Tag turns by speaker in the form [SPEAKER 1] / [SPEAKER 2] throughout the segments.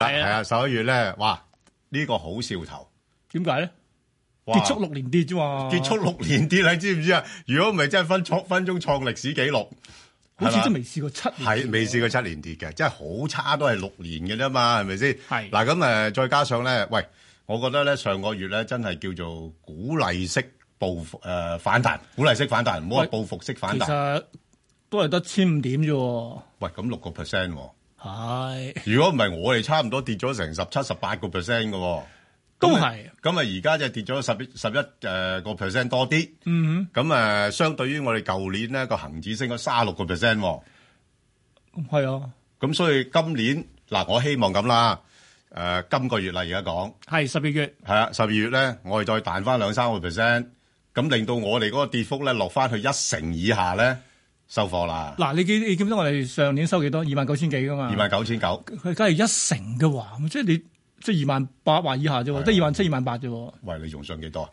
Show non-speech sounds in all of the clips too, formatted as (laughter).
[SPEAKER 1] 係啊，
[SPEAKER 2] 十一月咧，哇！呢個好兆頭，
[SPEAKER 1] 點解咧？
[SPEAKER 2] 哇
[SPEAKER 1] 結束六年跌啫
[SPEAKER 2] (laughs)
[SPEAKER 1] 嘛，
[SPEAKER 2] 結束六年跌，你知唔知啊？如果唔係，真係分創 (laughs) 分鐘創歷史紀錄，
[SPEAKER 1] 好似
[SPEAKER 2] 係
[SPEAKER 1] 都
[SPEAKER 2] 嘛
[SPEAKER 1] 未試過七年，
[SPEAKER 2] 係未試過七年跌嘅，即係好差都係六年嘅啫嘛，係咪先？
[SPEAKER 1] 係
[SPEAKER 2] 嗱咁誒，再加上咧，喂，我覺得咧上個月咧真係叫做鼓勵式報復誒反彈，鼓勵式反彈，唔好話
[SPEAKER 1] 喂
[SPEAKER 2] 報復式反
[SPEAKER 1] 其
[SPEAKER 2] 彈。
[SPEAKER 1] 實都係得千五點啫喎。
[SPEAKER 2] 喂，咁六個 percent 喎，
[SPEAKER 1] (laughs) 係，
[SPEAKER 2] 如果唔係我哋差唔多跌咗成十七、十八個 percent 嘅喎。
[SPEAKER 1] 都係，
[SPEAKER 2] 咁啊，而家就跌咗十十一誒個 percent 多啲。
[SPEAKER 1] 嗯
[SPEAKER 2] 咁誒，相對於我哋舊年咧個恒指升咗三六個 percent 喎。
[SPEAKER 1] 哼，係啊，
[SPEAKER 2] 咁所以今年嗱，我希望咁啦。誒、今個月啦，而家講
[SPEAKER 1] 係十二月，
[SPEAKER 2] 係啊，十二月咧，我哋再彈翻兩三個 percent，咁令到我哋嗰個跌幅咧落翻去一成以下咧，收貨啦，
[SPEAKER 1] 嗱，你記你記唔記得我哋上年收幾多？二萬九千幾噶嘛？
[SPEAKER 2] 二萬九千九。
[SPEAKER 1] 佢梗係一成嘅話，咁即係你即係二萬八或以下啫
[SPEAKER 2] 係啊
[SPEAKER 1] 喎，得二萬七、二萬八啫喎。
[SPEAKER 2] 喂，你仲上幾多啊？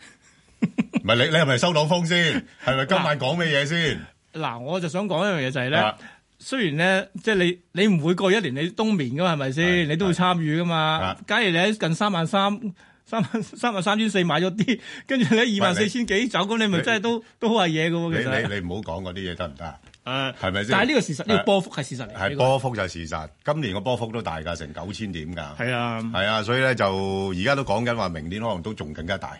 [SPEAKER 2] (laughs) 唔係你你係咪收到風先？係咪今晚講咩嘢先？
[SPEAKER 1] 嗱，我就想講一樣嘢就係咧
[SPEAKER 2] 啊，
[SPEAKER 1] 雖然咧即係你你唔會過一年你冬眠噶嘛，係咪
[SPEAKER 2] 係
[SPEAKER 1] 先？你都會參與噶嘛
[SPEAKER 2] 啊。
[SPEAKER 1] 假如你喺近三萬三。三萬三萬三千四買咗啲， (laughs) 跟住你二萬四千幾走，咁你咪真係都都好係嘢嘅
[SPEAKER 2] 你
[SPEAKER 1] 喎，其實。
[SPEAKER 2] 你你唔好講嗰啲嘢得唔得啊？
[SPEAKER 1] 誒
[SPEAKER 2] 係咪先
[SPEAKER 1] 但係呢個事實，呢
[SPEAKER 2] 係
[SPEAKER 1] 個波幅係事實嚟嘅。
[SPEAKER 2] 係
[SPEAKER 1] 呢個
[SPEAKER 2] 波幅就係事實，今年個波幅都大㗎，成九千點㗎。
[SPEAKER 1] 係啊，
[SPEAKER 2] 係啊，所以咧就而家都講緊話，明年可能都仲更加大。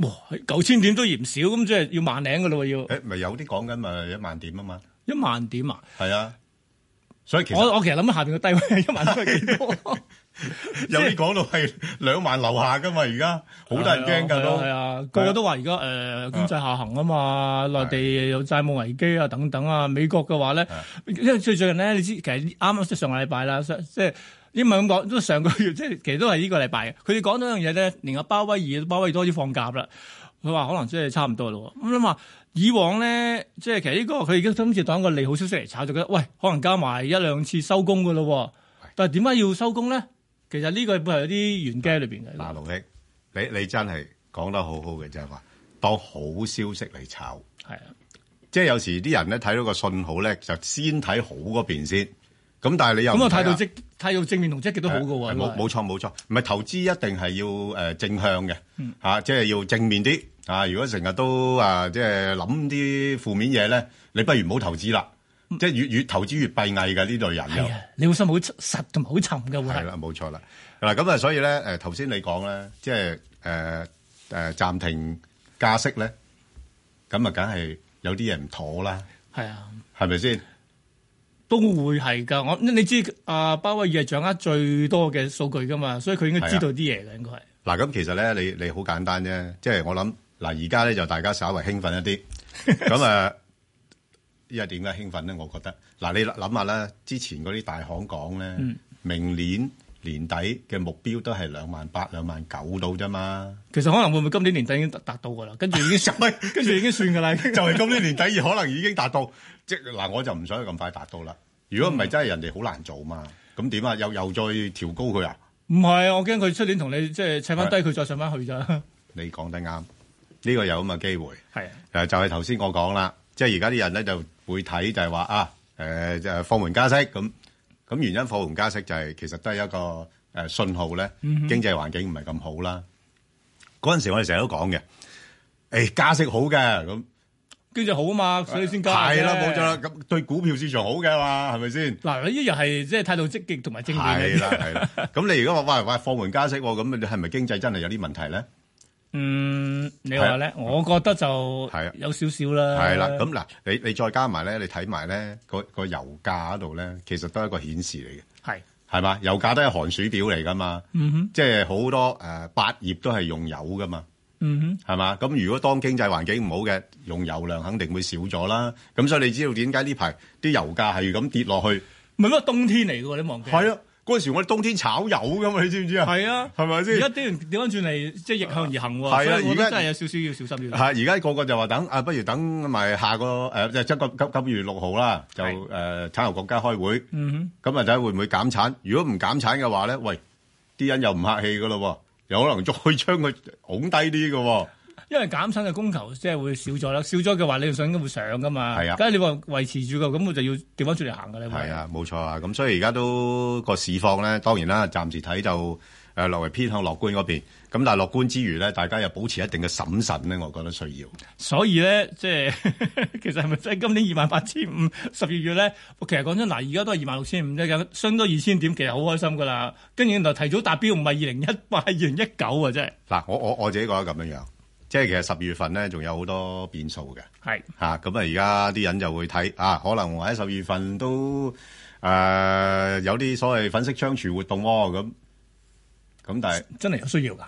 [SPEAKER 1] 哇，九千點都嫌少，咁即係要萬零嘅咯喎，要
[SPEAKER 2] 誒，咪有啲講緊咪一萬點啊嘛。
[SPEAKER 1] 一萬點啊！
[SPEAKER 2] 係啊，所以其實
[SPEAKER 1] 我我其實諗緊下邊個低位係一萬都係幾多？
[SPEAKER 2] (laughs) 有啲講到係兩萬樓下㗎嘛，而家好多人驚㗎
[SPEAKER 1] 係啊係
[SPEAKER 2] 都。
[SPEAKER 1] 啊，個個都話而家誒經濟下行啊嘛，內地有債務危機啊等等啊，美國嘅話咧，因為最最近咧，你知其實啱啱即係上個禮拜啦，上即係。英文咁講，都上個月 (laughs) 即係其實都係呢個禮拜嘅。佢哋講到一樣嘢咧，連阿鮑威爾、鮑威爾多啲放假啦。佢話可能即係差唔多咯喎。咁諗話以往咧，即係其實呢個佢已經今次當一個利好消息嚟炒，就覺得喂，可能加埋一兩次收工嘅咯喎。但係點解要收工咧？其實呢個背後有啲玄機喺裏邊嘅。
[SPEAKER 2] 嗱，盧兄，你你真係講得好好嘅，就係話當好消息嚟炒。
[SPEAKER 1] 係啊。
[SPEAKER 2] 即係有時啲人咧睇到個信號咧，就先睇好嗰邊先。咁但係你又
[SPEAKER 1] 咁
[SPEAKER 2] 唔
[SPEAKER 1] 我
[SPEAKER 2] 睇
[SPEAKER 1] 態度
[SPEAKER 2] 啊
[SPEAKER 1] 積態度正面同積極都好嘅喎，
[SPEAKER 2] 係
[SPEAKER 1] 因為
[SPEAKER 2] 冇冇錯冇錯，唔係投資一定係要誒、呃正向嘅嚇、
[SPEAKER 1] 嗯
[SPEAKER 2] 啊即係要正面啲嚇、啊如果成日都啊即係諗啲負面嘢咧，你不如唔好投資啦。即係越越投資越閉翳嘅呢類人
[SPEAKER 1] 係
[SPEAKER 2] 又
[SPEAKER 1] 啊，你個心好實同埋好沉嘅
[SPEAKER 2] 係
[SPEAKER 1] 喎。
[SPEAKER 2] 啦，冇錯啦。嗱咁啊，所以咧誒頭先你講咧，即係誒誒暫停加息咧，咁啊梗係有啲嘢唔妥啦，
[SPEAKER 1] 係啊，
[SPEAKER 2] 係咪先？
[SPEAKER 1] 都會係㗎。我你知啊，鮑威爾係掌握最多嘅數據㗎嘛，所以佢應
[SPEAKER 2] 啊
[SPEAKER 1] 該知道啲嘢嘅，應該係。
[SPEAKER 2] 嗱，咁其實咧，你你好簡單啫，即係我諗嗱，而家咧就大家稍為興奮一啲，咁啊， (laughs) 因為點解興奮咧？我覺得嗱，你諗下啦，之前嗰啲大行講咧，明年年底嘅目標都係兩萬八、兩萬九到啫嘛，
[SPEAKER 1] 其實可能會唔會今年年底已經達達到㗎啦，跟住已經跟住已經算㗎啦。 (laughs)
[SPEAKER 2] 就係今年年底可能已經達到，即係嗱，我就唔想佢咁快達到啦。如果唔係，真係人哋好難做嘛。咁點啊？又又再調高佢啊？
[SPEAKER 1] 唔係，我驚佢出年同你即係砌翻低，佢再上翻去咋。
[SPEAKER 2] 你講得啱，呢個有咁嘅機會。
[SPEAKER 1] 係啊，
[SPEAKER 2] 誒就係頭先我講啦，即係而家啲人咧就會睇就係話啊誒誒放緩加息咁，咁原因放緩加息就係、其實都係一個誒、呃信號咧，經濟環境唔係咁好啦。嗰陣時我哋成日都講嘅，誒、加息好嘅咁，
[SPEAKER 1] 經濟好啊嘛，所以先加嘅。
[SPEAKER 2] 係啦冇錯啦，咁對股票市場好嘅嘛，係咪先？
[SPEAKER 1] 嗱，呢又係即係態度積極同埋正面
[SPEAKER 2] 係
[SPEAKER 1] 嘅。
[SPEAKER 2] 啦係啦，咁你如果話喂喂放緩加息喎，咁你係咪經濟真係有啲問題咧？
[SPEAKER 1] (laughs) 嗯，你話咧，我覺得就
[SPEAKER 2] 啊係啊
[SPEAKER 1] 有少少啦。
[SPEAKER 2] 係啦，咁嗱，你你再加埋咧，你睇埋咧個個油價嗰度咧，其實都係一個顯示嚟嘅。
[SPEAKER 1] 係。
[SPEAKER 2] 係嘛？油價都係寒暑表嚟噶嘛，
[SPEAKER 1] 嗯哼，
[SPEAKER 2] 即係好多誒八葉都係用油噶嘛，
[SPEAKER 1] 嗯哼。
[SPEAKER 2] 係嘛？咁如果當經濟環境唔好嘅，用油量肯定會少咗啦。咁所以你知道點解呢排啲油價係咁跌落去？
[SPEAKER 1] 唔係咯，冬天嚟嘅喎，你忘記？
[SPEAKER 2] 係啊，嗰陣時我哋冬天炒油噶嘛，你知唔知啊？
[SPEAKER 1] 係啊，
[SPEAKER 2] 係咪
[SPEAKER 1] 而
[SPEAKER 2] 先
[SPEAKER 1] 家？啲人調翻轉嚟，即係逆向而行喎。
[SPEAKER 2] 係啊
[SPEAKER 1] 所以我覺
[SPEAKER 2] 而
[SPEAKER 1] 得
[SPEAKER 2] 家
[SPEAKER 1] 真係有少少要小心要。
[SPEAKER 2] 嚇！啊而家個個就話等啊，不如等埋下個誒，即係今今今月六號啦，就
[SPEAKER 1] 係
[SPEAKER 2] 誒產油國家開會，
[SPEAKER 1] 嗯
[SPEAKER 2] 咁啊睇下會唔會減產。如果唔減產嘅話咧，喂，啲人又唔客氣噶咯喎，有可能再將佢拱低啲嘅喎。
[SPEAKER 1] 哼，因為減產嘅供求即係會少咗啦，少咗嘅話，你信應該會上噶嘛。
[SPEAKER 2] 係啊
[SPEAKER 1] 梗係你話維持住個，咁我就要調翻出嚟行噶啦。會
[SPEAKER 2] 係，啊，冇錯啊。咁所以而家都個市況咧，當然啦，暫時睇就誒略為偏向樂觀嗰邊。咁但係樂觀之餘咧，大家又保持一定嘅審慎咧，我覺得需要。
[SPEAKER 1] 所以咧，即係 (laughs) 其實係咪即係今年二萬八千五十二月咧？其實講真，嗱，而家都係二萬六千五啫，相當二千點，其實好開心噶啦。跟住原來提早達標唔係二零一八，係二零一九啊，真係
[SPEAKER 2] 嗱，我我我自己覺得咁樣樣，即係其實十二月份咧，仲有好多變數嘅。
[SPEAKER 1] 係
[SPEAKER 2] 吓咁啊！而家啲人就會睇啊，可能喺十二月份都誒、呃有啲所謂粉飾窗廚活動喎、咁咁但係
[SPEAKER 1] 真係有需要㗎。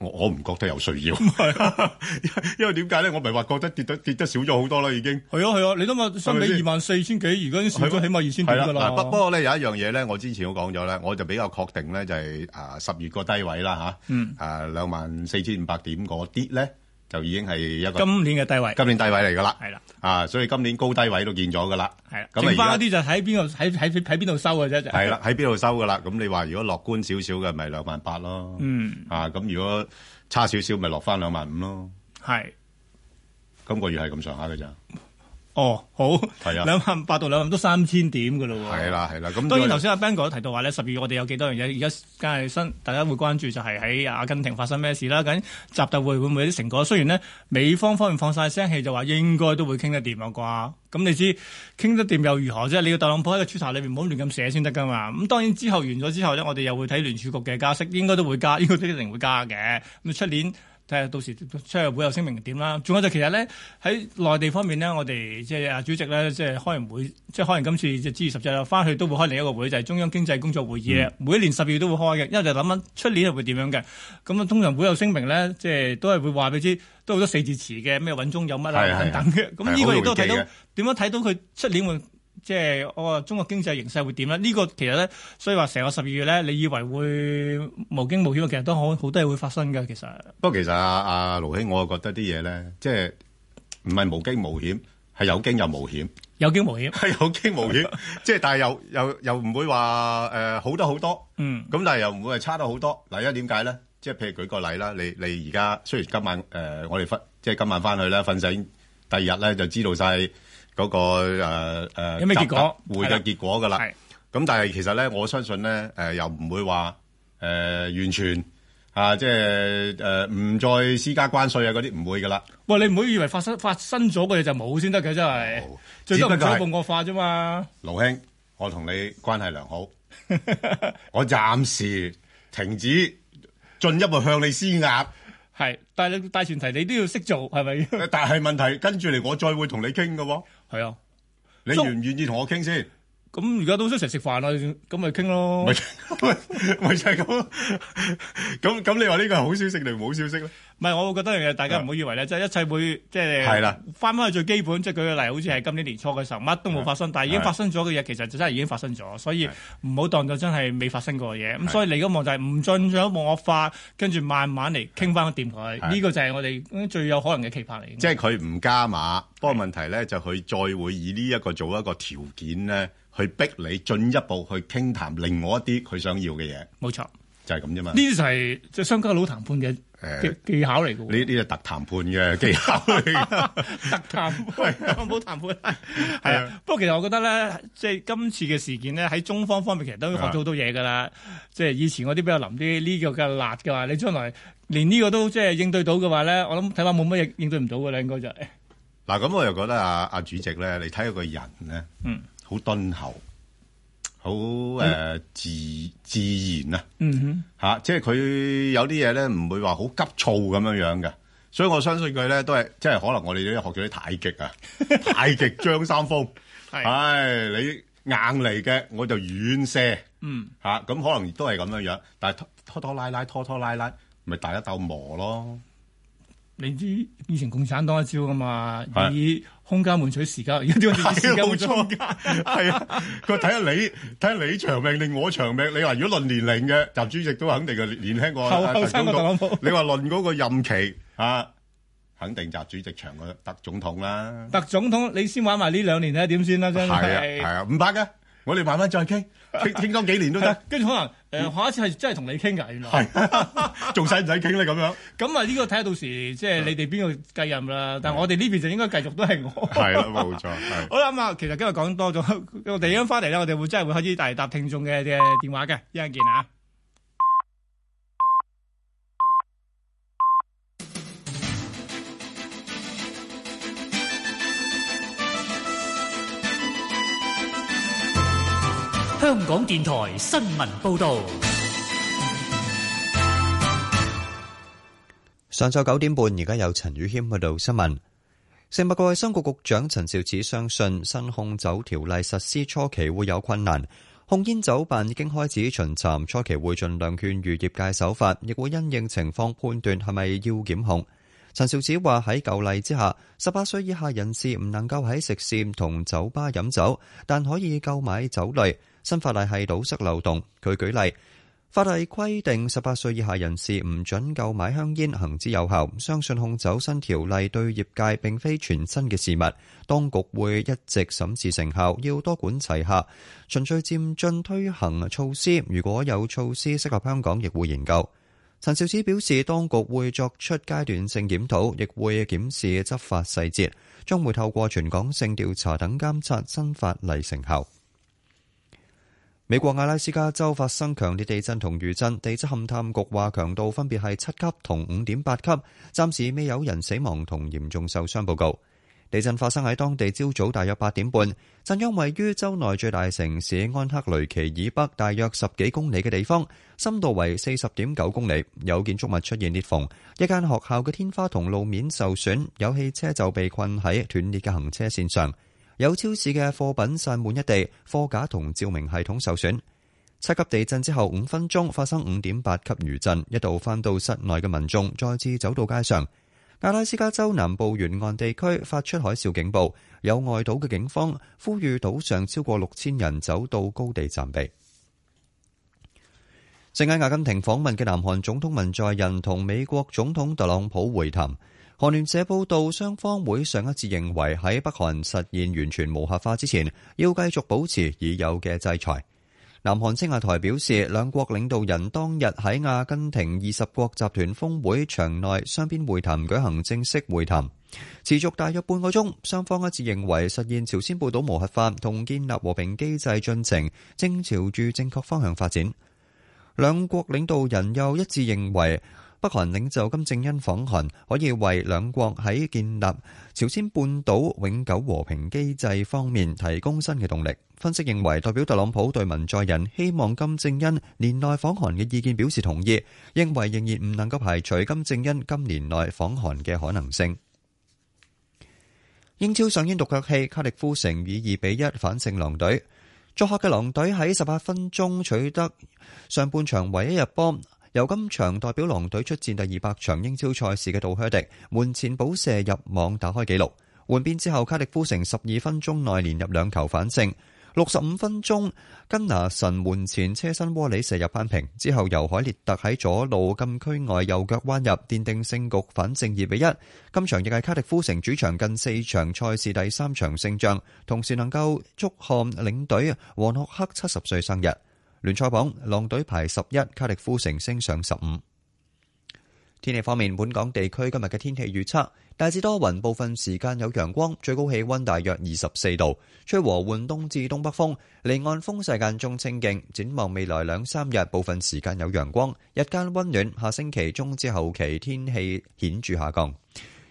[SPEAKER 2] 我我唔覺得有需要， (laughs) 因為點解咧？我咪話覺得跌得跌得少咗好多啦，已經
[SPEAKER 1] 係啊係啊，你諗下，相
[SPEAKER 2] 係咪
[SPEAKER 1] 比
[SPEAKER 2] 先
[SPEAKER 1] 二萬四千幾，而家已經少咗起碼二千點
[SPEAKER 2] 啦。
[SPEAKER 1] 㗎啦。
[SPEAKER 2] 嗱不不過咧有一樣嘢咧，我之前都講咗咧，我就比較確定咧就係啊十月個低位啦吓，
[SPEAKER 1] 嗯
[SPEAKER 2] 誒兩萬四千五百點嗰啲咧就已經係一個
[SPEAKER 1] 今年嘅低位
[SPEAKER 2] 今年低位嚟㗎啦，
[SPEAKER 1] 係啦
[SPEAKER 2] 啊，所以今年高低位都見咗㗎
[SPEAKER 1] (laughs)
[SPEAKER 2] 啦。
[SPEAKER 1] 係啦，
[SPEAKER 2] 咁啊
[SPEAKER 1] 剩
[SPEAKER 2] 而家
[SPEAKER 1] 翻嗰啲就睇邊個喺喺喺邊度收嘅啫，就係
[SPEAKER 2] 係啦，喺邊度收噶啦？咁你話如果樂觀少少嘅，咪兩萬八咯。
[SPEAKER 1] 嗯，
[SPEAKER 2] 啊，咁如果差少少，咪落翻兩萬五咯。
[SPEAKER 1] 係。
[SPEAKER 2] 今個月係咁上下嘅咋？
[SPEAKER 1] 哦，好，
[SPEAKER 2] 係啊
[SPEAKER 1] 兩萬八到兩萬都三千點㗎咯喎。
[SPEAKER 2] 係啦，係啦。咁
[SPEAKER 1] 當然，頭先阿 Ben 哥都提到話咧，十二月我哋有幾多樣嘢，而家梗係新，大家會關注就係喺阿根廷發生咩事啦。緊集特會會唔會有啲成果？雖然呢，美方方面放晒聲氣，就話應該都會傾得掂啊啩。咁你知傾得掂又如何啫？你要特朗普喺個 Twitter 裏面唔好亂咁寫先得㗎嘛。咁當然之後完咗之後呢，我哋又會睇聯儲局嘅加息，應該都會加，應該都一定會加嘅。咁出年。睇下到時出嚟會有聲明點啦。仲有就其實咧喺內地方面咧，我哋即係阿主席咧，即係開完會，即係開完今次即係 G 二十隻啦，翻去都會開另一個會，就係、中央經濟工作會議
[SPEAKER 2] 嗯
[SPEAKER 1] 咧。每一年十二月都會開嘅，因為就諗緊出年係會點樣嘅。咁啊，通常會有聲明咧，即係都係會話俾你知，都好多四字詞嘅，咩穩中有
[SPEAKER 2] 係
[SPEAKER 1] 乜
[SPEAKER 2] 係
[SPEAKER 1] 啊
[SPEAKER 2] 係
[SPEAKER 1] 等等嘅。
[SPEAKER 2] 係
[SPEAKER 1] 咁
[SPEAKER 2] 好
[SPEAKER 1] 呢個亦
[SPEAKER 2] 容易
[SPEAKER 1] 都睇
[SPEAKER 2] 記
[SPEAKER 1] 到
[SPEAKER 2] 嘅
[SPEAKER 1] 點樣睇到佢出年會。即係我話中國經濟形勢會點咧？呢、個其實咧，所以話成個十二月咧，你以為會無驚無險，其實都好好多嘢會發生嘅。其實
[SPEAKER 2] 不過其實阿阿盧兄，我覺得啲嘢咧，即係唔係無驚無險，係有驚又無險，
[SPEAKER 1] 有驚無險。
[SPEAKER 2] (laughs) 係有驚無險。即係但係又又又唔會話誒好得好多。
[SPEAKER 1] 嗯，
[SPEAKER 2] 咁但係又唔會係差得好多。嗱，因為點解咧？即係譬如舉個例啦，你你而家雖然今晚誒、呃我哋瞓，即係今晚翻去啦，瞓醒第二日咧就知道晒嗰、個誒、呃呃
[SPEAKER 1] 有咩結果
[SPEAKER 2] 集會
[SPEAKER 1] 係啦
[SPEAKER 2] 嘅結果㗎啦。
[SPEAKER 1] 係
[SPEAKER 2] 咁但係其實咧，我相信咧誒、呃又唔會話誒、呃完全啊，即係誒唔再施加關税啊嗰啲唔會㗎啦。
[SPEAKER 1] 喂，你唔好以為發生發生咗嘅嘢就冇先得嘅，真係
[SPEAKER 2] 冇
[SPEAKER 1] 最多
[SPEAKER 2] 只不過
[SPEAKER 1] 唔進一
[SPEAKER 2] 係
[SPEAKER 1] 步惡化啫嘛。
[SPEAKER 2] 盧兄，我同你關係良好， (laughs) 我暫時停止進一步向你施壓。
[SPEAKER 1] 係，但係你大前提你都要識做，係咪？
[SPEAKER 2] (laughs) 但係問題跟住嚟，我再會同你傾嘅喎。
[SPEAKER 1] 係啊，
[SPEAKER 2] 你
[SPEAKER 1] 中
[SPEAKER 2] 願唔願意同我傾先？
[SPEAKER 1] 咁而家都出成食飯啦，咁咪傾咯
[SPEAKER 2] 咪。咪就係 (laughs) 咁。咁咁，你話呢個係好消息定唔好消息咧？
[SPEAKER 1] 唔係，我會覺得樣嘢，大家唔好以為咧，即係一切會即係
[SPEAKER 2] 係啦，
[SPEAKER 1] 翻返去最基本，即係舉個例，好似係今年年初嘅時候，乜都冇發生，但係已經發生咗嘅嘢，其實就真係已經發生咗，所以唔好當咗真係未發生過嘅嘢。咁所以你嘅望就係唔進咗一步惡化，跟住慢慢嚟傾翻掂佢，
[SPEAKER 2] 係
[SPEAKER 1] 呢個就係我哋最有可能嘅期盼嚟嘅。
[SPEAKER 2] 即係佢唔加碼，不過問題咧就佢再會以呢一個做一個條件咧，去逼你進一步去傾談另外一啲佢想要嘅嘢，
[SPEAKER 1] 冇錯。
[SPEAKER 2] 就係咁啫嘛。
[SPEAKER 1] 呢啲就係即係商家佬談判嘅
[SPEAKER 2] 誒
[SPEAKER 1] 技技巧嚟嘅
[SPEAKER 2] 呢
[SPEAKER 1] 喎，
[SPEAKER 2] 呢個特談判嘅 (laughs) 技巧嚟㗎
[SPEAKER 1] 特談 (laughs) 判冇談判係啊。不過其實我覺得咧，即係今次嘅事件咧，喺中方方面其實都學咗好多嘢㗎啦。即係以前嗰啲比較腍啲，呢個嘅辣嘅話，你將來連呢個都即係應對到嘅話咧，我諗睇怕冇乜嘢應對唔到㗎啦，應該就係
[SPEAKER 2] 嗱，咁我又覺得阿阿主席咧，你睇佢個人咧，
[SPEAKER 1] 嗯，
[SPEAKER 2] 好敦厚，好誒、呃自自然啊。
[SPEAKER 1] 嗯哼，
[SPEAKER 2] 吓、即係佢有啲嘢咧，唔會話好急躁咁樣樣嘅，所以我相信佢咧都係，即係可能我哋都學咗啲太極
[SPEAKER 1] (laughs)
[SPEAKER 2] 啊，太極張三豐，
[SPEAKER 1] 係啊
[SPEAKER 2] 唉，你硬嚟嘅我就遠射，
[SPEAKER 1] 嗯
[SPEAKER 2] 吓咁、可能都係咁樣樣，但係拖拖拖拉拉，拖拖拉拉，咪大家鬥磨咯，
[SPEAKER 1] 你知以前共產黨一招㗎嘛，
[SPEAKER 2] 係
[SPEAKER 1] 以空間換取時間，而家點解以時間換取空間？
[SPEAKER 2] 係啊，佢睇下你睇下你長命定我長命，你話如果論年齡嘅，習主席都肯定係年年輕過
[SPEAKER 1] 後
[SPEAKER 2] 啊
[SPEAKER 1] 後生過特朗普
[SPEAKER 2] 你話論嗰個任期啊，肯定習主席長過特總統啦。
[SPEAKER 1] 特總統你先玩埋呢兩年睇下點先啦，真
[SPEAKER 2] 係啊，係
[SPEAKER 1] 係。
[SPEAKER 2] 啊，唔怕嘅，我哋慢慢再傾，傾傾多幾年都得。
[SPEAKER 1] 跟住可能誒下一次係真係同你傾㗎，原來。
[SPEAKER 2] (laughs) 係，仲使唔使傾咧？咁樣
[SPEAKER 1] 咁啊，呢個睇下到時即
[SPEAKER 2] 嗯
[SPEAKER 1] 係你哋邊個繼任啦。但係我哋呢邊就應該繼續都係
[SPEAKER 2] (laughs)
[SPEAKER 1] 我。
[SPEAKER 2] 係啦，冇錯，係
[SPEAKER 1] (laughs) 好啦，咁啊，其實今日講多咗， (laughs) 我哋一陣翻嚟咧，我哋會真係會開始大答聽眾嘅嘅電話嘅，一陣見啊！
[SPEAKER 3] 香港電台新聞報道，
[SPEAKER 4] 上晝九點半，而家有陳宇謙報道新聞。食物及衛生局局長陳肇始相信新控酒條例實施初期會有困難，控煙酒辦已經開始巡查，初期會盡量勸喻業界守法，亦會因應情況判斷係咪要檢控。陳肇始話喺舊例之下，十八歲以下人士唔能夠喺食肆同酒吧飲酒，但可以購買酒類。新法例係堵塞漏洞。佢舉例。法例規定十八歲以下人士唔准購買香煙，行之有效。相信控酒新條例對業界並非全新嘅事物，當局會一直審視成效，要多管齊下，循序漸進推行措施。如果有措施適合香港，亦會研究。陳肇始表示，當局會作出階段性檢討，亦會檢視執法細節，將會透過全港性調查等監察新法例成效。美國阿拉斯加州發生強烈地震同餘震，地質勘探局話強度分別係七級同五點八級，暫時未有人死亡同嚴重受傷報告。地震發生喺當地朝早大約八點半，震央位於州內最大城市安克雷奇以北大約十幾公里嘅地方，深度為四十點九公里，有建築物出現裂縫，一間學校嘅天花同路面受損，有汽車就被困喺斷裂嘅行車線上。有超市嘅貨品散滿一地，貨架同照明系統受損。七級地震之後五分鐘發生五點八級餘震，一度翻到室內嘅民眾再次走到街上。阿拉斯加州南部沿岸地區發出海嘯警報，有外島嘅警方呼籲島上超過六千人走到高地暫避。正喺阿根廷訪問嘅南韓總統文在寅同美國總統特朗普會談。韓聯社報道，雙方會上一致認為喺北韓實現完全無核化之前，要繼續保持已有嘅制裁。南韓青瓦台表示，兩國領導人當日喺阿根廷二十國集團峰會場內雙邊會談舉行正式會談，持續大約半個鐘。雙方一致認為實現朝鮮半島無核化同建立和平機制進程正朝住正確方向發展。兩國領導人又一致認為，北韓領袖金正恩訪韓可以為兩國喺建立朝鮮半島永久和平機制方面提供新嘅動力。分析認為，代表特朗普對文在寅希望金正恩年內訪韓嘅意見表示同意，認為仍然唔能夠排除金正恩今年內訪韓嘅可能性。英超上演獨腳戲，卡迪夫城以二比一反勝狼隊。作客嘅狼隊喺十八分鐘取得上半場唯一入波。由今場代表狼隊出戰第二百場英超賽事嘅杜靴迪門前補射入網打開紀錄，換邊之後卡迪夫城十二分鐘內連入兩球反勝，六十五分鐘根拿神門前車身窩里射入扳平，之後由海列特喺左路禁區外右腳彎入奠定勝局，反勝二比一。今場亦係卡迪夫城主場近四場賽事第三場勝仗，同時能夠祝賀領隊黃諾克七十歲生日。聯賽榜，狼隊排十一，卡迪夫城升上十五。天氣方面，本港地區今日嘅天氣預測大致多雲，部分時間有陽光，最高氣溫大約二十四度，吹和緩東至東北風，離岸風勢間中清勁。展望未來兩三日，部分時間有陽光，日間溫暖。下星期中至後期天氣顯著下降。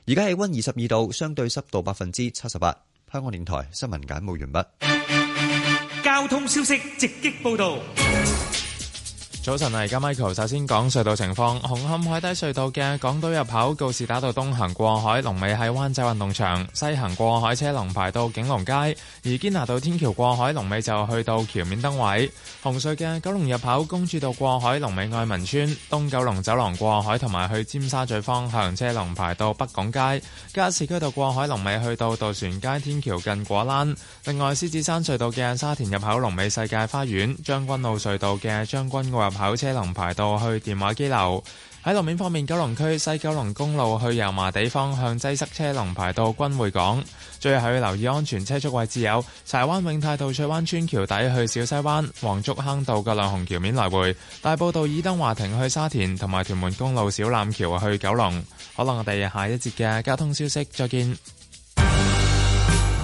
[SPEAKER 4] 而家氣溫二十二度，相對濕度百分之七十八。香港電台新聞簡報完畢。
[SPEAKER 3] 交通消息直擊報道。
[SPEAKER 5] 早晨，而家 Michael 首先講隧道情況。紅磡海底隧道嘅港島入口告士打道東行過海，龍尾喺灣仔運動場；西行過海車龍排到景隆街。而堅拿道天橋過海龍尾就去到橋面燈位。紅隧嘅九龍入口公主道過海龍尾愛民村，東九龍走廊過海同埋去尖沙咀方向車龍排到北港街。加士居道過海龍尾去到渡船街天橋近果欄。另外，獅子山隧道嘅沙田入口龍尾世界花園，將軍澳隧道嘅將軍澳入口車龍排到去電話機樓。喺路面方面，九龍區西九龍公路去油麻地方向擠塞車龍排到君匯港。最後要留意安全車速位置有柴灣永泰道翠灣村橋底去小西灣、黃竹坑道嘅亮紅橋面來回、大埔道爾登華庭去沙田同埋屯門公路小欖橋去九龍。可能我哋下一節嘅交通消息再見。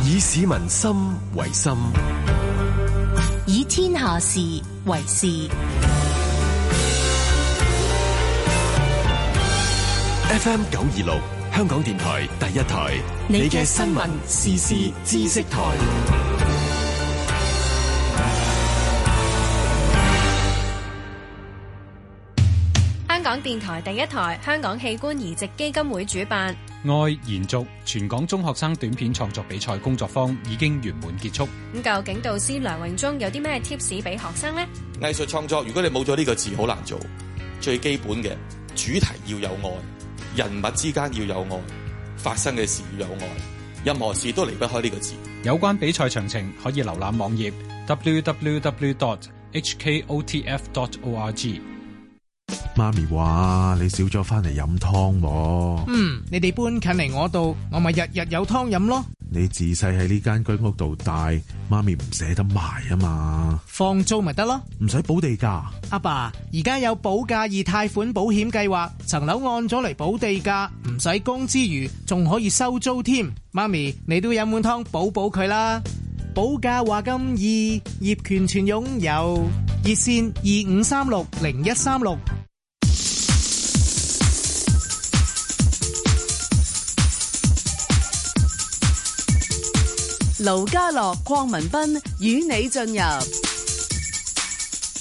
[SPEAKER 6] 以市民心為心，
[SPEAKER 7] 以天下事為事。
[SPEAKER 6] FM 九二六，香港電台第一台，你嘅新聞、時事、知識台。
[SPEAKER 8] 香港電台第一台、香港器官移植基金會主辦。
[SPEAKER 9] 愛延續全港中學生短片創作比賽工作坊已經圓滿結束。
[SPEAKER 8] 咁究竟導師梁榮忠有啲咩 tips 俾學生呢？
[SPEAKER 10] 藝術創作，如果你冇咗呢個字，好難做。最基本嘅主題要有愛，人物之間要有愛，發生嘅事要有愛，任何事都離不開呢個字。
[SPEAKER 9] 有關比賽詳情可以瀏覽網頁 www.hkotf.org。
[SPEAKER 11] 媽咪話：你少咗翻嚟飲湯喎。
[SPEAKER 12] 嗯，你哋搬近嚟我度，我咪日日有湯飲咯。
[SPEAKER 11] 你自細喺呢間居屋度大，媽咪唔捨得賣啊嘛。
[SPEAKER 12] 放租咪得咯，
[SPEAKER 11] 唔使補地價。
[SPEAKER 12] 阿爸，而家有保價易貸款保險計劃，層樓按咗嚟補地價，唔使供之餘，仲可以收租添。媽咪，你都飲碗湯補補佢啦。保價話咁易，業權全擁有，熱線二五三六零一三六。
[SPEAKER 13] 盧家樂、鄺民彬與你進入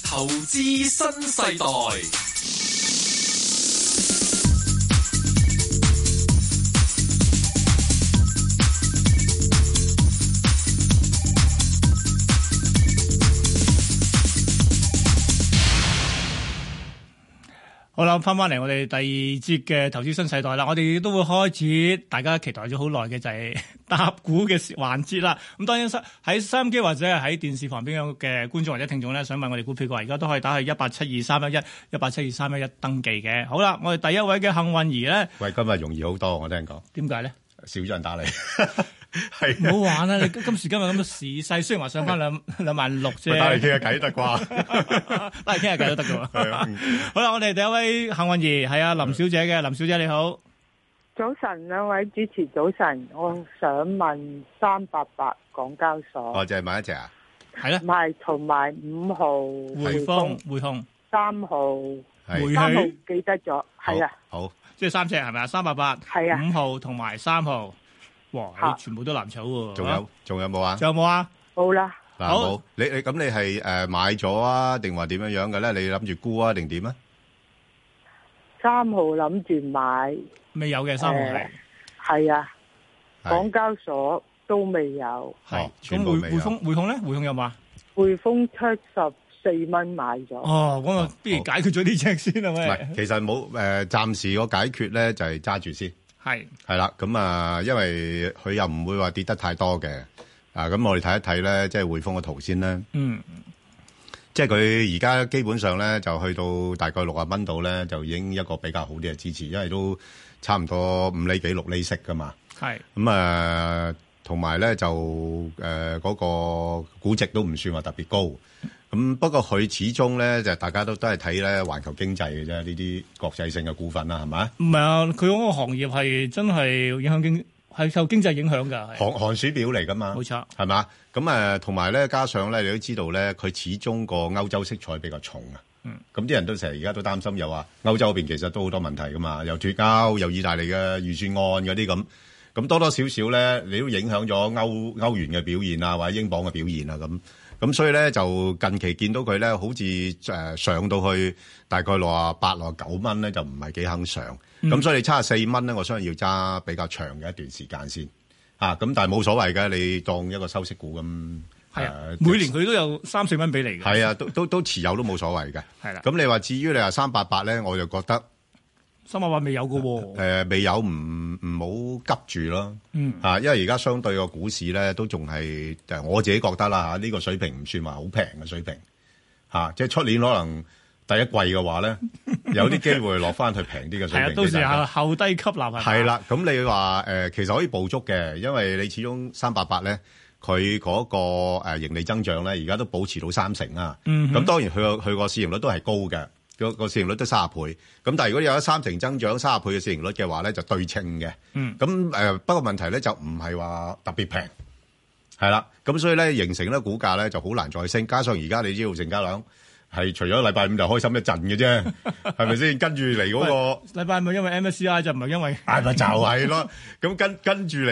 [SPEAKER 6] 投資新世代。
[SPEAKER 1] 好啦，翻翻嚟我哋第二節嘅投資新世代啦，我哋都會開始大家期待咗好耐嘅就係答股嘅 (laughs) 環節啦。咁當然喺收音機或者係喺電視旁邊嘅觀眾或者聽眾咧，想問我哋股票嘅話，而家都可以打去一八七二三一一一八七二三一一登記嘅。好啦，我哋第一位嘅幸運兒咧，
[SPEAKER 2] 喂，今日容易好多，我聽講
[SPEAKER 1] 點解咧？
[SPEAKER 2] 少咗人打你，係
[SPEAKER 1] 唔好玩啦！你今今時今日咁嘅時勢，雖然話上翻兩 (laughs) 兩萬六啫，
[SPEAKER 2] 喂打嚟傾下偈得
[SPEAKER 1] (laughs)
[SPEAKER 2] 啩？
[SPEAKER 1] 拉傾下偈都得㗎
[SPEAKER 2] 係啊
[SPEAKER 1] 喎。好啦，我哋第一位幸運兒係啊阿林小姐嘅，林小姐你好。
[SPEAKER 14] 早晨，兩位主持早晨，我想問三八八港交所
[SPEAKER 2] 我，就係買一隻啊，
[SPEAKER 1] 係啦，
[SPEAKER 14] 唔係同埋五號
[SPEAKER 1] 匯豐、匯控、
[SPEAKER 14] 三號
[SPEAKER 1] 匯
[SPEAKER 14] 三號
[SPEAKER 1] 許，
[SPEAKER 14] 記得咗，係啊，
[SPEAKER 2] 好
[SPEAKER 1] 即係三隻係咪啊？三八八、
[SPEAKER 14] 係啊
[SPEAKER 1] 五號同埋三號，哇！
[SPEAKER 14] 嚇
[SPEAKER 1] 你全部都藍籌喎。
[SPEAKER 2] 仲
[SPEAKER 1] 啊
[SPEAKER 2] 有仲有冇啊？
[SPEAKER 1] 仲有冇啊？
[SPEAKER 14] 好啦，
[SPEAKER 2] 嗱，
[SPEAKER 1] 好。
[SPEAKER 2] 冇。你-你-咁你係，誒，買咗啊，定話點樣樣嘅咧？你諗住沽啊，定點啊？
[SPEAKER 14] 三號諗住買，
[SPEAKER 1] 未有嘅三號係
[SPEAKER 14] 誒。係啊，
[SPEAKER 2] 係。
[SPEAKER 14] 港交所都未有，
[SPEAKER 1] 係咁
[SPEAKER 2] 全部
[SPEAKER 1] 匯
[SPEAKER 2] 未有
[SPEAKER 1] 匯豐匯控咧，匯控有冇啊？
[SPEAKER 14] 匯豐七十四蚊買咗，
[SPEAKER 1] 哦，咁啊，不如解決咗呢隻先啦，喂。
[SPEAKER 2] 唔係，其實冇，誒，暫時個解決咧，就係揸住先。係啦，咁啊，因為佢又唔會話跌得太多嘅。啊，咁我哋睇下佢會唔會有啲，誒，啊啊睇一
[SPEAKER 1] 係
[SPEAKER 2] 睇咧，即係匯豐個圖先啦。即係佢而家基本上咧，就去到大概
[SPEAKER 1] 嗯，
[SPEAKER 2] 60蚊度咧，就已經一個比較好啲嘅支持，因為都差唔多五厘幾、六厘息㗎嘛。
[SPEAKER 1] 係
[SPEAKER 2] 咁啊，同埋咧就誒嗰、個估值都唔算話特別高。咁不過佢始終咧就大家都都係睇咧環球經濟嘅啫，呢啲國際性嘅股份啦，係咪？
[SPEAKER 1] 唔係啊？佢嗰個行業係真係影響經係受經濟影響㗎，係
[SPEAKER 2] 寒寒暑表嚟噶嘛，
[SPEAKER 1] 冇錯。
[SPEAKER 2] 係嘛？咁誒同埋咧，加上咧你都知道咧，佢始終個歐洲色彩比較重啊。
[SPEAKER 1] 嗯
[SPEAKER 2] 咁啲人都成日而家都擔心，又話歐洲嗰邊其實都好多問題噶嘛，又脱歐，又意大利嘅預算案嗰啲咁，咁多多少少咧，你都影響咗歐歐元嘅表現啊，或者英鎊嘅表現啊咁。咁所以咧就近期見到佢咧，好似誒、呃上到去大概六啊八、六啊九蚊咧，就唔係幾肯上。咁、所以你七十四蚊咧，我相信要揸比較長嘅一段時間先啊。咁但係冇所謂嘅，你當一個收息股咁。
[SPEAKER 1] 係啊
[SPEAKER 2] 呃，
[SPEAKER 1] 每年佢都有三四蚊俾你嘅。
[SPEAKER 2] 係啊，都都都持有都冇所謂嘅。
[SPEAKER 1] 係啦
[SPEAKER 2] 咁你話至於你話三八八咧，我就覺得誒、
[SPEAKER 1] 三百八未有嘅喎。
[SPEAKER 2] 呃未有唔唔好急住咯。
[SPEAKER 1] 嗯
[SPEAKER 2] 啊，因為而家相對個股市咧都仲係誒，我自己覺得啦嚇，呢、個水
[SPEAKER 1] (laughs)
[SPEAKER 2] 平唔算話好平嘅水平嚇、啊即係出年可能第一季嘅話咧，有啲機會落翻去平啲嘅水
[SPEAKER 1] 係啊，
[SPEAKER 2] 平。
[SPEAKER 1] 到時候後低吸
[SPEAKER 15] 啊
[SPEAKER 1] 納係嘛
[SPEAKER 2] 係，啦，咁你話誒、呃其實可以捕捉嘅，因為你始終三八八咧，佢嗰個呃盈利增長咧，而家都保持到三成啊。咁、
[SPEAKER 15] 嗯哼
[SPEAKER 2] 當然佢個佢個市盈率都係高嘅，個個市盈率都三十倍。咁但係如果你有三成增長、三十倍嘅市盈率嘅話咧，就對稱嘅。
[SPEAKER 15] 嗯
[SPEAKER 2] 咁誒、呃不過問題咧就唔係話特別平。係啦，咁所以咧形成咧股價咧就好難再升，加上而家你知道成交量係除咗禮拜五就開心一陣嘅啫，係咪先？跟住嚟嗰個。
[SPEAKER 1] 禮拜五因為 MSCI 就唔係因為
[SPEAKER 2] 係啊咪就係咯？咁跟跟住嚟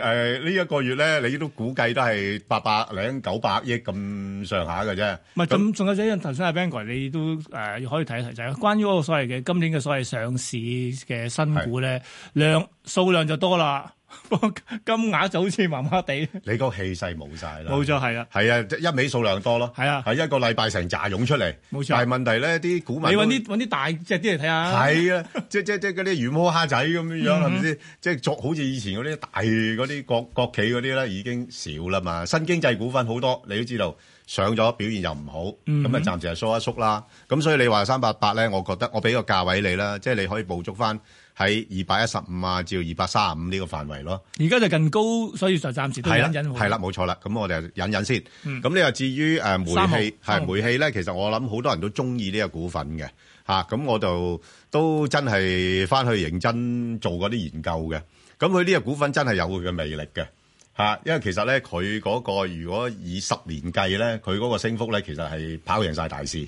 [SPEAKER 2] 誒呢一個月咧，你都估計都係八百零九百億咁上下嘅啫。
[SPEAKER 1] 唔係，咁仲有一樣頭先阿 Bang 哥你都誒、呃可以睇一睇，就係、關於嗰個所謂嘅今年嘅所謂上市嘅新股咧，量數量就多啦， (laughs) 不過金額就好似麻麻地。
[SPEAKER 2] 你個氣勢冇晒啦，
[SPEAKER 1] 冇錯係啊
[SPEAKER 2] 係啊，一味數量多咯，係啊，係一個禮拜成扎湧出嚟，
[SPEAKER 1] 冇錯
[SPEAKER 2] 但係問題咧，啲股民
[SPEAKER 1] 你揾
[SPEAKER 2] 都
[SPEAKER 1] 啲揾啲大隻啲嚟睇下。
[SPEAKER 2] 係啊， (laughs) 即即即嗰啲魚毛蝦仔咁樣樣係咪
[SPEAKER 1] 嗯
[SPEAKER 2] 先？即係作好似以前嗰啲大嗰啲國國企嗰啲咧已經少啦嘛。新經濟股份好多，你都知道上咗表現又唔好，
[SPEAKER 15] 嗯
[SPEAKER 2] 咁啊暫時係縮一縮啦。咁所以你話三八八咧，我覺得我俾個價位你啦，即係你可以捕捉翻喺二百一十五啊至二百三十五呢個範圍咯。
[SPEAKER 1] 而家就近高，所以就暫時都
[SPEAKER 2] 係啦，
[SPEAKER 1] 隱隱
[SPEAKER 2] 係啦，冇錯啦。咁我哋忍忍先。
[SPEAKER 1] 嗯
[SPEAKER 2] 咁你話至於誒煤
[SPEAKER 1] 三號
[SPEAKER 2] 氣
[SPEAKER 1] 三號
[SPEAKER 2] 係煤氣咧，其實我諗好多人都中意呢個股份嘅嚇。咁我
[SPEAKER 1] 嗯
[SPEAKER 2] 就都真係翻去認真做嗰啲研究嘅。咁佢呢個股份真係有佢嘅魅力嘅嚇，因為其實咧佢嗰個如果以十年計咧，佢嗰個升幅咧其實係跑贏晒大市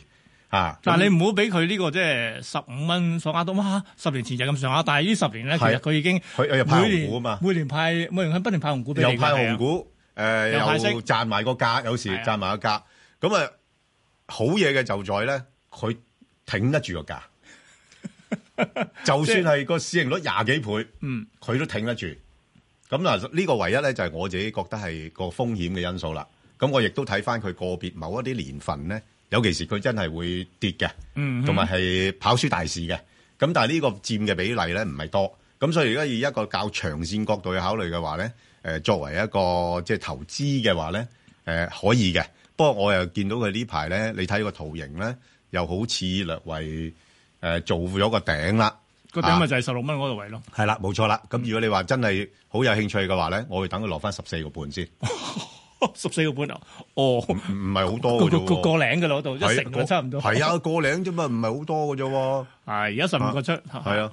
[SPEAKER 2] 嚇。
[SPEAKER 1] 但係
[SPEAKER 2] 咁
[SPEAKER 1] 你唔好俾佢呢個即係十五蚊所額到，哇！十年前就咁上下，但係呢十年咧，其
[SPEAKER 2] 係
[SPEAKER 1] 實佢已經
[SPEAKER 2] 佢又派
[SPEAKER 1] 每
[SPEAKER 2] 紅股啊嘛
[SPEAKER 1] 年每年派每年不斷派紅股俾你
[SPEAKER 2] 又
[SPEAKER 1] 嘅啊
[SPEAKER 2] 派紅，股，誒
[SPEAKER 1] 又派息
[SPEAKER 2] 又賺埋個價，有時
[SPEAKER 1] 係啊
[SPEAKER 2] 賺埋個價。咁啊，好嘢嘅就在咧，佢挺得住個
[SPEAKER 1] (laughs)
[SPEAKER 2] 價。就算係個市盈率廿幾倍，
[SPEAKER 1] 嗯，
[SPEAKER 2] 佢都挺得住。咁嗱，呢個唯一咧就係我自己覺得係個風險嘅因素啦。咁我亦都睇翻佢個別某一啲年份咧，尤其是佢真係會跌嘅，
[SPEAKER 15] 嗯哼
[SPEAKER 2] 同埋係跑輸大市嘅。咁但係呢個佔嘅比例咧唔係多，咁所以而家以一個較長線角度去考慮嘅話咧，誒、作為一個即係投資嘅話咧，誒、可以嘅。不過我又見到佢呢排咧，你睇個圖形咧，又好似略為誒、做咗個頂啦。
[SPEAKER 1] 個頂咪就係十六蚊嗰度位咯。 (laughs)
[SPEAKER 2] 係啦，冇錯啦。咁如果你話真係好有興趣嘅話咧，我會等佢落翻十四個半先。
[SPEAKER 1] 十四個半啊！哦，
[SPEAKER 2] 唔唔係好多
[SPEAKER 1] 個
[SPEAKER 2] 嘅
[SPEAKER 1] 個
[SPEAKER 2] 啫
[SPEAKER 1] 個
[SPEAKER 2] 喎。
[SPEAKER 1] 個領嘅嗰度，一
[SPEAKER 2] 係
[SPEAKER 1] 成嘅差唔多。
[SPEAKER 2] 係啊，個零啫嘛，唔係好多嘅啫喎。
[SPEAKER 1] (laughs) 係而家十五個出。係
[SPEAKER 2] 係啊。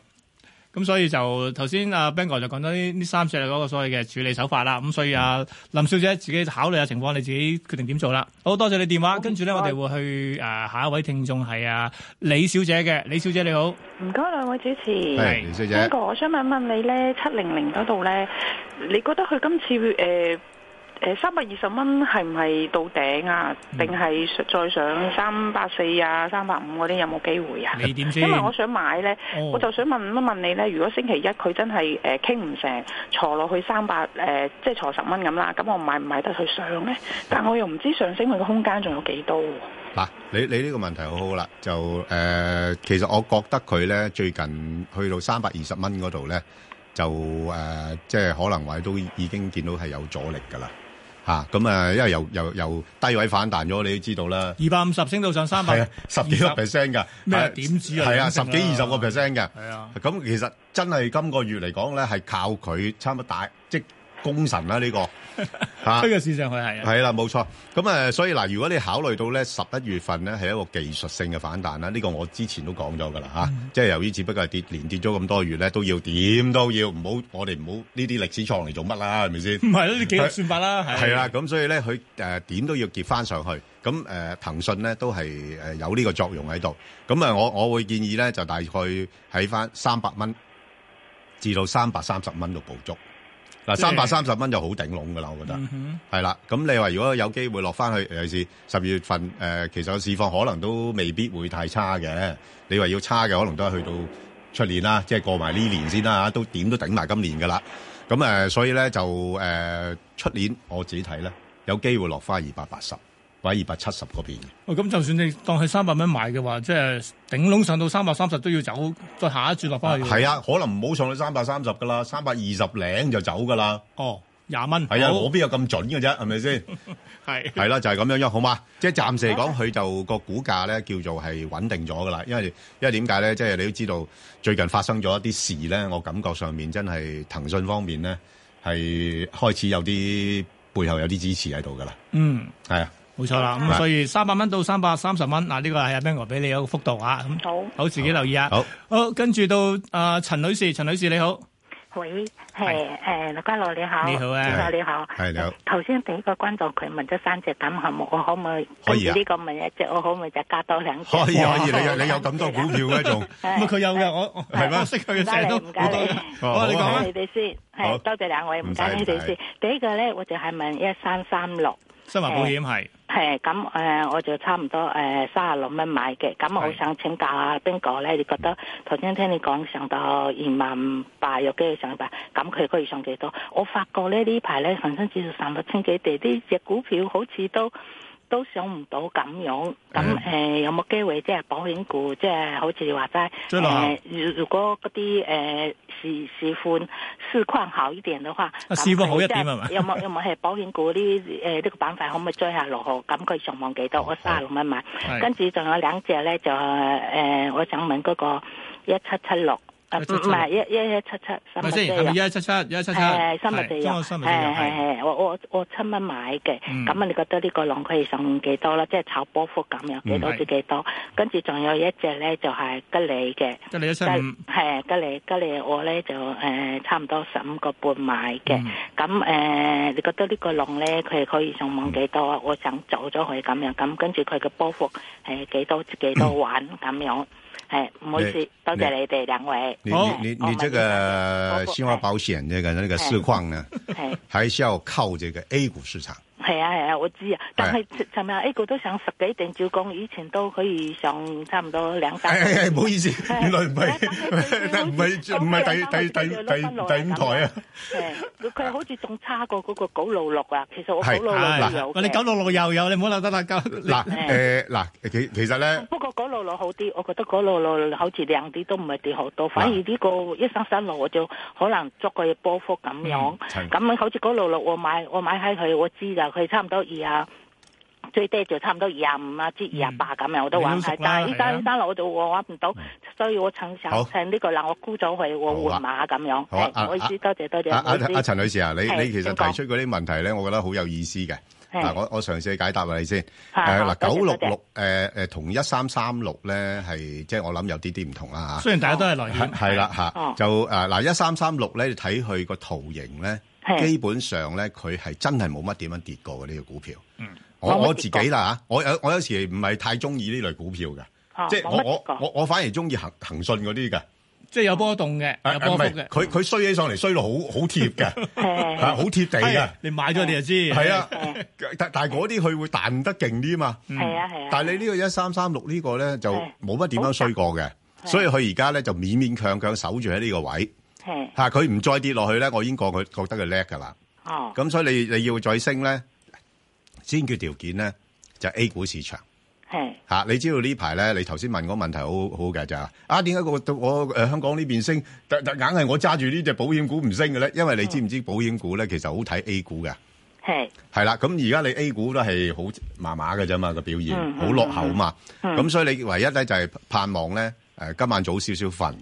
[SPEAKER 1] 咁所以就頭先阿 Ben 哥就講咗呢呢三隻嗰個所謂嘅處理手法啦。咁所以
[SPEAKER 2] 嗯
[SPEAKER 1] 啊，林小姐自己考慮下情況，你自己決定點做啦。好多謝你電話，跟住咧我哋會去誒、呃下一位聽眾係啊李小姐嘅，李小姐你好。
[SPEAKER 16] 唔該兩位主持，
[SPEAKER 1] 係李小姐
[SPEAKER 16] 邊個？我想問一問你咧，七零零嗰度咧，你覺得佢今次誒誒三百二十蚊係唔係到頂啊？
[SPEAKER 1] 嗯
[SPEAKER 16] 定係再上三百四啊、三百五嗰啲有冇機會啊？
[SPEAKER 1] 你點先
[SPEAKER 16] 因為我想買咧，
[SPEAKER 1] 哦
[SPEAKER 16] 我就想問一問你咧，如果星期一佢真係誒傾唔成，坐落去三百誒，即係坐十蚊咁啦，咁我買唔買得佢上咧？但我又唔知上升佢嘅空間仲有幾多喎？
[SPEAKER 2] 嗱，你你呢個問題好好啦，就誒、呃其實我覺得佢咧最近去到三百二十蚊嗰度咧，就誒、呃即係可能位都已經見到係有阻力㗎啦，嚇咁啊，因為由由由低位反彈咗，你都知道啦。
[SPEAKER 1] 二百五十升到上三
[SPEAKER 2] 係
[SPEAKER 1] 百
[SPEAKER 2] 啊，十幾個 percent 㗎，
[SPEAKER 1] 咩
[SPEAKER 2] 係
[SPEAKER 1] 點子啊
[SPEAKER 2] 係啊，
[SPEAKER 1] 咁
[SPEAKER 2] 十
[SPEAKER 1] 成啦
[SPEAKER 2] 幾二十個 percent 㗎。
[SPEAKER 1] 係啊，
[SPEAKER 2] 咁其實真係今個月嚟講咧，係靠佢差唔多大即係功臣啦呢
[SPEAKER 1] (laughs)
[SPEAKER 2] 個嚇
[SPEAKER 1] 推個市上去係啊。
[SPEAKER 2] 係啦，冇錯。咁誒，所以嗱，如果你考慮到咧十一月份咧係一個技術性嘅反彈啦，呢個我之前都講咗㗎啦嚇，
[SPEAKER 1] 嗯
[SPEAKER 2] 即係由於只不過係跌連跌咗咁多月咧，都要點都要唔好，我哋唔好呢啲歷史創嚟做乜啦，係咪先？
[SPEAKER 1] 唔係咯，你幾個算法啦，係啊
[SPEAKER 2] 係啦，咁所以咧，佢誒點都要結翻上去。咁誒騰訊咧都係誒有呢個作用喺度。咁啊，我我會建議咧就大概喺翻三百蚊至到三百三十蚊度捕捉。嗱，
[SPEAKER 15] 即係
[SPEAKER 2] 三百三十蚊就好頂籠噶啦，我覺得
[SPEAKER 15] 嗯哼
[SPEAKER 2] 係啦。咁你話如果有機會落翻去，尤其是十二月份誒、呃其實個市況可能都未必會太差嘅。你話要差嘅，可能都係去到出年啦，即係過埋呢年先啦嚇，都點都頂埋今年噶啦。咁誒、呃所以咧就誒出、年我自己睇咧，有機會落翻二百八十或者二百七十嗰邊嘅。
[SPEAKER 1] 喂，哦咁就算你當佢三百蚊買嘅話，即係頂籠上到三百三十都要走，再下一轉落翻去。
[SPEAKER 2] 啊係啊，可能唔好上到三百三十噶啦，三百二十零就走噶啦。
[SPEAKER 1] 哦，廿蚊。
[SPEAKER 2] 係啊，
[SPEAKER 1] 好
[SPEAKER 2] 我邊有咁準嘅啫，係咪先？
[SPEAKER 1] (laughs) 係
[SPEAKER 2] 係啦，就係咁樣樣，好嘛？即係暫時嚟講，佢就個股價咧叫做係穩定咗噶啦，因為因為點解咧？即係你都知道最近發生咗一啲事咧，我感覺上面真係騰訊方面咧係開始有啲背後有啲支持喺度噶啦，
[SPEAKER 1] 嗯，
[SPEAKER 2] 係啊，
[SPEAKER 1] 冇錯啦。咁所以三百蚊到三百三十蚊，嗱呢個係阿 Ben 哥俾你一個幅度啊。咁
[SPEAKER 16] 好
[SPEAKER 1] 好自己留意啊。
[SPEAKER 2] 好，
[SPEAKER 1] 好，跟住到啊陳女士，陳女士你好，
[SPEAKER 15] 喂，係誒，陸家樂你好，
[SPEAKER 1] 你好啊
[SPEAKER 15] 陸家樂你好。
[SPEAKER 2] 係你好。
[SPEAKER 15] 頭先俾個觀眾佢問咗三隻咁項目，我可唔可以
[SPEAKER 2] 可以啊
[SPEAKER 15] 跟住呢個問一隻，我可唔可以就加多兩隻？
[SPEAKER 2] 可以可以，你有你有咁多股票嘅
[SPEAKER 1] (laughs)
[SPEAKER 2] 仲
[SPEAKER 1] 咁佢有嘅，我我
[SPEAKER 2] 係咩
[SPEAKER 1] (laughs) 我識佢
[SPEAKER 15] 唔
[SPEAKER 1] 嘅成
[SPEAKER 15] 該
[SPEAKER 1] 日
[SPEAKER 15] 你，
[SPEAKER 1] 都
[SPEAKER 15] 唔該你，
[SPEAKER 2] 哦好啊
[SPEAKER 15] 唔
[SPEAKER 2] 好啊
[SPEAKER 15] 該你哋先，
[SPEAKER 2] 好
[SPEAKER 15] 係多謝兩位，唔該你
[SPEAKER 2] 唔
[SPEAKER 15] 哋
[SPEAKER 2] 使
[SPEAKER 15] 先。第一個咧，我就係問一三三六，
[SPEAKER 1] 新華保險係
[SPEAKER 15] 係咁誒，我就差唔多誒三十六蚊買嘅。咁我想請教下邊個咧？你覺得頭先聽你講上到二萬八，有機會上八，咁佢可以上幾多？我發覺咧呢排咧恒生指數上到千幾地，呢只股票好似都都上唔到咁樣。咁誒、有冇機會即係保險股，即係好似你話齋
[SPEAKER 1] 追落後
[SPEAKER 15] 誒？如如果嗰啲誒市市況市況好一點嘅話，
[SPEAKER 1] 啊
[SPEAKER 15] 咁
[SPEAKER 1] 市況好一
[SPEAKER 15] 佢即
[SPEAKER 1] 點係咪
[SPEAKER 15] 有冇有冇係保險股呢？誒呢個板塊可唔可以追下落後？咁佢上望幾多？我三十六蚊買
[SPEAKER 1] 係，
[SPEAKER 15] 跟住仲有兩隻咧就誒、呃我想問嗰個一七七六，啊唔
[SPEAKER 1] 1776
[SPEAKER 15] 係一一一七七三
[SPEAKER 1] 咪
[SPEAKER 15] 百
[SPEAKER 1] 先？係咪一七七一七七？
[SPEAKER 15] 誒三百四
[SPEAKER 1] 係
[SPEAKER 15] 有，
[SPEAKER 1] 中國
[SPEAKER 15] 係
[SPEAKER 1] 三百四有啊係
[SPEAKER 15] 係係，我我我七蚊買嘅，
[SPEAKER 1] 嗯
[SPEAKER 15] 咁啊你覺得呢個浪可以上幾多啦？即係炒波幅咁樣幾多
[SPEAKER 1] 嗯
[SPEAKER 15] 至幾多？跟住仲有一隻咧就係吉利嘅，
[SPEAKER 1] 吉利一七
[SPEAKER 15] 吉
[SPEAKER 1] 五。
[SPEAKER 15] 係吉利吉利我咧就誒差唔多十五個半買嘅，
[SPEAKER 1] 嗯
[SPEAKER 15] 咁誒你覺得呢個浪咧佢可以上網幾多
[SPEAKER 2] 嗯
[SPEAKER 15] 啊？我想走咗佢咁樣，咁跟住佢嘅波幅係幾多至幾多玩咁樣？係唔好意思
[SPEAKER 2] 嗯你，
[SPEAKER 15] 多謝
[SPEAKER 2] 你
[SPEAKER 15] 你哋兩位。
[SPEAKER 2] 你
[SPEAKER 15] 好
[SPEAKER 2] 你
[SPEAKER 15] 我
[SPEAKER 2] 你你这个新华保险这个那个市况呢，
[SPEAKER 15] 係
[SPEAKER 2] 还是要靠这个 A 股市场。
[SPEAKER 15] 係啊係啊，我知啊，但係尋日 A 股都上十幾定照講，以前都可以上差唔多兩
[SPEAKER 2] (laughs) 哎
[SPEAKER 15] 三。
[SPEAKER 2] 哎哎唔好意
[SPEAKER 15] (laughs)
[SPEAKER 2] 思，原來唔
[SPEAKER 15] 哎
[SPEAKER 2] 係 (laughs) 唔係唔係第第第第第五台啊。
[SPEAKER 15] 誒，佢佢好似仲差過嗰個九六六啊。其實我
[SPEAKER 2] 係
[SPEAKER 15] 九六六都有
[SPEAKER 1] 嗱，你九
[SPEAKER 15] 嘅，
[SPEAKER 1] 六六又有，你唔好留得啦。嗱
[SPEAKER 15] (laughs)
[SPEAKER 2] 嗱誒嗱，其其實咧，
[SPEAKER 15] 不過九六六好啲，我覺得九六六好似靚啲，都唔係跌好
[SPEAKER 2] 啊
[SPEAKER 15] 多。反而呢個一三三六我就可能捉佢波幅咁
[SPEAKER 1] 嗯
[SPEAKER 15] 樣。
[SPEAKER 2] 係
[SPEAKER 15] 咁好似九六六我買我買喺佢，我知㗎，佢差唔多二啊。最低就差唔多二廿五啊，至
[SPEAKER 2] 嗯
[SPEAKER 15] 二廿八咁樣我都玩
[SPEAKER 1] 你都熟
[SPEAKER 15] 係
[SPEAKER 1] 啦，
[SPEAKER 15] 但係
[SPEAKER 1] 係
[SPEAKER 15] 呢
[SPEAKER 1] 啊
[SPEAKER 15] 單呢單樓度我玩唔到，所以我趁
[SPEAKER 2] 好
[SPEAKER 15] 想趁呢個嗱，我沽咗佢，我換馬咁樣。
[SPEAKER 2] 好啊
[SPEAKER 15] 係唔好意
[SPEAKER 2] 啊
[SPEAKER 15] 思，多謝多謝。
[SPEAKER 2] 阿
[SPEAKER 15] 唔好意
[SPEAKER 2] 阿
[SPEAKER 15] 思
[SPEAKER 2] 阿陳女士啊，你
[SPEAKER 15] 係
[SPEAKER 2] 你其實
[SPEAKER 15] 請講
[SPEAKER 2] 提出嗰啲問題咧，我覺得好有意思嘅。
[SPEAKER 15] 係
[SPEAKER 2] 嗱，我我嘗試解答下你先。
[SPEAKER 15] 啊
[SPEAKER 2] 誒
[SPEAKER 15] (laughs) 好
[SPEAKER 2] 嗱，九
[SPEAKER 15] 多
[SPEAKER 2] 六
[SPEAKER 15] 謝多謝
[SPEAKER 2] 六誒誒同一三三六咧係即係我諗有啲啲唔同啦嚇。
[SPEAKER 1] 雖然大家都係內險，
[SPEAKER 2] 係啦嚇
[SPEAKER 15] 哦，
[SPEAKER 2] 就誒啊嗱一三三六咧，你睇佢個圖形咧，
[SPEAKER 15] 係
[SPEAKER 2] 基本上咧佢係真係冇乜點樣跌過嘅呢個股票。我
[SPEAKER 15] 冇乜
[SPEAKER 2] 我自
[SPEAKER 15] 跌過
[SPEAKER 2] 己啦嚇，我有我有時唔係太中意呢類股票嘅，
[SPEAKER 15] 哦
[SPEAKER 2] 即係
[SPEAKER 15] 冇
[SPEAKER 2] 我
[SPEAKER 15] 乜
[SPEAKER 2] 我
[SPEAKER 15] 跌過
[SPEAKER 2] 我我反而中意恒恒信嗰啲嘅。
[SPEAKER 1] 即係有波動嘅，
[SPEAKER 2] 啊啊
[SPEAKER 1] 有波
[SPEAKER 2] 唔
[SPEAKER 1] 幅
[SPEAKER 2] 係
[SPEAKER 1] 嘅。
[SPEAKER 2] 佢佢衰起上嚟衰到好好貼
[SPEAKER 15] (laughs)
[SPEAKER 2] 嘅，
[SPEAKER 15] 係
[SPEAKER 2] 啊好貼地嘅
[SPEAKER 1] 係，哎你買咗你就知。
[SPEAKER 2] 係
[SPEAKER 15] (laughs)
[SPEAKER 2] 啊。但但係嗰啲佢會彈得勁啲嘛。嗯
[SPEAKER 15] 嗯係啊係啊。
[SPEAKER 2] 但係你呢個一三三六呢個咧就
[SPEAKER 15] 係
[SPEAKER 2] 冇乜點樣衰過嘅，所以佢而家咧就勉勉強強守住喺呢個位
[SPEAKER 15] 係
[SPEAKER 2] 嚇，佢唔再跌落去咧，我已經覺佢覺得佢叻㗎啦。
[SPEAKER 15] 哦
[SPEAKER 2] 咁所以你你要再升咧，先決條件咧就係 A 股市場。
[SPEAKER 15] 係
[SPEAKER 2] 嚇、你知道呢排咧，你頭先問嗰個問題好好嘅就係、啊，點解個到我誒、呃香港呢邊升，但但硬係我揸住呢只保險股唔升嘅咧？因為
[SPEAKER 15] 嗯
[SPEAKER 2] 你知唔知保險股咧其實好睇 A 股嘅，
[SPEAKER 15] 係
[SPEAKER 2] 係啦。咁而家你 A 股都係好麻麻嘅啫嘛，個表現
[SPEAKER 15] 嗯
[SPEAKER 2] 好落後嘛。
[SPEAKER 15] 嗯
[SPEAKER 2] 咁、所以你唯一咧就係、盼望咧誒、呃今晚早少少瞓。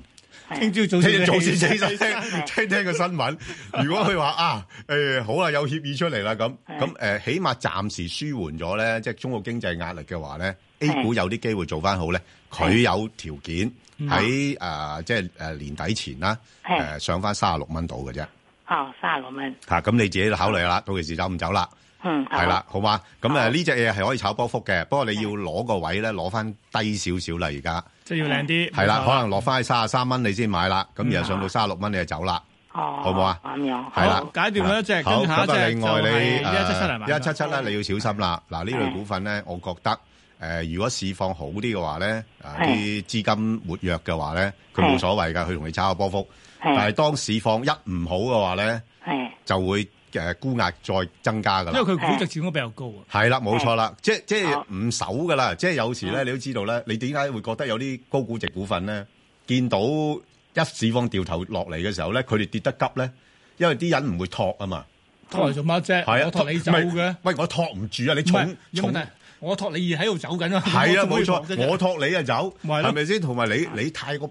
[SPEAKER 1] 聽朝早
[SPEAKER 2] 聽
[SPEAKER 1] 先
[SPEAKER 2] 早先
[SPEAKER 1] (laughs)
[SPEAKER 2] 起身聽聽個新聞。如果佢話啊，誒、好啦，有協議出嚟啦，咁咁誒，起碼暫時舒緩咗咧，即係中國經濟壓力嘅話咧，A 股有啲機會做翻好咧，佢有條件喺誒、呃即係誒年底前啦，誒、
[SPEAKER 15] 係
[SPEAKER 2] 上翻三十六蚊度嘅啫。
[SPEAKER 15] 哦，三十六蚊，
[SPEAKER 2] 嚇、咁你自己考慮啦，到時走唔走啦？
[SPEAKER 15] 嗯，好
[SPEAKER 2] 係啦，，好嘛？咁誒呢只嘢係可以炒波幅嘅，不過你要攞個位咧，攞翻低少少啦，而家
[SPEAKER 1] 即係要靚啲。
[SPEAKER 2] 係啦，
[SPEAKER 1] 冇錯
[SPEAKER 2] 可能落翻去三十三蚊你先買啦，咁然後上到
[SPEAKER 15] 嗯
[SPEAKER 2] 三十六蚊你就走啦。
[SPEAKER 15] 哦，
[SPEAKER 2] 好唔好啊
[SPEAKER 15] 咁樣
[SPEAKER 2] 係啦
[SPEAKER 15] 好
[SPEAKER 1] 解斷咗一隻，跟
[SPEAKER 2] 好，
[SPEAKER 1] 住下一
[SPEAKER 2] 咁啊，
[SPEAKER 1] 隻
[SPEAKER 2] 另
[SPEAKER 1] 就
[SPEAKER 2] 外你
[SPEAKER 1] 係一七七啊嚟買。
[SPEAKER 2] 一七七咧，你要小心啦。嗱，呢類
[SPEAKER 15] 係
[SPEAKER 2] 股份咧，我覺得誒，如果市況好啲嘅話咧，啊
[SPEAKER 15] 係
[SPEAKER 2] 啲資金活躍嘅話咧，佢冇
[SPEAKER 15] 係
[SPEAKER 2] 所謂㗎，佢同你炒下波幅。但
[SPEAKER 15] 係
[SPEAKER 2] 係當市況一唔好嘅話咧，
[SPEAKER 15] 係
[SPEAKER 2] 就會誒沽壓再增加㗎
[SPEAKER 1] 因
[SPEAKER 2] 啦
[SPEAKER 1] 為。佢估值始終比較高啊。
[SPEAKER 2] 係啦，冇錯啦，即即係
[SPEAKER 15] 好
[SPEAKER 2] 唔守㗎啦。即係有時
[SPEAKER 1] 嗯
[SPEAKER 2] 咧，你都知道咧，你點解會覺得有啲高估值股份咧，見到一市況掉頭落嚟嘅時候咧，佢哋跌得急咧，因為啲人唔會托啊嘛。
[SPEAKER 1] 拖嚟做乜啫？
[SPEAKER 2] 係啊
[SPEAKER 1] 我托你走
[SPEAKER 2] 唔係
[SPEAKER 1] 嘅。
[SPEAKER 2] 喂，我托唔住啊！你
[SPEAKER 1] 唔係
[SPEAKER 2] 重
[SPEAKER 1] 有
[SPEAKER 2] 重
[SPEAKER 1] 問題我托你而喺度走緊
[SPEAKER 2] (laughs)
[SPEAKER 1] 啊。
[SPEAKER 2] 係啊，
[SPEAKER 1] 我
[SPEAKER 2] 冇
[SPEAKER 1] 點
[SPEAKER 2] 錯
[SPEAKER 1] 會，啫
[SPEAKER 2] 我托你啊走，
[SPEAKER 1] 咪係咯
[SPEAKER 2] 係咪先？同埋你你太過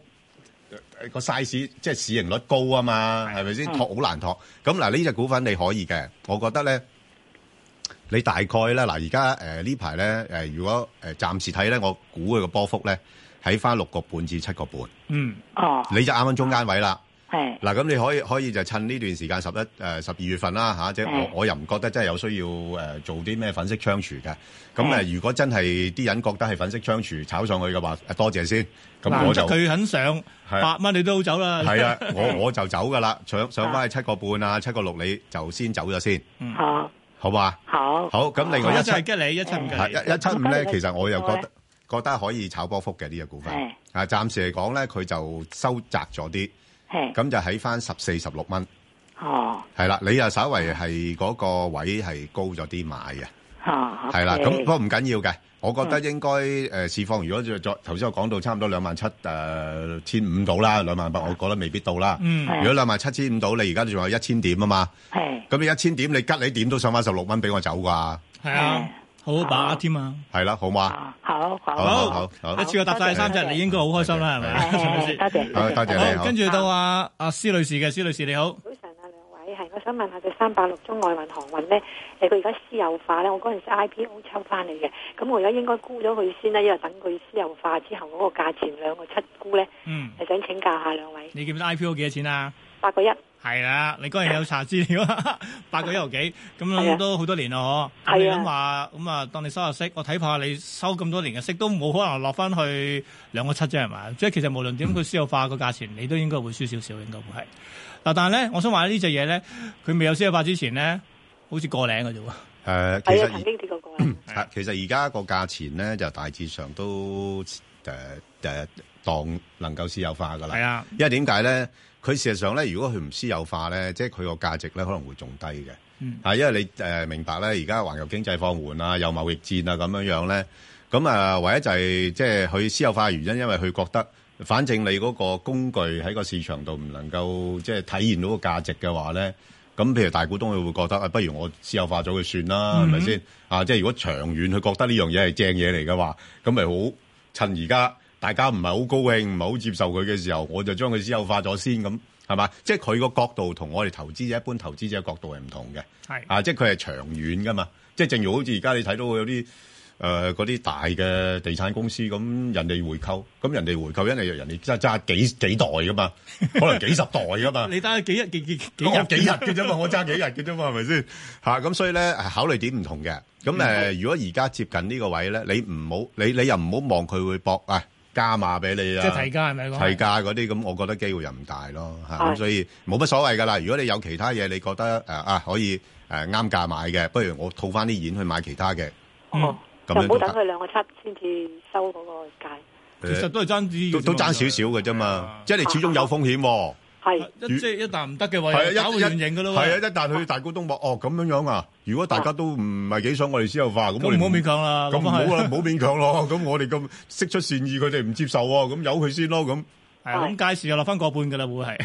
[SPEAKER 2] 呃個 size 即係市盈率高啊嘛，係咪先？
[SPEAKER 17] 嗯
[SPEAKER 2] 托好難托。咁嗱，呢只股份你可以嘅，我覺得咧，你大概咧嗱，而家誒呢排咧誒，如果誒暫時睇咧，我估佢個波幅咧喺翻六個半至七個半，
[SPEAKER 1] 嗯，
[SPEAKER 18] 啊
[SPEAKER 15] 哦，
[SPEAKER 2] 你就啱啱中間位啦。
[SPEAKER 15] 係
[SPEAKER 2] 嗱，咁你可以可以就趁呢段時間十一誒十二月份啦嚇，即係
[SPEAKER 15] 嗯
[SPEAKER 2] 我我又唔覺得真係有需要誒、呃做啲咩粉飾窗廚嘅。咁誒、
[SPEAKER 1] 嗯
[SPEAKER 2] 呃如果真係啲人覺得係粉飾窗廚炒上去嘅話，呃多謝先。咁
[SPEAKER 1] 難
[SPEAKER 2] 我
[SPEAKER 1] 得
[SPEAKER 2] 就
[SPEAKER 1] 佢肯上
[SPEAKER 2] 係
[SPEAKER 1] 八
[SPEAKER 2] 啊
[SPEAKER 1] 蚊，你都好走啦。
[SPEAKER 2] 係
[SPEAKER 1] (laughs)
[SPEAKER 2] 啊，我我就走噶啦，上上翻去七個半啊，七個六你就先走咗先，
[SPEAKER 15] 好，
[SPEAKER 2] 好嘛？
[SPEAKER 15] 好，
[SPEAKER 2] 好，咁另外
[SPEAKER 1] 一
[SPEAKER 2] 一七
[SPEAKER 1] 七嗯啊係吉你，一七唔吉
[SPEAKER 2] 係一一七五咧，其實我又覺
[SPEAKER 1] 好
[SPEAKER 2] 得覺得可以炒波幅嘅呢只股份
[SPEAKER 1] 係。
[SPEAKER 2] 啊，暫時嚟講咧，佢就收窄咗啲，
[SPEAKER 15] 係
[SPEAKER 2] 咁就喺翻十四十六蚊。
[SPEAKER 18] 啊
[SPEAKER 15] 哦，
[SPEAKER 2] 係啦，你又稍為係嗰個位係高咗啲買嘅，
[SPEAKER 18] 啊
[SPEAKER 15] 哦，
[SPEAKER 2] 係啦，
[SPEAKER 15] OK
[SPEAKER 2] 咁不過唔緊要嘅，我覺得應該誒市況如果再再頭先我講到差唔多兩萬七誒千五到啦，兩萬八我覺得未必到啦。
[SPEAKER 15] 嗯
[SPEAKER 2] 如果兩萬七千五到，你而家仲有一千點啊嘛，
[SPEAKER 15] 係
[SPEAKER 2] 咁你一千點你吉你點都上翻十六蚊俾我走啩，
[SPEAKER 1] 係啊，好好把握添啊。
[SPEAKER 2] 係啦，好嘛？
[SPEAKER 15] 好好
[SPEAKER 2] 好好好
[SPEAKER 1] 一次過答晒三隻，你應該好開心啦，係咪？係咪先？
[SPEAKER 19] 多謝
[SPEAKER 2] 好多謝你
[SPEAKER 1] 好
[SPEAKER 2] 好
[SPEAKER 1] 跟住到阿阿施女士嘅，施女士你好。
[SPEAKER 19] 喂，係，我想問下隻三八六中外運航運咧，誒佢而家私有化咧，我嗰陣時 IPO 抽翻嚟嘅，咁我而家應該沽咗佢先啦，因為等佢私有化之後嗰個價錢兩個七沽咧，
[SPEAKER 1] 嗯，
[SPEAKER 19] 誒想請教下兩位，
[SPEAKER 1] 你記唔記得 IPO 幾多錢啊？
[SPEAKER 19] 八個一，
[SPEAKER 1] 係啦，你嗰日有查資料啊， (laughs) 八個一毫幾，
[SPEAKER 19] 係
[SPEAKER 1] 咁
[SPEAKER 19] 啊
[SPEAKER 1] 都好多年咯，嗬。咁你
[SPEAKER 19] 係啊
[SPEAKER 1] 諗下，咁啊，當你收下息，我睇怕你收咁多年嘅息都冇可能落翻去兩個七啫，係嘛？即係其實無論點，佢私有化個價錢，你都應該會輸少少，應該會係。嗱，但係咧，我想話呢隻嘢咧，佢未有私有化之前咧，好似過嶺嘅啫喎。啊
[SPEAKER 2] 誒，其實而
[SPEAKER 19] 經跌過過。
[SPEAKER 2] 啊，其實而家個價錢咧就大致上都誒誒當能夠私有化噶啦。
[SPEAKER 1] 係啊，
[SPEAKER 2] 因為點解咧？佢事實上咧，如果佢唔私有化咧，即係佢個價值咧可能會仲低嘅。
[SPEAKER 1] 嗯
[SPEAKER 2] 啊，因為你誒、呃明白咧，而家環球經濟放緩啊，有貿易戰啊咁樣樣咧，咁啊唯一就係即係佢私有化嘅原因，因為佢覺得反正你嗰個工具喺個市場度唔能夠即係體現到個價值嘅話咧，咁譬如大股東佢會覺得啊，不如我私有化咗佢算啦，係咪
[SPEAKER 17] 嗯
[SPEAKER 2] 先？啊，即係如果長遠佢覺得呢樣嘢係正嘢嚟嘅話，咁咪好趁而家大家唔係好高興，唔係好接受佢嘅時候，我就將佢私有化咗先咁，係嘛？即係佢個角度同我哋投資者一般投資者嘅角度係唔同嘅。
[SPEAKER 1] 係
[SPEAKER 2] 啊，即係佢係長遠噶嘛。即係正如好似而家你睇到有啲誒嗰啲大嘅地產公司咁，人哋回購，咁人哋回購，因為人哋揸揸幾幾代噶
[SPEAKER 1] (laughs)
[SPEAKER 2] 嘛，可能幾十代噶嘛。
[SPEAKER 1] 你睇幾日幾幾幾
[SPEAKER 2] 我幾日嘅啫嘛，我爭幾日嘅啫嘛，係咪先？嚇咁所以咧，考慮點唔同嘅。咁誒、
[SPEAKER 1] 嗯
[SPEAKER 2] 如果而家接近呢個位咧，你唔好你你又唔好望佢會搏啊加碼俾你啊，
[SPEAKER 1] 即係提價係咪講
[SPEAKER 2] 提價嗰啲咁，我覺得機會又唔大咯嚇。
[SPEAKER 1] 係
[SPEAKER 2] 咁所以冇乜所謂㗎啦。如果你有其他嘢，你覺得誒、啊可以誒啱、價買嘅，不如我套翻啲錢去買其他嘅。
[SPEAKER 19] 哦，
[SPEAKER 2] 咁
[SPEAKER 19] 就
[SPEAKER 2] 樣
[SPEAKER 19] 唔好
[SPEAKER 2] 都
[SPEAKER 19] 等
[SPEAKER 2] 得。
[SPEAKER 19] 佢兩個七先至收嗰個價，
[SPEAKER 1] 其實都係爭啲
[SPEAKER 2] 都都爭少少嘅啫嘛，即係你始終有風險喎。
[SPEAKER 19] 係
[SPEAKER 1] 一即係一啖唔得嘅話，
[SPEAKER 2] 係啊，一
[SPEAKER 1] 搞個原形嘅咯喎。
[SPEAKER 2] 係啊，一旦去大股東話哦咁樣樣啊，如果大家都唔係幾想我哋私有化，咁我哋
[SPEAKER 1] 咁唔好勉強啦
[SPEAKER 2] 咁唔好
[SPEAKER 1] 咁係
[SPEAKER 2] 啦，唔好勉強咯。咁我哋咁釋出善意，佢哋唔接受喎，咁由佢先咯。咁
[SPEAKER 1] 係啊，咁屆時又落翻個半嘅啦，會係。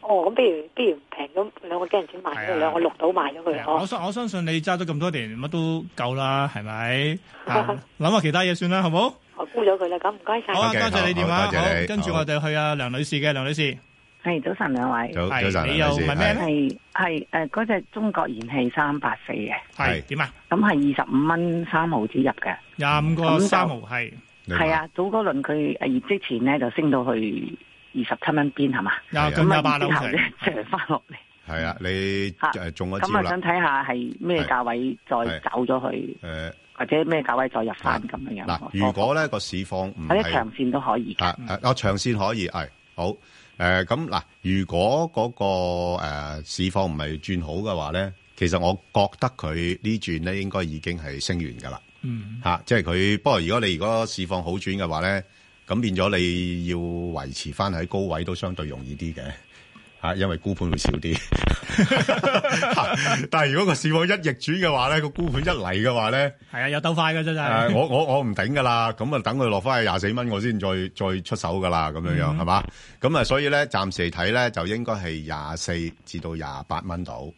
[SPEAKER 19] 哦，咁不如不如平咗兩個幾人錢賣
[SPEAKER 1] 啊
[SPEAKER 19] 咗佢，兩個六到賣咗佢，
[SPEAKER 1] 我
[SPEAKER 19] 哦，
[SPEAKER 1] 相我相信你揸咗咁多年，乜都夠啦，係
[SPEAKER 20] (laughs)
[SPEAKER 1] 咪？啊諗下其他嘢算啦，好冇？
[SPEAKER 19] 我沽咗佢啦，咁唔該晒。
[SPEAKER 1] 好啊，多謝你電話。
[SPEAKER 2] 多謝你
[SPEAKER 1] 好跟住
[SPEAKER 2] 好
[SPEAKER 1] 我哋去阿梁女士嘅，梁女士
[SPEAKER 20] 系早晨兩位，
[SPEAKER 2] 早早晨
[SPEAKER 1] 你又
[SPEAKER 2] 梁女士
[SPEAKER 1] 問咩咧？
[SPEAKER 20] 係係誒嗰只中國燃氣三八四嘅，
[SPEAKER 1] 係點啊？
[SPEAKER 20] 咁係二十五蚊三毫子入嘅，
[SPEAKER 1] 廿五個三毫係
[SPEAKER 20] 係啊，早嗰輪佢誒業績前咧就升到去二十七蚊邊係嘛，
[SPEAKER 1] 廿九
[SPEAKER 20] 咁啊
[SPEAKER 1] 廿八啦
[SPEAKER 20] 之
[SPEAKER 1] 好
[SPEAKER 20] 後
[SPEAKER 1] 似
[SPEAKER 20] 咧上翻落嚟，
[SPEAKER 2] 係啊，你誒中咗
[SPEAKER 20] 咁
[SPEAKER 2] 招
[SPEAKER 20] 啊想
[SPEAKER 2] 啦。
[SPEAKER 20] 睇下係咩價位再走咗去，
[SPEAKER 2] 誒
[SPEAKER 20] 或者咩價位再入翻咁樣樣。
[SPEAKER 2] 嗱，如果咧個市況唔
[SPEAKER 20] 或者
[SPEAKER 2] 係
[SPEAKER 20] 長線都可以嘅。
[SPEAKER 2] 啊啊，我長線可以係好誒咁嗱。如果嗰個誒市況唔係轉好嘅話咧，其實我覺得佢呢轉咧應該已經係升完㗎啦。
[SPEAKER 1] 嗯
[SPEAKER 2] 嚇、即係佢。不過如果你如果市況好轉嘅話咧，咁變咗你要維持翻喺高位都相對容易啲嘅嚇，因為沽盤會少
[SPEAKER 1] (laughs)
[SPEAKER 2] 啲。 (laughs) 但係如果個市況一逆轉嘅話咧，個沽盤一嚟嘅話咧，
[SPEAKER 1] 係啊，有鬥快嘅啫，真
[SPEAKER 2] 誒、
[SPEAKER 1] 係。 (laughs)
[SPEAKER 2] 我我我唔頂噶啦，咁啊等佢落翻去廿四蚊，我先再再出手噶啦，咁樣樣
[SPEAKER 1] 嗯
[SPEAKER 2] 係嘛？咁啊，所以咧暫時睇咧就應該係廿四至到廿八蚊度。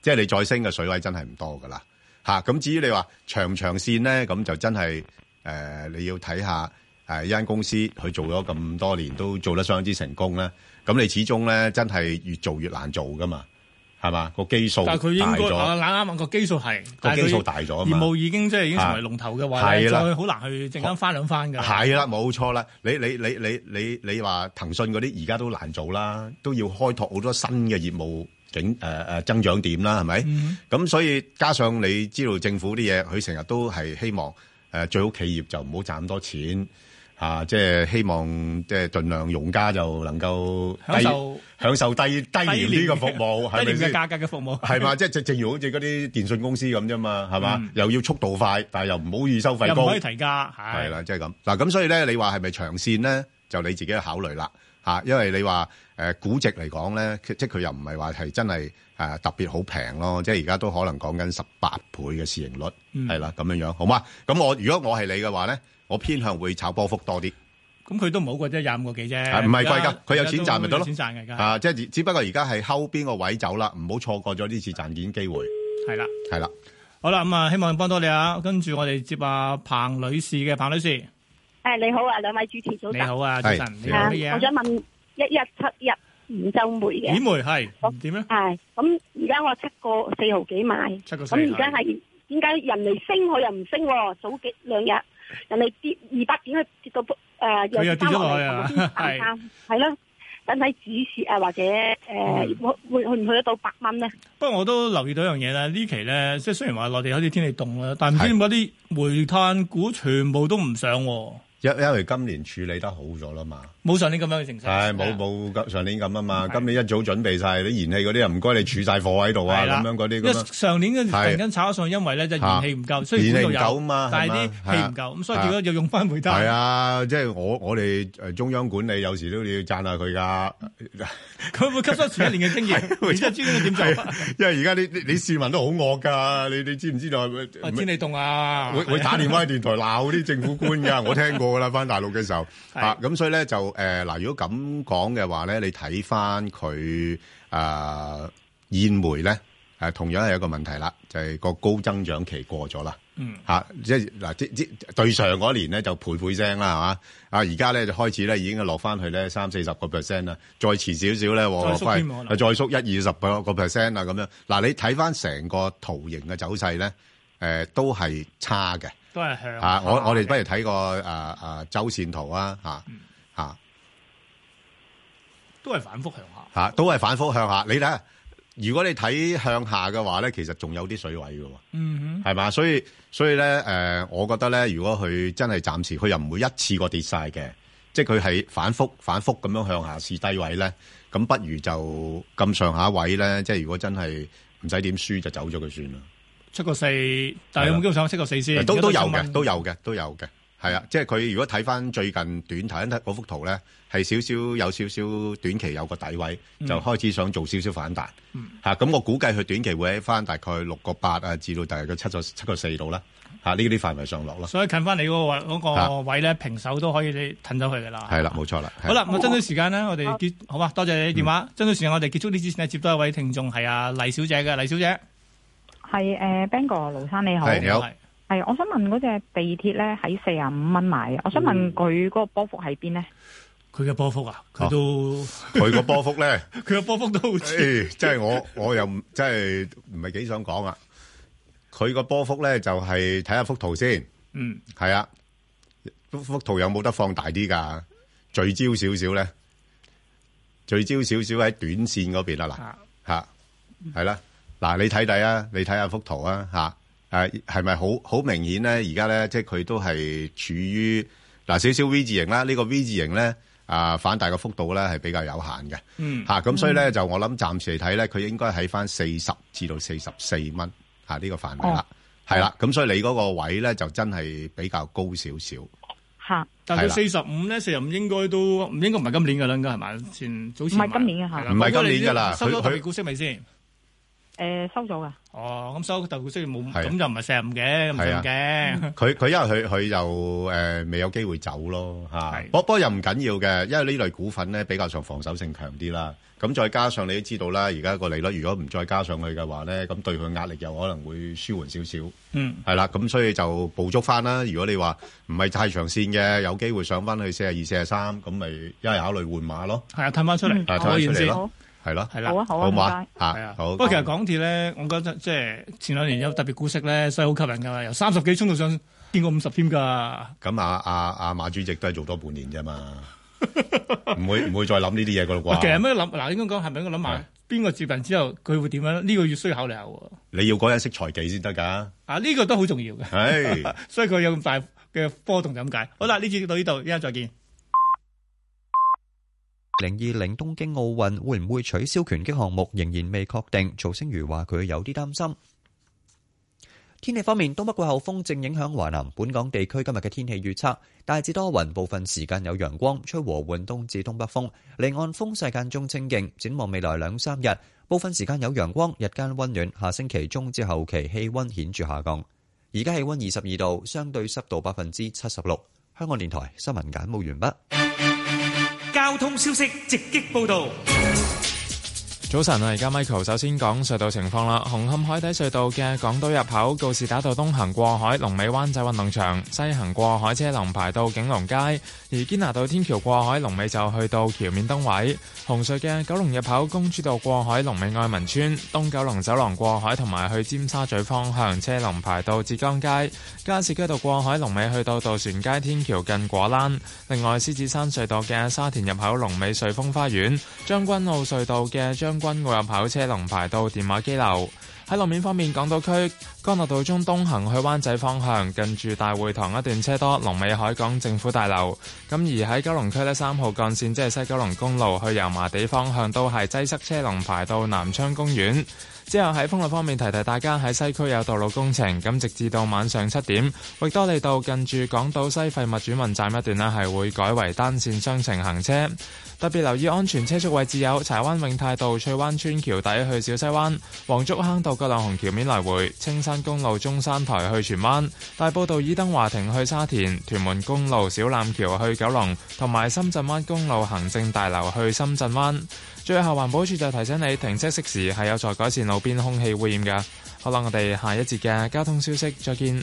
[SPEAKER 2] 即係你再升嘅水位真係唔多噶啦嚇。咁、至於你話長唔長線咧，咁就真係誒、呃你要睇下誒一間公司佢做咗咁多年都做得相當之成功啦。咁你始終咧真係越做越難做噶嘛，係嘛個基數
[SPEAKER 1] 但係佢應
[SPEAKER 2] 大
[SPEAKER 1] 該
[SPEAKER 2] 咗
[SPEAKER 1] 啊，啱啱個基數係
[SPEAKER 2] 個
[SPEAKER 1] 但係
[SPEAKER 2] 基
[SPEAKER 1] 佢
[SPEAKER 2] 數大咗啊
[SPEAKER 1] 業
[SPEAKER 2] 嘛
[SPEAKER 1] 務已經即係已經成為
[SPEAKER 2] 啊
[SPEAKER 1] 龍頭嘅話咧，
[SPEAKER 2] 係啦
[SPEAKER 1] 再好難去陣間翻兩翻㗎。
[SPEAKER 2] 係啦，冇錯啦。你你你你你你話騰訊嗰啲而家都難做啦，都要開拓好多新嘅業務景誒誒增長點啦，係咪？
[SPEAKER 1] 嗯
[SPEAKER 2] 咁、所以加上你知道政府啲嘢，佢成日都係希望誒、呃最好企業就唔好賺咁多錢。啊，即係希望，即係盡量用家就能夠低
[SPEAKER 1] 享受
[SPEAKER 2] 享受低低廉呢個服務，係
[SPEAKER 1] (laughs)
[SPEAKER 2] 咪
[SPEAKER 1] 低廉嘅
[SPEAKER 2] 先？
[SPEAKER 1] 價格嘅服務
[SPEAKER 2] 係嘛，即係正正如好似嗰啲電信公司咁啫嘛，係嘛
[SPEAKER 1] 嗯，
[SPEAKER 2] 又要速度快，但係又唔好預收費
[SPEAKER 1] 又唔
[SPEAKER 2] 高，
[SPEAKER 1] 可以提價，係
[SPEAKER 2] 係啦，即係咁。嗱，咁所以咧，你話係咪長線咧，就你自己去考慮啦嚇。因為你話誒、呃估值嚟講咧，佢即係佢又唔係話係真係誒、呃特別好平咯，即係而家都可能講緊十八倍嘅市盈率，
[SPEAKER 1] 嗯
[SPEAKER 2] 係啦咁樣樣，好嘛？咁我如果我係你嘅話咧，我偏向會炒波幅多啲。
[SPEAKER 1] 咁佢都唔好貴啫，廿五個幾
[SPEAKER 2] 啊
[SPEAKER 1] 啫。
[SPEAKER 2] 唔係貴
[SPEAKER 1] 而家
[SPEAKER 2] 㗎，佢有錢賺咪得
[SPEAKER 1] 有
[SPEAKER 2] 咯。
[SPEAKER 1] 錢賺㗎，而家
[SPEAKER 2] 啊，即係只只不過而家係睺邊個位走啦，唔好錯過咗呢次賺錢機會。
[SPEAKER 1] 係啦。
[SPEAKER 2] 係啦，
[SPEAKER 1] 好啦，咁啊，希望幫到你啊。跟住我哋接阿彭女士嘅，彭女士
[SPEAKER 17] 诶，你好啊，兩位主持早晨。
[SPEAKER 1] 你好啊，早晨，你有
[SPEAKER 17] 啊
[SPEAKER 1] 乜嘢
[SPEAKER 17] 我
[SPEAKER 1] 啊？
[SPEAKER 17] 想問一一七一五周梅嘅。
[SPEAKER 1] 顯梅係
[SPEAKER 17] (laughs)
[SPEAKER 1] 點咧？
[SPEAKER 17] 係咁，而家我七個四毫幾買。
[SPEAKER 1] 七個四
[SPEAKER 17] 咁而家係點解人哋升我又唔升喎？早幾兩日人哋跌二百點，佢跌到诶
[SPEAKER 1] 佢又跌咗落去 (laughs) 啊
[SPEAKER 17] 係係咯。等睇指示啊，或者誒、呃會會去唔去得到百蚊咧？
[SPEAKER 1] 不過我都留意到一樣嘢咧，呢期咧即係雖然話內地開始天氣凍啦，但唔知點解啲煤炭股全部都唔上喎，
[SPEAKER 2] 因因為今年處理得好咗啦嘛。
[SPEAKER 1] 冇上年咁樣嘅情勢。
[SPEAKER 2] 係冇冇咁上年咁啊
[SPEAKER 1] 嗯
[SPEAKER 2] 嘛，今年一早準備晒啲燃氣嗰啲，又唔該你儲晒貨喺度啊，
[SPEAKER 1] 係啦
[SPEAKER 2] 咁樣嗰啲
[SPEAKER 1] 因
[SPEAKER 2] 咁
[SPEAKER 1] 為
[SPEAKER 2] 樣
[SPEAKER 1] 上年嘅突然
[SPEAKER 2] 係
[SPEAKER 1] 間炒咗上去，因為咧即係
[SPEAKER 2] 啊
[SPEAKER 1] 燃氣唔夠，雖然
[SPEAKER 2] 燃氣
[SPEAKER 1] 本
[SPEAKER 2] 唔
[SPEAKER 1] 度
[SPEAKER 2] 夠
[SPEAKER 1] 有
[SPEAKER 2] 嘛，
[SPEAKER 1] 但係啲
[SPEAKER 2] 係嘛
[SPEAKER 1] 氣唔夠，咁所以
[SPEAKER 2] 啊
[SPEAKER 1] 結果又用翻煤炭。
[SPEAKER 2] 係啊，即係我我哋誒中央管理有時都要讚下佢噶，
[SPEAKER 1] (laughs) 佢會吸收前一年
[SPEAKER 2] (laughs)
[SPEAKER 1] 嘅經驗，然之後知道點做。啊
[SPEAKER 2] 因為而家啲啲啲市民都好惡㗎，你你知唔知道？
[SPEAKER 1] 啊天氣凍啊，
[SPEAKER 2] 會會打電話去電台鬧啲政府官㗎，我聽過㗎啦，翻大陸嘅時候啊，咁所以咧就誒呃嗱、如果咁講嘅話咧，你睇翻佢呃誒煙煤咧，誒、呃同樣係一個問題啦，就係、個高增長期過咗啦。
[SPEAKER 6] 嗯
[SPEAKER 2] 嚇、啊即係嗱，即即對上嗰年咧就倍倍聲啦，係嘛？啊，而家咧就開始咧已經落翻去咧三四十個 percent 啦，再遲少少咧，
[SPEAKER 1] 再
[SPEAKER 2] 落
[SPEAKER 1] 縮
[SPEAKER 2] 翻
[SPEAKER 1] 添可能
[SPEAKER 2] 再縮一二十個個 percent 啦，咁樣。嗱，你睇翻成個圖形嘅走勢咧，誒、都係差嘅。
[SPEAKER 1] 都係嗯向
[SPEAKER 2] 啊，我我哋不
[SPEAKER 1] 如
[SPEAKER 2] 如睇個誒誒周線圖啊，嚇嚇
[SPEAKER 1] 都係反覆向下。
[SPEAKER 2] 嚇，都係反覆向下。你睇下，如果你睇向下嘅話咧，其實仲有啲水位嘅喎。
[SPEAKER 1] 嗯
[SPEAKER 2] 係嘛？所以所以咧，誒、我覺得咧，如果佢真係暫時，佢又唔會一次過跌晒嘅，即係佢係反覆反覆咁樣向下試低位咧，咁不如就咁上下位咧，即係如果真係唔使點輸就走咗佢算啦。
[SPEAKER 1] 七個四，但係有冇機會上七個四先？
[SPEAKER 2] 都都有
[SPEAKER 1] 而家
[SPEAKER 2] 嘅，
[SPEAKER 1] 想
[SPEAKER 2] 都有嘅，都有嘅。係啊，即係佢如果睇翻最近短睇睇嗰幅圖咧，係少少有少少短期有個底位，
[SPEAKER 1] 嗯
[SPEAKER 2] 就開始想做少少反彈。
[SPEAKER 1] 嗯
[SPEAKER 2] 嚇啊咁、我估計佢短期會喺翻大概六個八啊，至到大概七個七個四度啦。嚇呢啲範圍上落啦。
[SPEAKER 1] 所以近翻你嗰個位嗰個
[SPEAKER 2] 啊
[SPEAKER 1] 位咧，平手都可以你褪走佢噶啦。
[SPEAKER 2] 係啦，冇錯啦。係
[SPEAKER 1] 好啦，咁啊爭取時間咧，我哋結好嘛？多謝你電話。爭取時間，我哋結束呢之前咧，接多一位聽眾係阿黎小姐嘅，黎小姐
[SPEAKER 21] 係诶 b a n g o 盧生你好，
[SPEAKER 1] 係你好係
[SPEAKER 21] 係我想問嗰只地鐵咧喺四十五蚊買嘅，我想問佢嗰個波幅喺邊呢？
[SPEAKER 1] 佢嘅波幅啊，佢都
[SPEAKER 2] (laughs) 佢個波幅咧，
[SPEAKER 1] (laughs) 佢個波幅都好
[SPEAKER 2] 誒，
[SPEAKER 1] 似
[SPEAKER 2] 即係我我又唔即係唔係幾想講啊。佢個波幅咧就係睇下幅圖先。
[SPEAKER 1] 嗯
[SPEAKER 2] 係啊，幅幅圖有冇得放大啲㗎？聚焦少少咧，聚焦少少喺短線嗰邊
[SPEAKER 1] 啊
[SPEAKER 2] 啦，嗱吓係啦，嗱你睇睇啊，你睇下幅圖啊吓，誒係咪好好明顯咧？而家咧即係佢都係處於嗱少少 V 字形啦，呢、個 V 字形咧啊反大嘅幅度咧係比較有限嘅，
[SPEAKER 1] 嗯
[SPEAKER 2] 吓咁所以咧就我諗暫時嚟睇咧，佢應該喺翻四十至到四十四蚊吓呢個範圍啦
[SPEAKER 21] 哦，
[SPEAKER 2] 係啦，咁所以你嗰個位咧就真係比較高少少。
[SPEAKER 21] 吓，
[SPEAKER 1] 但係佢四
[SPEAKER 2] 係
[SPEAKER 1] 十五咧，四十五應該都唔應該唔係今年噶啦，應該係嘛？前早前
[SPEAKER 21] 唔係今年嘅嚇
[SPEAKER 1] 係啦
[SPEAKER 2] 唔係今年㗎啦
[SPEAKER 1] 收咗
[SPEAKER 2] 佢
[SPEAKER 1] 特別股息未先？
[SPEAKER 21] 诶收咗噶，
[SPEAKER 1] 哦，咁收豆雖然冇，
[SPEAKER 2] 係啊
[SPEAKER 1] 咁就唔係四十五嘅，唔
[SPEAKER 2] 係啊
[SPEAKER 1] 咁嘅。
[SPEAKER 2] 佢佢因為佢佢又誒未有機會走咯嚇，不不過又唔緊要嘅，因為呢類股份咧比較上防守性強啲啦。咁再加上你都知道啦，而家個利率如果唔再加上去嘅話咧，咁對佢壓力又可能會舒緩少少。
[SPEAKER 1] 嗯，
[SPEAKER 2] 係啦，咁所以就捕捉翻啦。如果你話唔係太長線嘅，有機會上翻去四廿二、四廿三，咁咪一係考慮換馬咯。嗯
[SPEAKER 1] 係啊，褪翻出嚟，
[SPEAKER 2] 係褪
[SPEAKER 1] 我
[SPEAKER 2] 翻出
[SPEAKER 1] 現
[SPEAKER 2] 嚟
[SPEAKER 1] 先
[SPEAKER 2] 咯，係咯，
[SPEAKER 1] (laughs) 係啦
[SPEAKER 2] 好
[SPEAKER 1] 好啊好啊
[SPEAKER 2] 嘛
[SPEAKER 1] 唔該係
[SPEAKER 2] 嚇
[SPEAKER 1] 啊，
[SPEAKER 2] 好。
[SPEAKER 1] 不過其實港鐵咧，我覺得即係前兩年有特別股息咧，所以好吸引㗎，由三十幾衝到上見過五十添㗎。
[SPEAKER 2] 咁啊啊啊馬主席都係做多半年啫嘛， (laughs) 唔會唔會再諗呢啲嘢噶啦
[SPEAKER 1] 其實
[SPEAKER 2] 啩？
[SPEAKER 1] 咩諗嗱，應該講係咪應該諗埋邊個接近之後佢會點樣？呢個要需要考慮下喎。
[SPEAKER 2] 你要嗰人識財技先得㗎。
[SPEAKER 1] 啊，呢個都好重要
[SPEAKER 2] 係
[SPEAKER 1] (laughs) 嘅，所以佢有咁大嘅波動就咁解。好啦，呢節到呢度，一陣再見。
[SPEAKER 4] 零二零東京奧運會唔會取消拳擊項目仍然未確定，曹星如話佢有啲擔心。天氣方面，東北季候風正影響華南本港地區今日嘅天氣預測，大致多雲，部分時間有陽光，吹和緩東至東北風，離岸風勢間中清勁。展望未來兩三日，部分時間有陽光，日間温暖。下星期中至後期氣温顯著下降。而家氣温二十二度，相對濕度百分之七十六。香港電台新聞簡報完畢。
[SPEAKER 3] 交通消息直擊報道。
[SPEAKER 5] 早晨啊，而家 Michael 首先講隧道情況啦。紅磡海底隧道嘅港島入口告士打道東行過海，龍尾灣仔運動場；西行過海車龍排到景隆街。而堅拿道天橋過海，龍尾就去到橋面燈位。紅隧嘅九龍入口公主道過海，龍尾愛民村；東九龍走廊過海同埋去尖沙咀方向，車龍排到浙江街。加士居道過海，龍尾去到渡船街天橋近果欄。另外，獅子山隧道嘅沙田入口龍尾瑞峰花園，將軍澳隧道嘅將軍澳入口車龍排到電話機樓。喺路面方面，港島區干諾道中東行去灣仔方向，近住大會堂一段車多，龍尾海港政府大樓。咁而喺九龍區呢，三號幹線即係西九龍公路去油麻地方向都係擠塞車龍排到南昌公園。之後喺封路方面提提大家，喺西區有道路工程，咁直至到晚上七點，域多利道近住港島西廢物轉運站一段呢係會改為單線雙程行車。特別留意安全車速位置有柴灣永泰道翠灣村橋底去小西灣、黃竹坑道葛量洪橋面來回、青山公路中山台去荃灣、大埔道爾登華庭去沙田、屯門公路小欖橋去九龍，同埋深圳灣公路行政大樓去深圳灣。最後環保署就提醒你停車熄匙係有助改善路邊空氣污染㗎。好啦，我哋下一節嘅交通消息再見。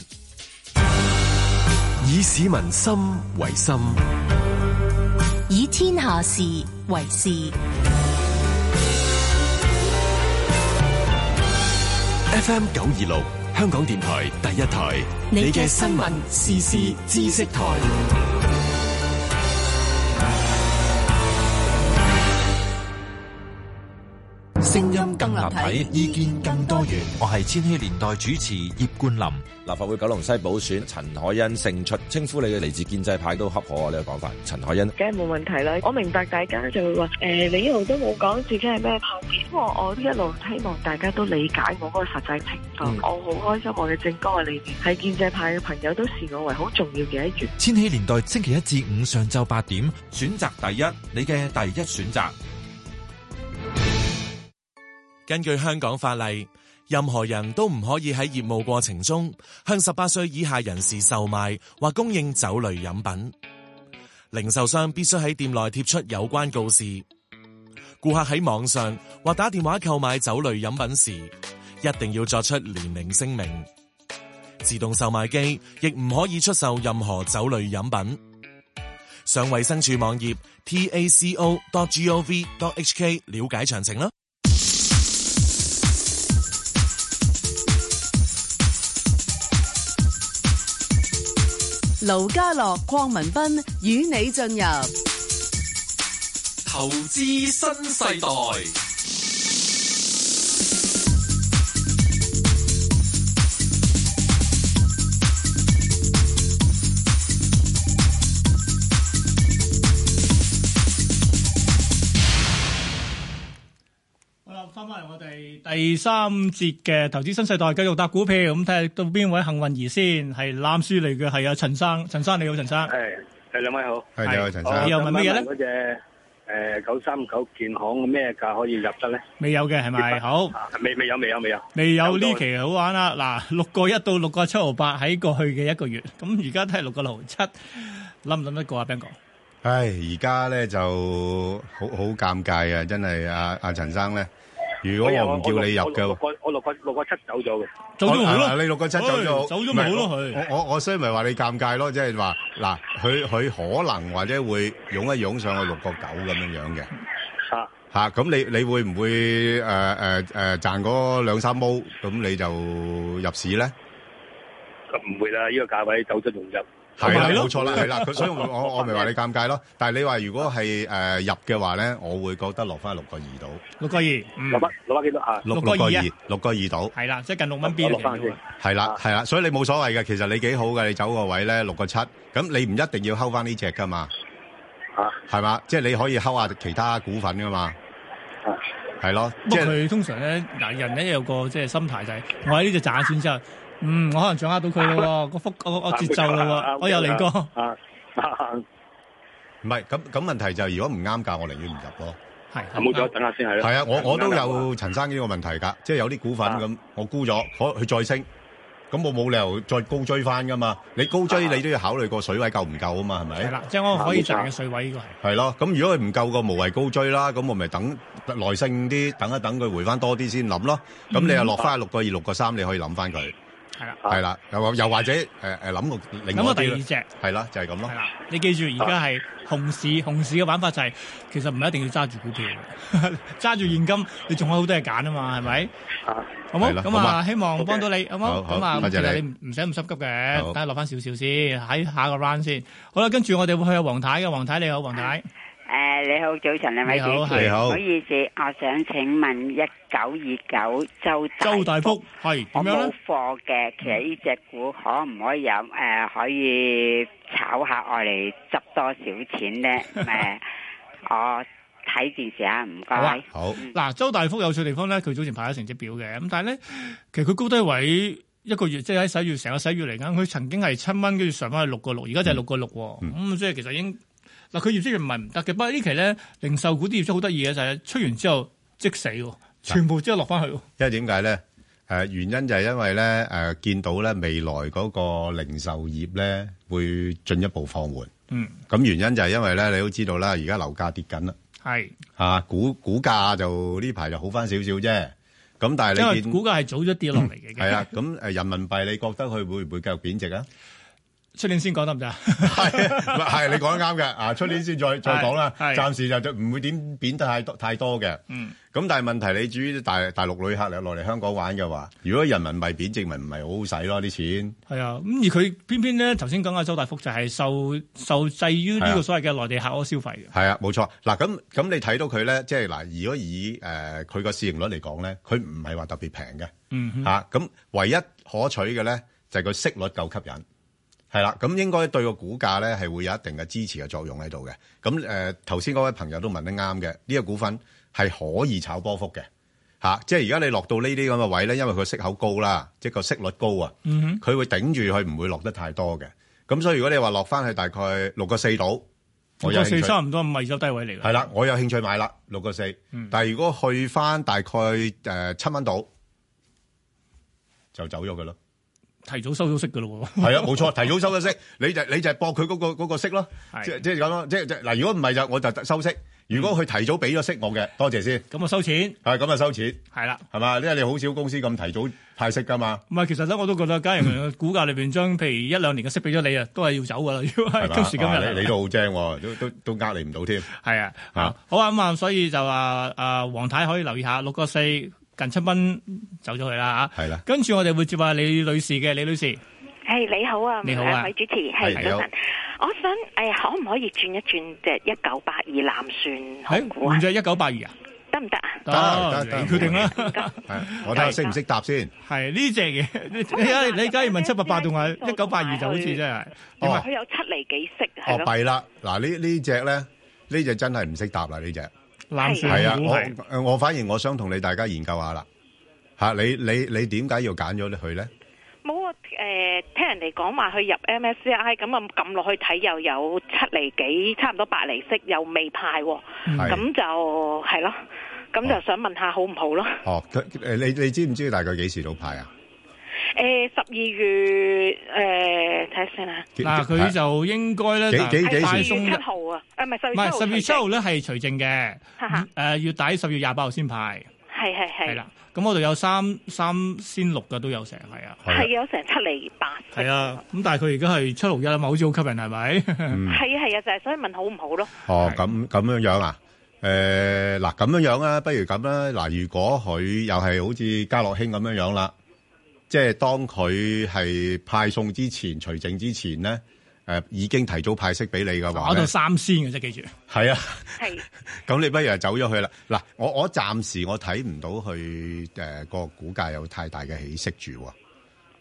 [SPEAKER 6] 以市民心為心，
[SPEAKER 7] 以天下事為事。
[SPEAKER 6] FM 九二六香港電台第一台，你嘅新聞時事知識台，
[SPEAKER 22] 聲音更立體，意見更多元。我係千禧年代主持葉冠霖。
[SPEAKER 23] 立法會九龍西補選，陳海欣勝出，稱呼你嘅嚟自建制派都恰可啊！呢個講法，陳海欣。
[SPEAKER 18] 梗係冇問題啦。我明白大家就會話誒、你一路都冇講自己係咩派別，不過我一路希望大家都理解我嗰個實際情況。
[SPEAKER 22] 嗯
[SPEAKER 18] 我好開心，我嘅政綱裏面係建制派嘅朋友都視我為好重要嘅一員。
[SPEAKER 22] 千禧年代星期一至五上晝八點，選擇第一，你嘅第一選擇。
[SPEAKER 24] 根據香港法例，任何人都唔可以喺業務過程中向十八歲以下人士售賣或供應酒類飲品。零售商必須喺店內貼出有關告示。顧客喺網上或打電話購買酒類飲品時，一定要作出年齡聲明。自動售賣機亦唔可以出售任何酒類飲品。上衛生署網頁 taco.gov.hk 了解詳情啦。
[SPEAKER 13] 盧家樂、邝文斌與你進入
[SPEAKER 6] 投資新世代，
[SPEAKER 1] 好啦，翻返嚟我哋第三節嘅投資新世代，繼續搭股票，咁睇下到邊位幸運兒先，係攬輸嚟嘅，係啊陳生，陳生你好，陳生，
[SPEAKER 25] 係，係兩位好。
[SPEAKER 8] Ờ,
[SPEAKER 1] 係你好陳生
[SPEAKER 25] 我
[SPEAKER 1] 又問乜嘢呢
[SPEAKER 25] 想問嗰隻
[SPEAKER 8] 誒九三九建行咩價可以入得咧？
[SPEAKER 1] 未有
[SPEAKER 8] (laughs)
[SPEAKER 1] 嘅係咪？
[SPEAKER 8] Dạ.
[SPEAKER 1] 好。
[SPEAKER 8] 啊未未有未有未有。
[SPEAKER 1] 未有呢期好玩啦！嗱，六個一到六個七毫八喺過去嘅一個月，咁而家都係六個六毫七，諗唔諗得過啊？Ben 哥，
[SPEAKER 2] 唉，而家咧就好好尷尬啊！真係阿阿陳生咧，如果我唔叫你入嘅
[SPEAKER 8] 我
[SPEAKER 2] 喎，
[SPEAKER 8] 我我六個六個七走咗嘅。
[SPEAKER 2] 啊你六個七走咗，唔係我我我所以咪話你尷尬咯，即係話嗱，佢佢可能或者會湧一湧上去六個九咁樣樣嘅。
[SPEAKER 8] 嚇
[SPEAKER 2] 嚇咁你你會唔會誒誒誒賺嗰兩三毛咁你就入市咧？
[SPEAKER 8] 咁唔會啦，呢個價位走咗仲入。
[SPEAKER 2] 哦係啦，冇錯啦，係啦，佢所以我我我咪話你尷尬咯。但係你話如果係誒入嘅話咧，我會覺得落翻六個二度，
[SPEAKER 1] 六個二，嗯，
[SPEAKER 8] 六蚊六蚊幾多啊？
[SPEAKER 2] 六個二，六個二度。
[SPEAKER 1] 係啦，即係近六蚊邊
[SPEAKER 8] 我落翻去先。啊
[SPEAKER 2] 係啦，係啦，所以你冇所謂嘅，其實你幾好嘅，你走個位咧六個七，咁你唔一定要睺翻呢只噶嘛，
[SPEAKER 8] 啊
[SPEAKER 2] 係嘛？即係你可以睺下其他股份噶嘛，
[SPEAKER 8] 啊
[SPEAKER 2] 係咯，
[SPEAKER 1] 不過佢通常咧，嗱人咧有個即係心態就係，我喺呢度賺下錢之後，嗯，我可能掌握到佢咯喎，個幅個個節奏咯喎，我又嚟過。
[SPEAKER 8] 啊啊！
[SPEAKER 2] 唔係咁咁問題就係如果唔啱價，我寧願唔入咯。
[SPEAKER 1] 係
[SPEAKER 8] 冇咗，等下先係啦。
[SPEAKER 2] 係啊，我我都有陳生呢個問題㗎，即係有啲股份咁，我沽咗，可佢再升，咁我冇理由再高追翻㗎嘛。你高追你都要考慮個水位夠唔夠啊嘛，係咪？
[SPEAKER 1] 係啦，即係我可以賺嘅水位呢個係。
[SPEAKER 2] 係咯，咁如果佢唔夠個無謂高追啦，咁我咪等耐性啲，等一等佢回翻多啲先諗咯。咁你又落翻六個二、六個三，你可以諗翻佢。
[SPEAKER 1] 係啦，
[SPEAKER 2] 係啦，又或又或者誒誒諗個另外
[SPEAKER 1] 諗
[SPEAKER 2] 一
[SPEAKER 1] 個
[SPEAKER 2] 啲
[SPEAKER 1] 第二
[SPEAKER 2] 啦
[SPEAKER 1] 隻
[SPEAKER 2] 係啦，就係咁咯。
[SPEAKER 1] 你記住，而家係熊市，熊市嘅玩法就係、其實唔係一定要揸住股票， (laughs) 揸住現金，你仲有好多嘢揀啊嘛，係咪？好冇？
[SPEAKER 2] 係啦
[SPEAKER 1] 咁
[SPEAKER 2] 好
[SPEAKER 1] 啊，
[SPEAKER 2] 嘛
[SPEAKER 1] 希望幫到你，好冇？
[SPEAKER 2] 好好
[SPEAKER 1] 咁啊，
[SPEAKER 2] 多
[SPEAKER 1] 其
[SPEAKER 2] 謝
[SPEAKER 1] 實
[SPEAKER 2] 你
[SPEAKER 1] 你唔唔使咁心急嘅，
[SPEAKER 2] 好
[SPEAKER 1] 等下落翻少少先，喺下一個 round 先。好啦，跟住我哋會去下黃太嘅，黃太你好，黃太。
[SPEAKER 9] 誒，你好，早晨，兩位
[SPEAKER 1] 你好
[SPEAKER 9] 主
[SPEAKER 1] 係
[SPEAKER 9] 持，
[SPEAKER 1] 你好
[SPEAKER 9] 唔好意思，我想請問一九二九周
[SPEAKER 1] 周大福係
[SPEAKER 9] 我
[SPEAKER 1] 點樣
[SPEAKER 9] 冇
[SPEAKER 1] 咧？
[SPEAKER 9] 貨嘅，其實呢只股可唔可以有誒、可以炒下我嚟執多少錢咧？誒、我睇電視啊，唔
[SPEAKER 1] 好啊
[SPEAKER 9] 該。
[SPEAKER 2] 好。
[SPEAKER 1] 嗱，周大福有趣地方咧，佢早前排咗成績表嘅，咁但係咧，其實佢高低位一個月，即係喺十一月成個十一月嚟緊，佢曾經係七蚊，跟住上翻去六個六，而家就係六個六喎。咁、
[SPEAKER 2] 嗯
[SPEAKER 1] 所以其實已經嗱，佢業績唔係唔得嘅，不過呢期咧零售股啲業績好得意嘅就係、出完之後即死喎，全部即刻落翻去喎。
[SPEAKER 2] 因為點解咧？誒、原因就係因為咧誒、見到咧未來嗰個零售業咧會進一步放緩。
[SPEAKER 1] 嗯，
[SPEAKER 2] 咁原因就係因為咧，你都知道啦，而家樓價跌緊啦，
[SPEAKER 1] 係，
[SPEAKER 2] 嚇、股股價就呢排就好翻少少啫。咁但
[SPEAKER 1] 因
[SPEAKER 2] 係你
[SPEAKER 1] 為
[SPEAKER 2] 見
[SPEAKER 1] 股價係早咗跌落嚟嘅。
[SPEAKER 2] 係啊，咁誒人民幣，你覺得佢會唔會繼續貶值啊？ (laughs)
[SPEAKER 1] 出年先講得唔得啊？
[SPEAKER 2] 係你講得啱嘅，啊出年先再再講啦，
[SPEAKER 1] 係係
[SPEAKER 2] 暫時就唔會點貶得太多太多嘅。
[SPEAKER 1] 嗯，
[SPEAKER 2] 咁但係問題，你至於大大陸旅客嚟落嚟香港玩嘅話，如果人民幣貶值，咪唔係好好使咯啲錢。
[SPEAKER 1] (laughs) 係啊，咁而佢偏偏咧頭先講嘅周大福就係受受制於呢
[SPEAKER 2] 係
[SPEAKER 1] 個
[SPEAKER 2] 啊
[SPEAKER 1] 所謂嘅內地客嗰消費嘅。
[SPEAKER 2] 係啊，冇錯。嗱，咁咁你睇到佢咧，即係嗱，如果以誒佢個市盈率嚟講咧，佢唔係話特別平嘅。
[SPEAKER 1] 嗯哼
[SPEAKER 2] 嚇咁、唯一可取嘅咧，就係、個息率夠吸引。係啦，咁應該對個股價咧係會有一定嘅支持嘅作用喺度嘅。咁誒頭先嗰位朋友都問得啱嘅，呢、個股份係可以炒波幅嘅嚇、即係而家你落到呢啲咁嘅位咧，因為佢息口高啦，即係個息率高啊，
[SPEAKER 1] 嗯哼
[SPEAKER 2] 佢會頂住佢唔會落得太多嘅。咁所以如果你話落翻去大概六個四度，我有
[SPEAKER 1] 個
[SPEAKER 2] 興
[SPEAKER 1] 四
[SPEAKER 2] 趣。
[SPEAKER 1] 差唔多五二周低位嚟嘅。
[SPEAKER 2] 係啦，我有興趣買啦，六個四
[SPEAKER 1] 嗯。
[SPEAKER 2] 但係如果去翻大概誒七蚊度，就走咗佢咯。
[SPEAKER 1] 提早收到息嘅咯喎。
[SPEAKER 2] 係啊，冇錯，提早收咗息，你就你就係搏佢嗰個嗰個息咯。
[SPEAKER 1] 係
[SPEAKER 2] 即即係咁咯，即係即係嗱，如果唔係就我就收息。如果佢提早俾咗息我嘅，多謝先。
[SPEAKER 1] 咁啊收錢。
[SPEAKER 2] 係咁啊收錢。
[SPEAKER 1] 係啦。
[SPEAKER 2] 係嘛？因為你好少公司咁提早派息㗎嘛。
[SPEAKER 1] 唔係，其實咧我都覺得，假如佢股價裏邊將譬如一兩年嘅息俾咗你啊，都係要走噶啦。如果
[SPEAKER 2] 係
[SPEAKER 1] 係
[SPEAKER 2] 嘛
[SPEAKER 1] 今時今
[SPEAKER 2] 哇你
[SPEAKER 1] 日，啊
[SPEAKER 2] 你都好精喎，都都都呃你唔到添。
[SPEAKER 1] 係啊，
[SPEAKER 2] 啊
[SPEAKER 1] 好啊咁啊，所以就話啊，黃太可以留意下六個四近七蚊走咗去啦嚇。
[SPEAKER 2] 係啦。
[SPEAKER 1] 跟住我哋會接下李女士嘅，李女士
[SPEAKER 18] 哎
[SPEAKER 10] 係你好啊，
[SPEAKER 1] 你好啊
[SPEAKER 10] 兩位主持
[SPEAKER 1] 係
[SPEAKER 10] 係
[SPEAKER 1] 你好
[SPEAKER 10] 早晨。我想
[SPEAKER 18] 哎
[SPEAKER 10] 誒，可唔可以轉一轉隻一九八二南船
[SPEAKER 1] 喺唔就係一九八二啊？
[SPEAKER 10] 得唔得啊？
[SPEAKER 1] 得你決定啦。
[SPEAKER 2] 係我睇下識唔識答先。
[SPEAKER 1] 係呢只嘢， (laughs) 你你假如你假如問七八八同埋一九八二就好似真係點啊？
[SPEAKER 10] 佢有七厘幾息係
[SPEAKER 2] 哦，
[SPEAKER 10] 咯。
[SPEAKER 2] 弊啦！嗱，呢呢只咧，呢只真係唔識答啦，呢只。
[SPEAKER 1] 藍船
[SPEAKER 2] 係啊，
[SPEAKER 1] 股係
[SPEAKER 2] 我誒我反而我想同你大家研究下啦。嚇，你你你點解要揀咗佢咧？
[SPEAKER 10] 冇啊！
[SPEAKER 18] 過誒、呃，聽人哋講話去入 MSCI 咁啊，撳落去睇又有七厘幾，差唔多八厘息，又未派喎、
[SPEAKER 2] 係
[SPEAKER 18] 咁就係咯，咁就想問下好唔好咯？
[SPEAKER 2] 哦，佢誒你你知唔知大概幾時到派啊？
[SPEAKER 18] 誒呃十二月誒睇下先啊，
[SPEAKER 1] 嗱，佢就應該咧，
[SPEAKER 2] 幾
[SPEAKER 1] 嗱
[SPEAKER 2] 幾
[SPEAKER 1] 大
[SPEAKER 2] 幾
[SPEAKER 1] 鬆
[SPEAKER 2] 時
[SPEAKER 1] 一
[SPEAKER 18] 七號啊，啊唔係十
[SPEAKER 1] 唔
[SPEAKER 18] 月七
[SPEAKER 1] 係
[SPEAKER 18] 號，
[SPEAKER 1] 十月七號咧係除證嘅，
[SPEAKER 18] 哈哈
[SPEAKER 1] 誒月底十月廿八號先派，
[SPEAKER 18] 係係係
[SPEAKER 1] 係啦，咁我度有三三先六嘅都有成，係啊，
[SPEAKER 18] 係有成七厘八，
[SPEAKER 1] 係啊，咁但係佢而家係七六一啊嘛，好似好吸引係咪？
[SPEAKER 2] 嗯
[SPEAKER 18] 係啊係啊，就係、所以問好唔好咯？
[SPEAKER 2] 哦，咁咁樣樣啊？誒嗱，咁樣樣啦，不如咁啦。嗱，如果佢又係好似家樂興咁樣樣啦，即係當佢係派送之前、除證之前咧，誒、已經提早派息俾你嘅話
[SPEAKER 1] 我
[SPEAKER 2] 咧
[SPEAKER 1] 度，三先嘅啫，記住。
[SPEAKER 2] 係啊，
[SPEAKER 18] 係
[SPEAKER 2] 咁你不如就走咗去啦。嗱，我我暫時我睇唔到佢誒個股價有太大嘅起色住喎。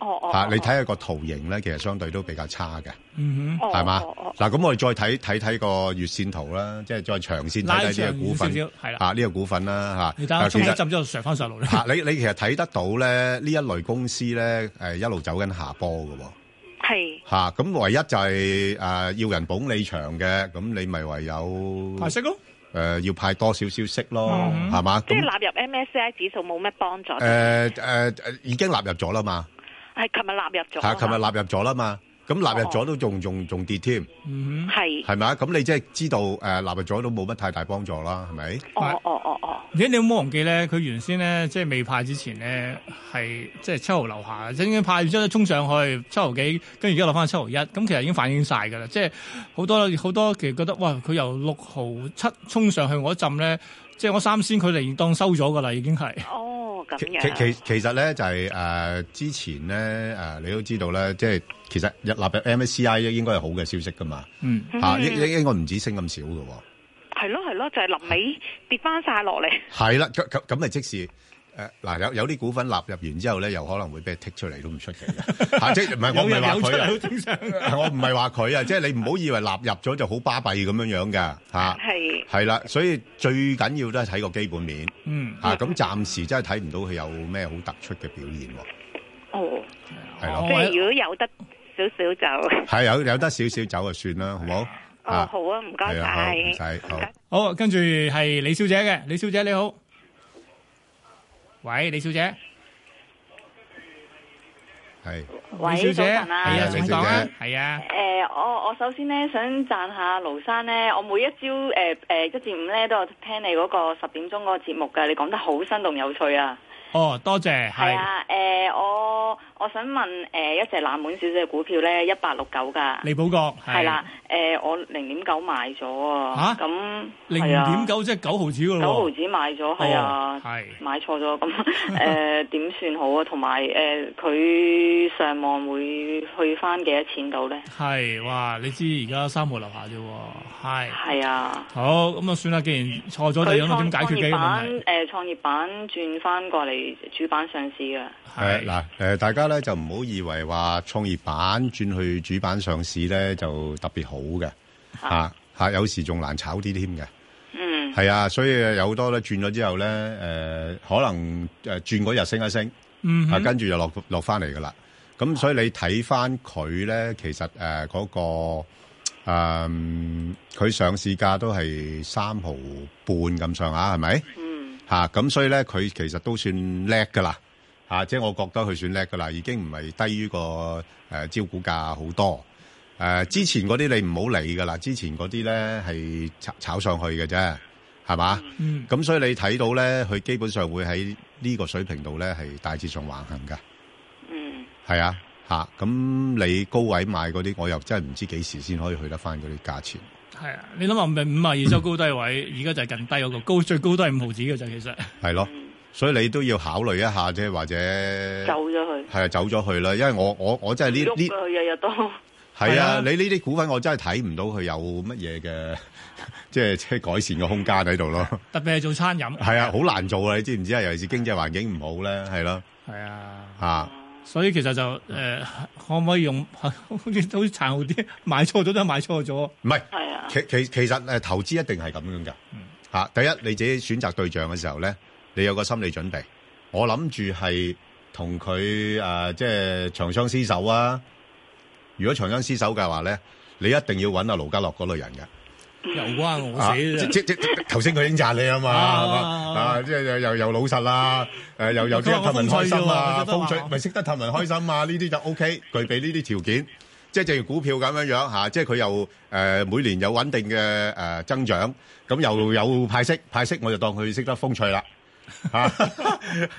[SPEAKER 18] 哦哦，
[SPEAKER 2] 嚇你
[SPEAKER 18] 哦
[SPEAKER 2] 睇下個圖形咧，其實相對都比較差嘅，
[SPEAKER 1] 嗯
[SPEAKER 18] 哼
[SPEAKER 2] 係嘛
[SPEAKER 18] 哦哦哦？
[SPEAKER 2] 嗱，咁我哋再睇睇睇個月線圖啦，即係再長線睇睇呢個股份，
[SPEAKER 1] 拉長遠
[SPEAKER 18] 哦
[SPEAKER 1] 少少係啦
[SPEAKER 2] 嚇呢個股份啦嚇。
[SPEAKER 1] 你睇
[SPEAKER 2] 嗱
[SPEAKER 1] 下
[SPEAKER 2] 其
[SPEAKER 1] 沖一
[SPEAKER 2] 實
[SPEAKER 1] 浸之後上翻上路咧。
[SPEAKER 2] 嚇你你其實睇得到咧，呢一類公司咧誒一路走緊下波嘅喎。
[SPEAKER 18] 係
[SPEAKER 2] 嚇咁唯一就係誒要人捧你場嘅，咁你咪唯有
[SPEAKER 18] 派息咯。
[SPEAKER 2] 誒要派多少少息咯，係嘛？
[SPEAKER 18] 即係
[SPEAKER 2] 啊咁
[SPEAKER 18] 納入 MSCI 指數冇咩幫助，係
[SPEAKER 2] 誒誒誒已經納入咗啦嘛。
[SPEAKER 18] 琴日納入咗，啊
[SPEAKER 2] 係，琴日納入咗啦嘛，咁納入咗都仲仲仲跌添，
[SPEAKER 18] 係
[SPEAKER 2] 係咪啊？咁你即係知道誒納入咗都冇乜太大幫助啦，係咪？
[SPEAKER 18] 哦哦哦哦，
[SPEAKER 1] 而且你有冇忘記咧？佢原先咧，即係未派之前咧，係即係七毫樓下，已經派完之後衝上去七毫幾，跟住而家落翻七毫一，咁其實已經反映晒㗎啦。即係好多好多其實覺得哇，佢由六毫七衝上去嗰陣咧，即係我三仙佢哋當收咗㗎啦，已經係。
[SPEAKER 18] 哦咁
[SPEAKER 2] 其
[SPEAKER 18] 樣，
[SPEAKER 2] 其其其實咧就係誒之前咧誒你都知道咧，即係其實入納入 MSCI 咧應該係好嘅消息噶嘛，
[SPEAKER 1] 嗯
[SPEAKER 2] 嚇應應應該唔止升咁少嘅喎。
[SPEAKER 18] 係咯係咯，就係臨尾跌翻晒落嚟，
[SPEAKER 2] 係啦，咁咁咁咪即是誒嗱，有有啲股份納入完之後咧，有可能會俾佢剔出嚟都唔出奇嘅嚇，即係唔係我唔係話佢啊。我唔係話佢啊，即係你唔好以為納入咗就好巴閉咁樣樣㗎嚇，
[SPEAKER 18] 係
[SPEAKER 2] 係啦，所以最緊要都係睇個基本面
[SPEAKER 1] 嗯
[SPEAKER 2] 嚇，啊咁暫時真係睇唔到佢有咩好突出嘅表現喎，
[SPEAKER 18] 哦，
[SPEAKER 2] 係
[SPEAKER 18] 即
[SPEAKER 2] 咯，
[SPEAKER 18] 係如果有得少少就，
[SPEAKER 2] 係有有得少少走就算啦，好冇？
[SPEAKER 18] 哦好啊，唔該
[SPEAKER 2] 係啊好唔
[SPEAKER 18] 晒。
[SPEAKER 2] 使好。
[SPEAKER 1] 好，跟住係李小姐嘅，李小姐你好，喂，李小姐，
[SPEAKER 2] 係，
[SPEAKER 11] 喂
[SPEAKER 1] 李小姐，
[SPEAKER 11] 早晨啊
[SPEAKER 1] 係啊，
[SPEAKER 11] 李小
[SPEAKER 1] 請
[SPEAKER 11] 姐
[SPEAKER 1] 講啊，係啊，
[SPEAKER 11] 誒、我我首先咧想讚下盧生咧，我每一朝誒誒一至五咧都有聽你嗰個十點鐘嗰個節目㗎，你講得好生動有趣啊！
[SPEAKER 1] 哦，多
[SPEAKER 11] 係
[SPEAKER 1] 謝，係
[SPEAKER 11] 啊，誒、我我想問誒、一隻冷門少少嘅股票咧，一八六九㗎，
[SPEAKER 1] 李寶國，
[SPEAKER 11] 係啦，誒、我零點九買咗
[SPEAKER 1] 嚇
[SPEAKER 11] 啊，咁
[SPEAKER 1] 零
[SPEAKER 11] 係啊
[SPEAKER 1] 點九即係九毫子噶咯喎，哦
[SPEAKER 11] 九毫子買咗，係啊，
[SPEAKER 1] 係
[SPEAKER 11] 買錯咗，咁
[SPEAKER 1] (laughs)
[SPEAKER 11] 誒點算好啊？同埋誒佢上望會去翻幾多錢度咧？
[SPEAKER 1] 係，哇！你知而家三毫樓下啫喎，係。
[SPEAKER 11] 係啊。
[SPEAKER 1] 好，咁啊算啦，既然錯咗就
[SPEAKER 11] 佢
[SPEAKER 1] 諗
[SPEAKER 11] 創
[SPEAKER 1] 點解決
[SPEAKER 11] 創
[SPEAKER 1] 嘅
[SPEAKER 11] 業
[SPEAKER 1] 問
[SPEAKER 11] 板
[SPEAKER 1] 題。
[SPEAKER 11] 誒創業板轉翻過嚟主板上市嘅，
[SPEAKER 2] 誒嗱誒，大家咧就唔好以為話創業板轉去主板上市咧就特別好嘅嚇嚇，有時仲難炒啲添嘅。
[SPEAKER 11] 嗯，
[SPEAKER 2] 係啊，所以有好多咧轉咗之後咧，誒、可能誒轉嗰日升一升，
[SPEAKER 1] 嗯哼
[SPEAKER 2] 啊跟住就落落翻嚟噶啦。咁所以你睇翻佢咧，其實誒嗰、個呃佢、上市價都係三毫半咁上下，係咪？
[SPEAKER 11] 嗯。
[SPEAKER 2] 嚇咁、所以咧，佢其實都算叻噶啦。嚇、即係我覺得佢算叻噶啦，已經唔係低於個誒、呃招股價好多。誒、之前嗰啲你唔好理噶啦，之前嗰啲咧係炒炒上去嘅啫，係嘛？
[SPEAKER 1] 嗯
[SPEAKER 2] 咁所以你睇到咧，佢基本上會喺呢個水平度咧係大致上橫行噶，
[SPEAKER 11] 嗯，
[SPEAKER 2] 係啊，嚇、咁你高位買嗰啲，我又真係唔知幾時先可以去得翻嗰啲價錢。
[SPEAKER 1] 係啊，你諗下，唔係五啊二周高低位，而家就係近低嗰個高，最高都係五毫子嘅咋，其實。 (laughs)
[SPEAKER 2] 係咯，所以你都要考慮一下啫，或者
[SPEAKER 11] 嗯走咗佢，
[SPEAKER 2] 係啊，走咗佢啦。因為我我我真係呢
[SPEAKER 11] 喐
[SPEAKER 2] 呢
[SPEAKER 11] 佢日日都
[SPEAKER 2] 係
[SPEAKER 11] 係
[SPEAKER 2] 啊
[SPEAKER 11] 啊，
[SPEAKER 2] 你呢啲股份我真係睇唔到佢有乜嘢嘅， (laughs) 即係即係改善嘅空間喺度咯。
[SPEAKER 1] 特別係做餐飲。
[SPEAKER 2] 係啊，好難做啊！你知唔知啊？尤其是經濟環境唔好咧，係咯，
[SPEAKER 1] 係啊，
[SPEAKER 2] 啊，
[SPEAKER 1] 所以其實就誒、可唔可以用 (laughs) 好似好似殘酷啲，買錯咗都係買錯咗。
[SPEAKER 2] 唔係，
[SPEAKER 11] 係啊，
[SPEAKER 2] 其其其實誒投資一定係咁樣㗎。嚇，第一你自己選擇對象嘅時候咧，你有個心理準備。我諗住係同佢誒即係長相厮守啊！如果長相厮守嘅話咧，你一定要揾阿盧家樂嗰類人嘅。
[SPEAKER 1] 又關我
[SPEAKER 2] 啊
[SPEAKER 1] 事
[SPEAKER 2] 即
[SPEAKER 1] 啫
[SPEAKER 2] 即即即頭先佢已經讚你啊嘛，
[SPEAKER 1] 啊
[SPEAKER 2] 係嘛啊，即係又又又老實
[SPEAKER 1] (laughs)
[SPEAKER 2] 啦，誒又又
[SPEAKER 1] 佢
[SPEAKER 2] 即係
[SPEAKER 1] 話我
[SPEAKER 2] 氹人
[SPEAKER 1] 風
[SPEAKER 2] 開
[SPEAKER 1] 趣
[SPEAKER 2] 心啊，風
[SPEAKER 1] 啫喎佢覺得
[SPEAKER 2] 趣
[SPEAKER 1] 話
[SPEAKER 2] 咪識得氹人開心啊， (laughs) 呢啲就 O K，具備呢啲條件，即係正如股票咁樣樣嚇，即係佢又誒每年有穩定嘅誒增長，
[SPEAKER 1] (laughs)
[SPEAKER 2] 咁又有派息，派息我就當佢識得風趣啦。
[SPEAKER 1] (laughs)
[SPEAKER 2] 吓，係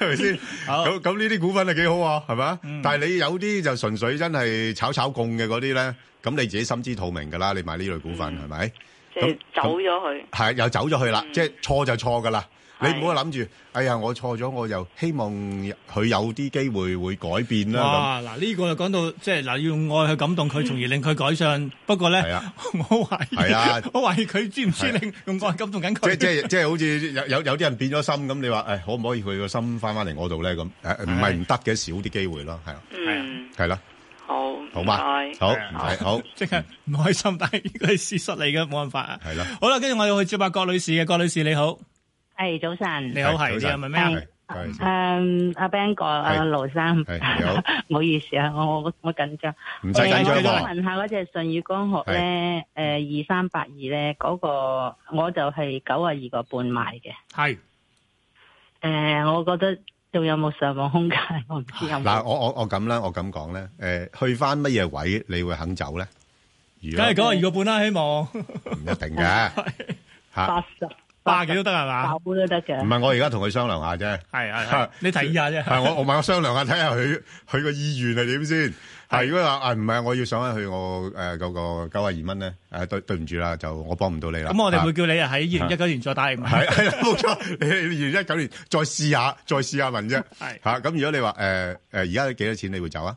[SPEAKER 2] 咪先？咁咁呢啲股份係幾好啊，係咪？但係你有啲就純粹真係炒炒共嘅嗰啲咧，咁你自己心知肚明㗎啦。你買呢類股份係咪？
[SPEAKER 11] 即係走咗
[SPEAKER 2] 咁
[SPEAKER 11] 佢。
[SPEAKER 2] 係又走咗去
[SPEAKER 1] 嗯
[SPEAKER 2] 啦，即係錯就錯噶啦。你唔好諗住，哎呀，我錯咗，我又希望佢有啲機會會改變
[SPEAKER 1] 哇！
[SPEAKER 2] 啦。
[SPEAKER 1] 嗱，呢個就講到即係嗱，要用愛去感動佢，從而令佢改善。不過咧， (laughs) 我懷疑，
[SPEAKER 2] 係啊
[SPEAKER 1] (laughs) 我懷疑佢知唔知
[SPEAKER 2] 係啊
[SPEAKER 1] 令用愛感動
[SPEAKER 2] 咁
[SPEAKER 1] 緊佢？
[SPEAKER 2] 即即即係好似有有有啲人變咗心咁，你話哎誒可唔可以佢個心翻翻嚟我度咧？咁誒唔係唔得嘅，少啲機會咯，係啊，
[SPEAKER 11] 嗯，
[SPEAKER 2] 係啦，
[SPEAKER 11] 好，
[SPEAKER 2] 好嘛
[SPEAKER 11] 唔該，
[SPEAKER 2] 好唔使好，
[SPEAKER 1] 即係唔開心，但係呢個係事實嚟嘅，冇辦法啊。
[SPEAKER 2] 係啦，
[SPEAKER 1] 好啦，跟住我要去接下郭女士嘅，郭女士你好，
[SPEAKER 12] 系哎早晨，
[SPEAKER 1] 你好係你係咪咩啊係
[SPEAKER 12] 诶，阿 Ben 哥，阿卢生， (laughs) 唔好意思啊，我我我紧张，
[SPEAKER 14] 唔使緊張
[SPEAKER 12] 誒我
[SPEAKER 14] 喎
[SPEAKER 12] 想问下嗰只信宇光学咧，诶，二三八二咧，嗰个我就系九啊二个半买嘅，
[SPEAKER 1] 係
[SPEAKER 12] 诶，我觉得仲有冇上網空間？我唔知有
[SPEAKER 2] 嗱，
[SPEAKER 12] 冇。
[SPEAKER 2] 我我我咁啦，我咁講咧，誒去翻乜嘢位你會肯走咧？如
[SPEAKER 1] 梗
[SPEAKER 2] 果
[SPEAKER 1] 係九啊二個半啦，希望
[SPEAKER 2] 唔一定
[SPEAKER 1] (laughs)
[SPEAKER 2] 嘅嚇，
[SPEAKER 12] 十
[SPEAKER 1] 八幾都得係嘛？
[SPEAKER 12] 九都得嘅
[SPEAKER 2] 唔係我而家同佢商量下啫。
[SPEAKER 1] 係
[SPEAKER 2] (laughs)
[SPEAKER 1] 係係，你提議下啫。
[SPEAKER 2] 係我我問我商量下睇下佢 (laughs) 佢個意願係點先。係如果話啊唔係，我要上翻去我誒嗰個九啊二蚊咧，誒對對唔住啦，就我幫唔到你啦。
[SPEAKER 1] 咁我哋會
[SPEAKER 2] 啊
[SPEAKER 1] 叫你喺二零一九年再打嚟問。
[SPEAKER 2] 係係啦，冇錯。 (laughs) 你你二一九年再試下，再試下問啫。
[SPEAKER 1] 係
[SPEAKER 2] 嚇咁，如果你話誒誒而家幾多錢，你會走啊？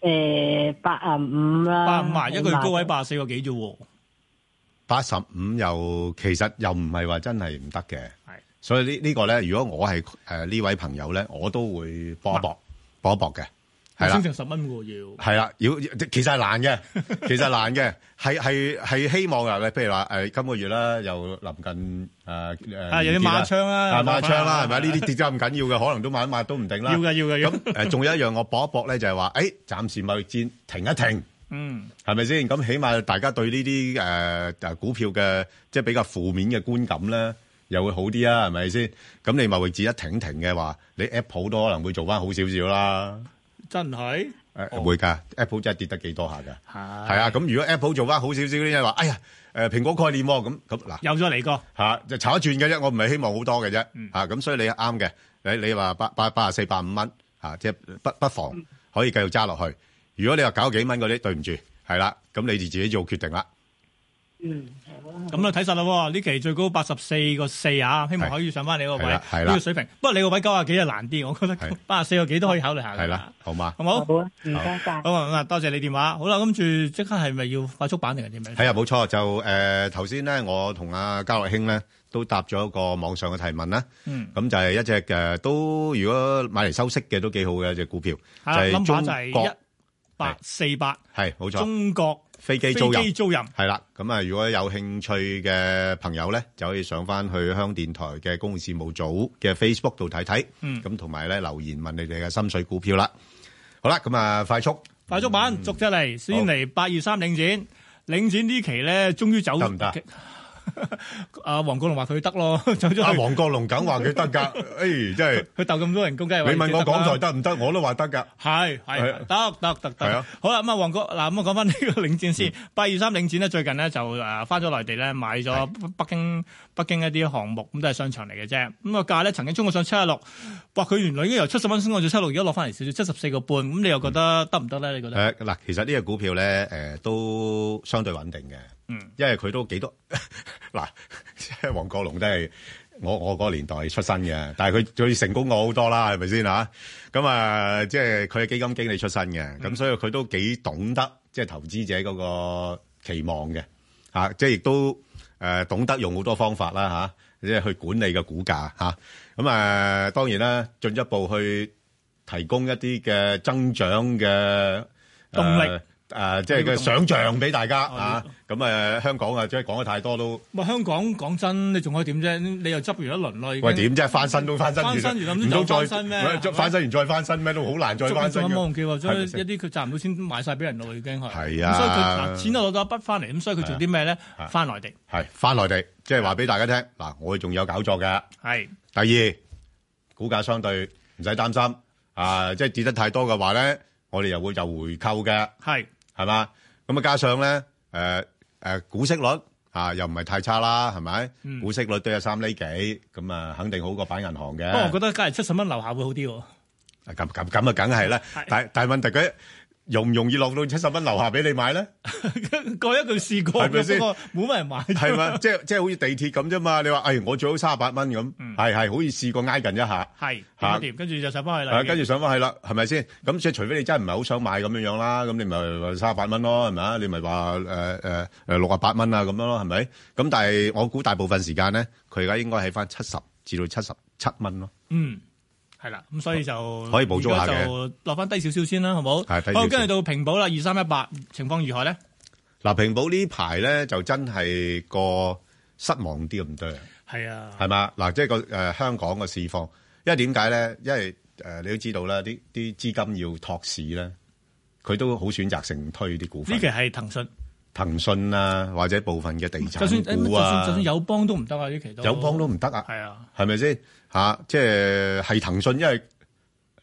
[SPEAKER 12] 诶，八啊五啦，
[SPEAKER 1] 八五啊，一個月高位八十四個幾啫喎。
[SPEAKER 2] 八十五又其實又唔係話真係唔得嘅，所以呢呢個咧，如果我係誒呢位朋友咧，我都會搏一搏，搏一搏嘅，係啦
[SPEAKER 1] 升，成十蚊喎要。
[SPEAKER 2] 係啦，要其實係
[SPEAKER 1] (laughs)
[SPEAKER 2] 難嘅，其實係難嘅，係係係希望啊，譬如話誒今個月啦，又臨近誒誒
[SPEAKER 1] 啊有啲馬槍啦
[SPEAKER 2] 啊馬槍啦，
[SPEAKER 1] 又
[SPEAKER 2] 係咪呢啲跌得咁緊要嘅，可能都買一買都唔定啦，
[SPEAKER 1] 要嘅要嘅要
[SPEAKER 2] 咁誒，仲有一樣我搏一搏咧，就係話誒，暫時貿易戰停一停。
[SPEAKER 1] 嗯，
[SPEAKER 2] 係咪先？咁起碼大家對呢啲誒誒股票嘅即係比較負面嘅觀感咧，又會好啲啊？係咪先？咁你貿易戰一停停嘅話，你 Apple 都可能會做翻好少少啦。
[SPEAKER 1] 真係。
[SPEAKER 2] 誒、會㗎，Apple 真係跌得幾多下㗎。
[SPEAKER 1] 係
[SPEAKER 2] 係啊，咁如果 Apple 做翻好少少咧，話哎呀誒蘋果概念喎、咁咁嗱，
[SPEAKER 1] 有咗嚟過
[SPEAKER 2] 嚇，就炒一轉嘅啫，我唔係希望好多嘅啫
[SPEAKER 1] 嗯
[SPEAKER 2] 嚇。咁、所以你啱嘅，你你話八八八十四百五蚊嚇，即係不不妨
[SPEAKER 1] 嗯
[SPEAKER 2] 可以繼續揸落去。如果你話九幾蚊嗰啲，對唔住，係啦，咁你就自己做決定啦。
[SPEAKER 12] 嗯，
[SPEAKER 1] 咁啊睇實啦喎，呢期最高八十四個四啊，希望可以上翻你個位
[SPEAKER 2] 係啦係
[SPEAKER 1] 呢
[SPEAKER 2] 啦
[SPEAKER 1] 個水平。不過你個位九啊幾就難啲，我覺得八十四個幾都可以考慮下㗎。
[SPEAKER 2] 係啦，好嘛？
[SPEAKER 1] 好冇？好啊，
[SPEAKER 12] 唔該晒。
[SPEAKER 1] 好啊，多謝你電話。好啦，跟住即刻係咪要快速版定係點樣？
[SPEAKER 2] 係啊，冇錯，就誒頭先咧，我同阿嘉樂兄咧都答咗一個網上嘅提問啦。
[SPEAKER 1] 嗯
[SPEAKER 2] 咁就係一隻誒都如果買嚟收息嘅都幾好嘅一隻股票，就
[SPEAKER 1] 係啦
[SPEAKER 2] 係
[SPEAKER 1] number
[SPEAKER 2] 中
[SPEAKER 1] 就係
[SPEAKER 2] 國
[SPEAKER 1] 一八四八，
[SPEAKER 2] 係冇錯。
[SPEAKER 1] 中國
[SPEAKER 2] 飛機租
[SPEAKER 1] 飛機
[SPEAKER 2] 人
[SPEAKER 1] 租人
[SPEAKER 2] 係啦，咁啊，如果有興趣嘅朋友咧，就可以上翻去香港電台嘅公共事務組嘅 Facebook 度睇睇，
[SPEAKER 1] 嗯
[SPEAKER 2] 咁同埋咧留言問你哋嘅心水股票啦。好啦，咁啊，快速
[SPEAKER 1] 快速版逐隻嚟，先嚟八二三領展。領展呢期咧，終於走得唔 (laughs) 得？阿黃國龍話佢得咯， (laughs) 走咗去。
[SPEAKER 2] 阿黃國龍梗話佢得
[SPEAKER 1] (laughs)
[SPEAKER 2] 㗎，誒，真係
[SPEAKER 1] 佢鬥咁多人工，梗係
[SPEAKER 2] 你問我港台
[SPEAKER 1] 得
[SPEAKER 2] 得唔得，我都話得㗎。
[SPEAKER 1] 係係
[SPEAKER 2] 係
[SPEAKER 1] 得得得
[SPEAKER 2] 係
[SPEAKER 1] 得
[SPEAKER 2] 啊，嗯
[SPEAKER 1] 好啦咁啊，黃國嗱咁我講翻呢個領展先，八二三領展咧最近咧就誒翻咗內地咧買咗北京北京一啲項目，咁都係商場嚟嘅啫。咁個價咧曾經衝過上七十六，哇！佢原來已經由七十蚊升到咗七六，而家落翻嚟少少七十四個半，咁你又覺得得唔得咧？你覺得？
[SPEAKER 2] 嗯誒嗱，其實呢個股票咧，誒都相對穩定嘅，
[SPEAKER 1] 嗯，
[SPEAKER 2] 因為佢都幾多 (laughs) 嗱， (laughs) 即係黃國龍都係我我嗰個年代出身嘅，但係佢最成功我好多啦，係咪先嚇？咁啊，即係佢係基金經理出身嘅，
[SPEAKER 1] 嗯
[SPEAKER 2] 咁所以佢都幾懂得即係投資者嗰個期望嘅嚇、啊即係亦都誒、懂得用好多方法啦嚇、即係去管理嘅股價嚇。咁啊當然啦，進一步去提供一啲嘅增長嘅
[SPEAKER 1] 動力
[SPEAKER 2] 呃誒，即係嘅想像俾大
[SPEAKER 1] 哦
[SPEAKER 2] 家啊。咁誒，香港啊，即係講得太多都〜
[SPEAKER 1] 喂，啊香港講真，你仲可以點啫？你又執完一輪啦，已經
[SPEAKER 2] 喂，點啫？翻身都翻身完
[SPEAKER 1] 翻
[SPEAKER 2] 啦，
[SPEAKER 1] 身完
[SPEAKER 2] 唔通
[SPEAKER 1] 咁就
[SPEAKER 2] 再
[SPEAKER 1] 翻身咩？
[SPEAKER 2] 翻身完再翻身咩？都好難再翻身
[SPEAKER 1] 仲有
[SPEAKER 2] 嘅。
[SPEAKER 1] 啊冇忘記喎？將
[SPEAKER 2] 係咪
[SPEAKER 1] 一
[SPEAKER 2] 先
[SPEAKER 1] 啲佢賺唔到錢賣晒俾人咯，已經係。
[SPEAKER 2] 係啊
[SPEAKER 1] 咁所以佢嗱錢都攞到一筆翻嚟，咁所以佢做啲咩咧？翻內地
[SPEAKER 2] 係翻內地，即係話俾大家聽嗱，我哋仲有搞作嘅。
[SPEAKER 1] 係
[SPEAKER 2] 第二，股價相對唔使擔心啊，即係跌得太多嘅話咧，我哋又會有回購嘅，
[SPEAKER 1] 係
[SPEAKER 2] 係嘛？咁啊，加上咧，誒、誒、股息率啊，又唔係太差啦，係咪？
[SPEAKER 1] 嗯
[SPEAKER 2] 股息率都有三厘幾，咁啊，肯定好過擺銀行嘅。
[SPEAKER 1] 不過我覺得梗係七十蚊樓下會好啲喎。 (laughs)
[SPEAKER 2] 啊咁咁咁啊，梗係啦。但但係問題佢容唔容易落到七十蚊樓下俾你買咧？
[SPEAKER 1] 過一句試過，
[SPEAKER 2] 係咪先
[SPEAKER 1] 不過冇乜人買。
[SPEAKER 2] 係嘛？ (laughs) 即係即係好似地鐵咁啫嘛。你話誒，我最好三十八蚊咁，係係好似試過挨近一下。
[SPEAKER 1] (laughs) 係
[SPEAKER 2] 嚇
[SPEAKER 1] 掂一掂，跟住就上翻去啦。
[SPEAKER 2] 啊，跟住上翻去啦，係咪先？咁即係除非你真係唔係好想買咁樣樣啦，咁你咪三十八蚊咯，係咪啊？你咪話誒誒誒六啊八蚊啊咁樣咯，係咪？咁但係我估大部分時間咧，佢而家應該喺翻七十至到七十七蚊咯。
[SPEAKER 1] 嗯，係啦，咁所以就
[SPEAKER 2] 可以捕捉下嘅
[SPEAKER 1] 而家就落翻低少少先啦，好冇？
[SPEAKER 2] 係低少少
[SPEAKER 1] 好，跟住到平保啦，二三一八情況如何咧？
[SPEAKER 2] 嗱，平保呢排咧就真係個失望啲咁多人。
[SPEAKER 1] 係啊，
[SPEAKER 2] 係嘛？嗱，即係個誒香港嘅市況，因為點解咧？因為誒、呃你都知道啦，啲啲資金要托市咧，佢都好選擇性推啲股份。
[SPEAKER 1] 呢期係騰訊，
[SPEAKER 2] 騰訊啊，或者部分嘅地
[SPEAKER 1] 就算
[SPEAKER 2] 產
[SPEAKER 1] 誒
[SPEAKER 2] 股
[SPEAKER 1] 就算就
[SPEAKER 2] 啊
[SPEAKER 1] 算，友邦都唔得啊，呢期都
[SPEAKER 2] 友邦都唔得啊，
[SPEAKER 1] 係啊，
[SPEAKER 2] 係咪先嚇？即係係騰訊，因為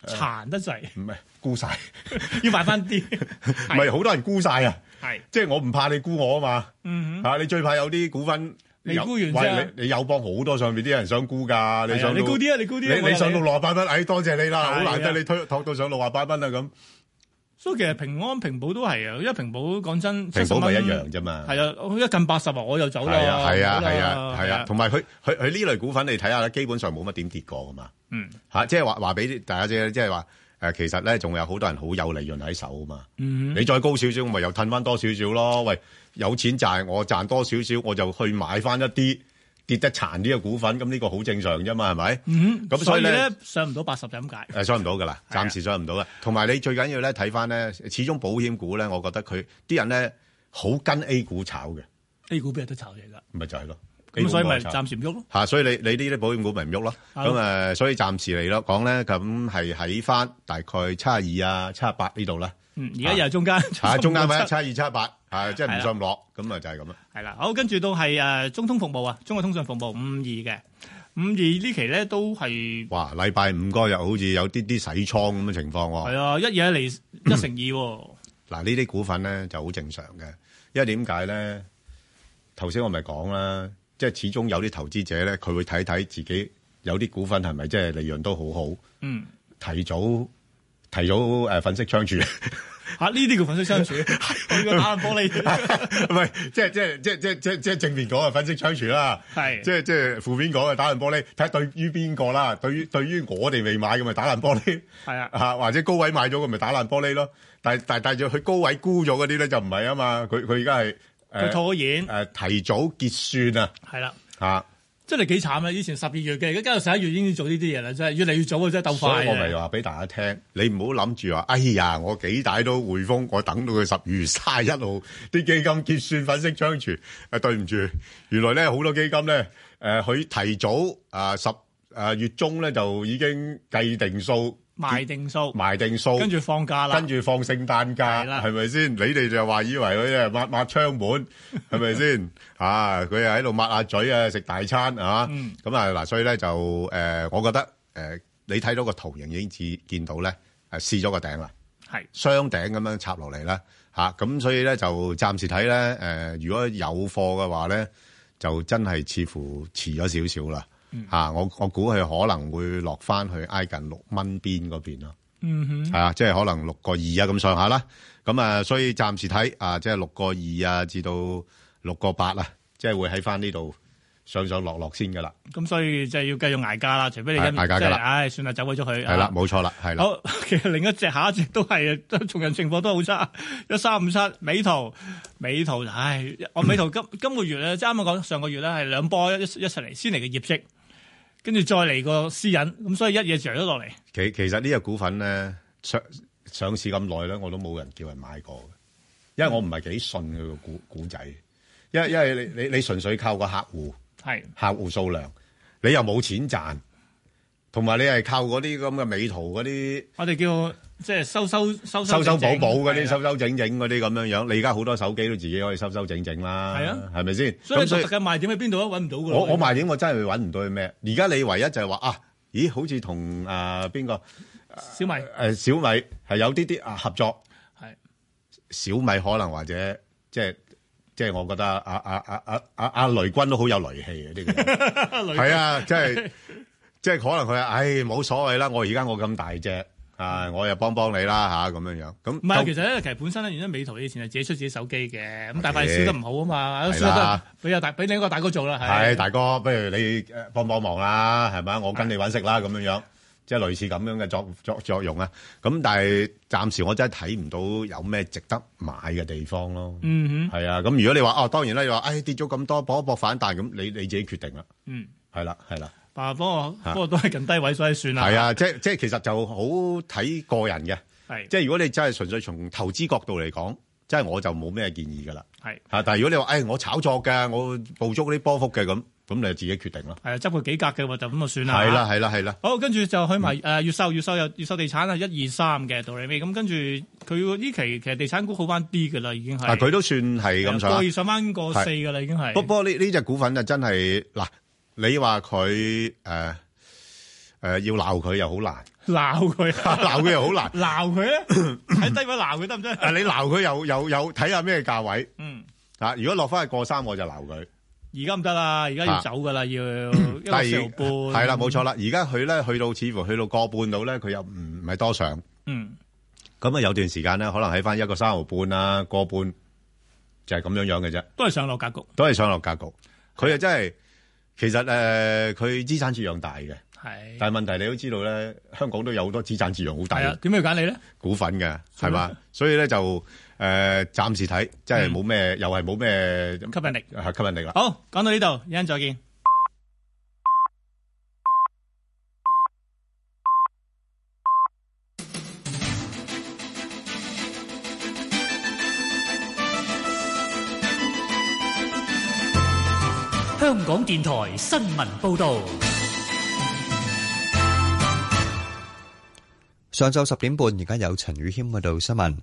[SPEAKER 1] 殘得滯，
[SPEAKER 2] 唔係沽晒，
[SPEAKER 1] (laughs) 要買翻
[SPEAKER 2] (laughs)
[SPEAKER 1] 啲，
[SPEAKER 2] 唔係好多人沽晒啊！
[SPEAKER 1] 係
[SPEAKER 2] 即係我唔怕你沽我啊嘛，
[SPEAKER 1] 嗯哼，
[SPEAKER 2] 嚇你最怕有啲股份
[SPEAKER 1] 你
[SPEAKER 2] 有
[SPEAKER 1] 沽完之後
[SPEAKER 2] 喂你你友邦好多上面啲人想沽㗎，
[SPEAKER 1] 係
[SPEAKER 2] 你
[SPEAKER 1] 啊
[SPEAKER 2] 想
[SPEAKER 1] 你沽啲啊你沽啲啊我
[SPEAKER 2] 你
[SPEAKER 1] 話
[SPEAKER 2] 你
[SPEAKER 1] 你
[SPEAKER 2] 上到六啊八蚊，哎多謝你啦，
[SPEAKER 1] 係啊
[SPEAKER 2] 好難得你推托到上六啊八蚊啦咁，
[SPEAKER 1] 所以其實平安平保都係啊，因為平保講真，
[SPEAKER 2] 平保咪一
[SPEAKER 1] 70
[SPEAKER 2] 樣
[SPEAKER 1] 蚊
[SPEAKER 2] 啫嘛。
[SPEAKER 1] 係啊，我一近八十啊，我又走啦，
[SPEAKER 2] 係啊，係啊，
[SPEAKER 1] 走啦
[SPEAKER 2] 係啊，係啊，同埋佢佢佢呢類股份你睇下咧，基本上冇乜點跌過噶嘛。
[SPEAKER 1] 嗯
[SPEAKER 2] 嚇，即係話話俾大家知，即係話誒，其實咧仲有好多人好有利潤喺手啊嘛。
[SPEAKER 1] 嗯
[SPEAKER 2] 你再高少少，咪又褪翻多少少咯。喂，有錢賺，我賺多少少，我就去買翻一啲跌得殘啲嘅股份，咁呢個好正常啫嘛，係咪？
[SPEAKER 1] 嗯
[SPEAKER 2] 咁
[SPEAKER 1] 咁所
[SPEAKER 2] 所
[SPEAKER 1] 以
[SPEAKER 2] 以
[SPEAKER 1] 咧
[SPEAKER 2] 呢呃
[SPEAKER 1] 上唔到八十就咁解，
[SPEAKER 2] 誒，想唔到噶啦，
[SPEAKER 1] 啊
[SPEAKER 2] 暫時想唔到啦。同埋你最緊要咧睇翻咧，始終保險股咧，我覺得佢啲人咧好跟 A 股炒嘅，
[SPEAKER 1] 呢股邊有得炒嘢㗎？
[SPEAKER 2] 咪就係咯。A
[SPEAKER 1] 咁
[SPEAKER 2] 股
[SPEAKER 1] 所以咪
[SPEAKER 2] 冇炒
[SPEAKER 1] 暫時唔喐咯。
[SPEAKER 2] 嚇，所以你你呢啲保險股咪唔喐咯。
[SPEAKER 1] 係咯
[SPEAKER 2] 咁誒，所以暫時嚟咯講咧，咁係喺翻大概七二啊、七八呢度啦。
[SPEAKER 1] 嗯，而家又係中間，
[SPEAKER 2] (laughs) 啊，中間
[SPEAKER 1] (laughs)
[SPEAKER 2] 位七二七八，啊，即係唔上落，咁啊就係咁啦。
[SPEAKER 1] 係啦，好，跟住到係誒中通服務啊，中國通訊服務五五二嘅五二呢期咧都係
[SPEAKER 2] 哇，啊禮拜五嗰日好似有啲啲洗倉咁嘅情況喎。
[SPEAKER 1] 係啊，一嘢嚟一成二喎，
[SPEAKER 2] 嗱，呢啲股份咧就好正常嘅，因為點解咧？頭先我咪講啦，即係始終有啲投資者咧，佢會睇睇自己有啲股份係咪即係利潤都好
[SPEAKER 1] 嗯，
[SPEAKER 2] 好，提早提早誒粉飾窗住。
[SPEAKER 1] 嚇呢啲叫粉飾相處，我要打爛玻璃，
[SPEAKER 2] (laughs) (laughs) 唔係，即係即係即係即係即係即係正面講啊，粉飾窗櫥啦，
[SPEAKER 1] 係
[SPEAKER 2] 即係即係負面講啊，打爛玻璃，睇下對於邊個啦。對於對於我哋未買嘅咪打爛玻璃，
[SPEAKER 1] 係啊
[SPEAKER 2] 嚇或者高位買咗嘅咪打爛玻璃咯。但係但係但係佢高位沽咗嗰啲咧就唔係啊嘛，佢佢而家係
[SPEAKER 1] 佢套咗現
[SPEAKER 2] 誒提早結算啊
[SPEAKER 1] 係啦。
[SPEAKER 2] 嚇，
[SPEAKER 1] 真係幾慘啊！以前十二月嘅，而家十一月已經做呢啲嘢啦，真係越嚟越早啊！真係鬥快
[SPEAKER 2] 所
[SPEAKER 1] 啊
[SPEAKER 2] 以我咪話俾大家聽，你唔好諗住話，哎呀，我幾大都匯豐，我等到佢十二月卅一號啲基金結算粉飾窗櫥。啊，對唔住，原來咧好多基金咧，誒、佢提早啊十誒月中咧就已經計定數
[SPEAKER 1] 賣定數，
[SPEAKER 2] 埋定數，
[SPEAKER 1] 跟住放假啦，
[SPEAKER 2] 跟住放聖誕假，係咪先？你哋就話以為佢
[SPEAKER 1] (laughs)
[SPEAKER 2] 係抹抹窗門，係咪先？啊，佢係喺度抹下嘴啊，食大餐啊，
[SPEAKER 1] 嗯
[SPEAKER 2] 咁啊嗱，所以咧就誒、呃我覺得誒、呃你睇到個圖形已經見見到咧，誒試咗個頂啦，
[SPEAKER 1] 係
[SPEAKER 2] 雙頂咁樣插落嚟啦，嚇、咁所以咧就暫時睇咧誒，如果有貨嘅話咧，就真係似乎遲咗少少啦。
[SPEAKER 1] 嗯
[SPEAKER 2] 嚇、我我估佢可能會落翻去挨近六蚊邊嗰邊咯。
[SPEAKER 1] 嗯哼，
[SPEAKER 2] 係啊，即係可能六個二啊咁上下啦。咁啊，所以暫時睇啊，即係六個二啊至到六個八啊，即係會喺翻呢度上上落落先噶啦。
[SPEAKER 1] 咁所以就要繼續捱價啦，除非你跟
[SPEAKER 2] 係捱價㗎啦
[SPEAKER 1] 即係唉，算啦，走鬼咗佢。
[SPEAKER 2] 係啦，冇錯啦，係啦。
[SPEAKER 1] 好， (laughs) 其實另一隻下一隻都係都同人情況都好差，一三五七美圖，美圖唉，我
[SPEAKER 2] (laughs)
[SPEAKER 1] 美圖今今個月咧，即係啱啱講上個月咧係兩波一一齊嚟，先嚟嘅業績，跟住再嚟個私隱，咁所以一嘢嚼咗落嚟，
[SPEAKER 2] 其其實呢只股份咧上上市咁耐咧，我都冇人叫人買過嘅。因為我唔係幾信佢個古古仔，因為因為你你你純粹靠個客户
[SPEAKER 1] 係
[SPEAKER 2] 客户數量，你又冇錢賺，同埋你係靠嗰啲咁嘅美圖嗰啲。
[SPEAKER 1] 我哋叫即係收收收
[SPEAKER 2] 收收
[SPEAKER 1] 整
[SPEAKER 2] 補
[SPEAKER 1] 整
[SPEAKER 2] 補嗰啲，
[SPEAKER 1] 係啦
[SPEAKER 2] 收收整整嗰啲咁樣樣，你而家好多手機都自己可以收收整整啦，
[SPEAKER 1] 係啊
[SPEAKER 2] 係咪先？
[SPEAKER 1] 所以
[SPEAKER 2] 咁
[SPEAKER 1] 你獨特嘅賣點喺邊度都啊揾唔到㗎啦。
[SPEAKER 2] 我我賣點我真係揾唔到佢咩？而家你唯一就係話啊，咦，好似同啊邊個
[SPEAKER 1] 小米
[SPEAKER 2] 誒小米係有啲啲啊合作，
[SPEAKER 1] 係
[SPEAKER 2] 小米可能或者即係即係我覺得啊啊啊啊啊啊雷軍都好有雷氣嘅呢個人。
[SPEAKER 1] (laughs)
[SPEAKER 2] 係啊，即係即係可能佢話唉冇所謂啦，我而家我咁大隻啊，我又幫幫你啦吓咁樣樣。咁
[SPEAKER 1] 唔係，其實咧，其實本身咧，原因美圖以前係自己出自己手機嘅，咁但係燒得唔好啊嘛，
[SPEAKER 2] 係
[SPEAKER 1] 燒得
[SPEAKER 2] 啦
[SPEAKER 1] 俾阿大俾另一個大哥做啦，
[SPEAKER 2] 係大哥，不如你呃幫幫忙啦，係咪？我跟你揾食啦，咁樣樣，即係類似咁樣嘅作作作用啊。咁但係暫時我真係睇唔到有咩值得買嘅地方咯。
[SPEAKER 1] 嗯哼，
[SPEAKER 2] 係啊，咁如果你話哦，當然啦，你話唉跌咗咁多，搏一搏反彈，咁你你自己決定啦。
[SPEAKER 1] 嗯，
[SPEAKER 2] 係啦，係啦，
[SPEAKER 1] 但係不過
[SPEAKER 2] 嚇
[SPEAKER 1] 不過都係近低位，所以算啦。
[SPEAKER 2] 係啊，即係即係其實就好睇個人嘅。
[SPEAKER 1] 係
[SPEAKER 2] 即係如果你真係純粹從投資角度嚟講，即係我就冇咩建議㗎啦。
[SPEAKER 1] 係
[SPEAKER 2] 嚇，但係如果你話唉我炒作嘅，我捕捉嗰啲波幅嘅咁，咁你就自己決定啦。
[SPEAKER 1] 係啊，執佢幾格嘅話就咁就算啦。
[SPEAKER 2] 係啦，係啦，係啦。嗯
[SPEAKER 1] 好，跟住就去埋誒越秀，越秀又越秀地產啊，一二三嘅道理尾。咁跟住佢呢期其實地產股好翻啲嘅啦，已經係。
[SPEAKER 2] 啊，佢都算係咁上
[SPEAKER 1] 過
[SPEAKER 2] 啦
[SPEAKER 1] 二。上翻過四嘅啦，已經係。
[SPEAKER 2] 不不過呢呢只股份就真係嗱，你話佢誒誒要鬧佢又好
[SPEAKER 1] (laughs)
[SPEAKER 2] 難，
[SPEAKER 1] 鬧佢，
[SPEAKER 2] (laughs) 鬧佢又好難。
[SPEAKER 1] 鬧佢咧
[SPEAKER 2] (laughs)
[SPEAKER 1] 喺低位鬧佢得唔得？
[SPEAKER 2] 啊，你鬧佢又又又睇下咩價位
[SPEAKER 1] 嗯，
[SPEAKER 2] 啊？如果落翻去過三，我就鬧佢。
[SPEAKER 1] 而家唔得啦，而家要走嘅
[SPEAKER 2] (coughs)
[SPEAKER 1] 啦，要一個四毫半。
[SPEAKER 2] 啊係啦，冇錯啦。而家佢咧去到似乎去到個半度咧，佢又唔唔係多上。
[SPEAKER 1] 嗯，
[SPEAKER 2] 咁啊有段時間咧，可能喺翻一個三毫半啊，個半就係咁樣樣嘅啫。
[SPEAKER 1] 都係上落格局。
[SPEAKER 2] 都係上落格局。佢啊真係，其實誒，呃佢、資產儲量大嘅，
[SPEAKER 1] 係
[SPEAKER 2] 但係問題你都知道咧，香港都有好多資產儲量好大
[SPEAKER 1] 係啊，
[SPEAKER 2] 嘅
[SPEAKER 1] 點解要揀你咧？
[SPEAKER 2] 股份嘅，係
[SPEAKER 1] 係
[SPEAKER 2] 嘛
[SPEAKER 1] 咩？
[SPEAKER 2] 所以咧就誒、呃，暫時睇真係冇咩，又係冇咩
[SPEAKER 1] 嗯吸引力
[SPEAKER 2] 啊吸引力啦。
[SPEAKER 1] 好，講到呢度，一陣再見。
[SPEAKER 3] 香港電台新聞報導，
[SPEAKER 4] 上晝十點半，而家有陳宇謙報道新聞。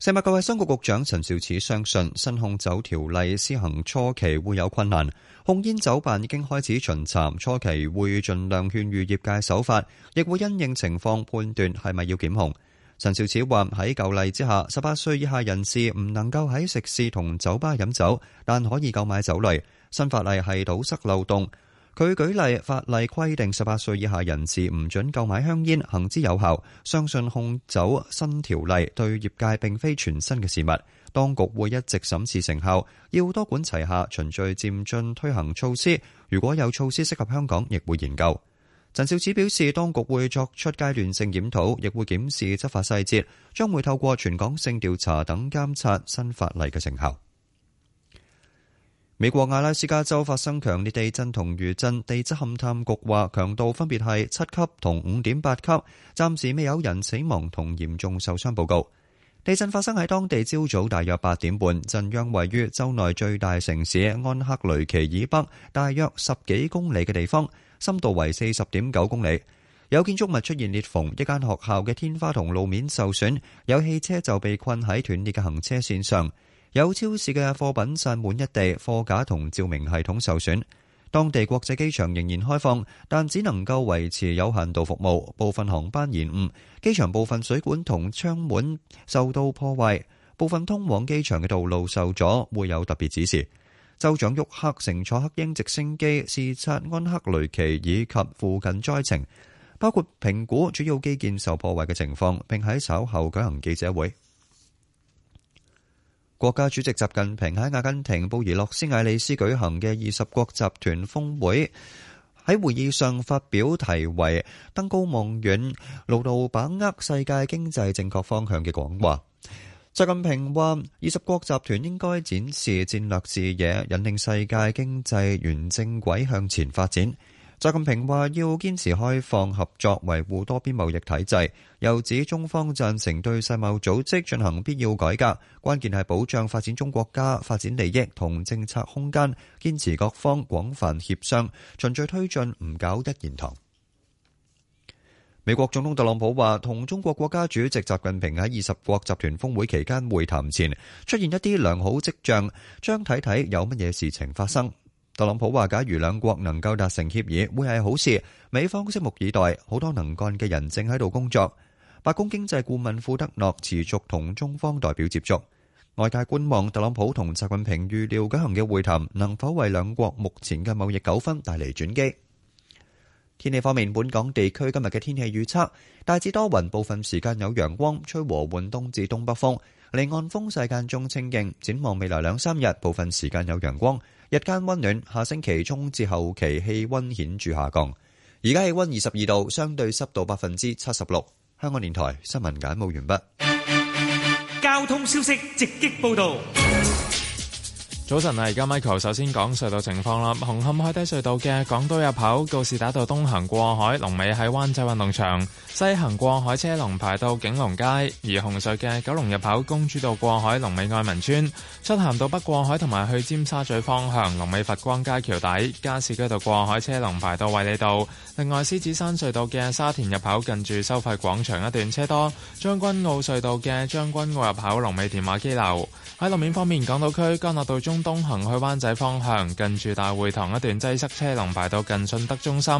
[SPEAKER 4] 食物及衞生局局長陳肇始相信，新控酒條例施行初期會有困難。控煙酒辦已經開始巡查，初期會盡量勸喻業界守法，亦會因應情況判斷係咪要檢控。陳肇始話：喺舊例之下，十八歲以下人士唔能夠喺食肆同酒吧飲酒，但可以購買酒類。新法例係堵塞漏洞。佢舉例，法例規定十八歲以下人士唔准購買香煙，行之有效。相信控酒新條例對業界並非全新嘅事物，當局會一直審視成效，要多管齊下，循序漸進推行措施。如果有措施適合香港，亦會研究。陳肇始表示，當局會作出階段性檢討，亦會檢視執法細節，將會透過全港性調查等監察新法例嘅成效。美國阿拉斯加州發生強烈地震同餘震，地質勘探局話強度分別係七級同五點八級，暫時未有人死亡同嚴重受傷報告。地震發生喺當地朝早大約八點半，震央位於州內最大城市安克雷奇以北大約十幾公里嘅地方，深度為四十點九公里。有建築物出現裂縫，一間學校嘅天花同路面受損，有汽車就被困喺斷裂嘅行車線上，有超市嘅貨品散滿一地，貨架同照明系統受損。當地國際機場仍然開放，但只能夠維持有限度服務，部分航班延誤，機場部分水管同窗門受到破壞，部分通往機場嘅道路受阻，會有特別指示。州長沃克乘坐黑鷹直升機視察安克雷奇以及附近災情，包括評估主要基建受破壞嘅情況，並喺稍後舉行記者會。國家主席習近平喺阿根廷布宜諾斯艾利斯舉行嘅二十國集團峰會，喺會議上發表題為《登高望遠，牢牢把握世界經濟正確方向》嘅講話。習近平話：二十國集團應該展示戰略視野，引領世界經濟沿正軌向前發展。習近平話要堅持開放合作，維護多邊貿易體制，又指中方贊成對世貿組織進行必要改革，關鍵係保障發展中國家發展利益同政策空間，堅持各方廣泛協商，循序推進，唔搞一言堂。美國總統特朗普話，同中國國家主席習近平喺二十國集團峰會期間會談前，出現一啲良好跡象，將睇睇有乜嘢事情發生。特朗普話，假如兩國能夠達成協議，會係好事。美方拭目以待，好多能幹嘅人正喺度工作。白宮經濟顧問庫德諾持續同中方代表接觸。外界觀望特朗普同習近平預料舉行嘅會談，能否為兩國目前嘅貿易糾紛帶嚟轉機。天氣方面，本港地區今日嘅天氣預測大致多雲，部分時間有陽光，吹和緩東至東北風，離岸風勢間中清勁。展望未來兩三日，部分時間有陽光，日間溫暖。下星期中至後期氣溫顯著下降。而家氣溫二十二度，相對濕度百分之七十六。香港電台新聞簡報完畢。
[SPEAKER 3] 交通消息直擊報道。
[SPEAKER 5] 早晨啊！而家 Michael 首先講隧道情況啦。紅磡海底隧道嘅港島入口告士打道東行過海，龍尾喺灣仔運動場；西行過海車龍排到景隆街。而紅隧嘅九龍入口公主道過海，龍尾愛民村；漆咸道北過海同埋去尖沙咀方向，龍尾佛光街橋底；加士居道過海車龍排到衛理道。另外，獅子山隧道嘅沙田入口近住收費廣場一段車多；將軍澳隧道嘅將軍澳入口龍尾電話機樓。喺路面方面，港島區干諾道中東行去灣仔方向，近住大會堂一段擠塞車龍排到近信德中心；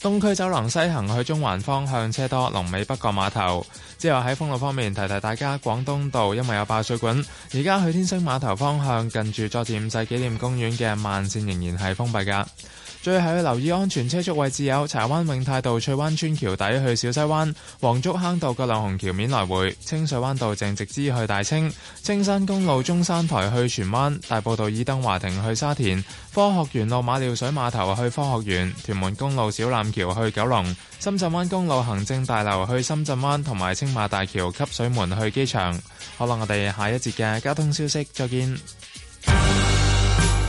[SPEAKER 5] 東區走廊西行去中環方向車多，龍尾北角碼頭。之後喺封路方面，提提大家，廣東道因為有爆水管，而家去天星碼頭方向近住佐治五世紀念公園嘅慢線仍然係封閉㗎。最後要留意安全車速位置有柴灣永泰道翠灣村橋底去小西灣、黃竹坑道嘅兩紅橋面來回、清水灣道正直支去大清、青山公路中山台去荃灣、大埔道爾登華庭去沙田、科學園路馬料水碼頭去科學園、屯門公路小欖橋去九龍、深圳灣公路行政大樓去深圳灣同埋青馬大橋汲水門去機場。好啦，我哋下一節嘅交通消息再見。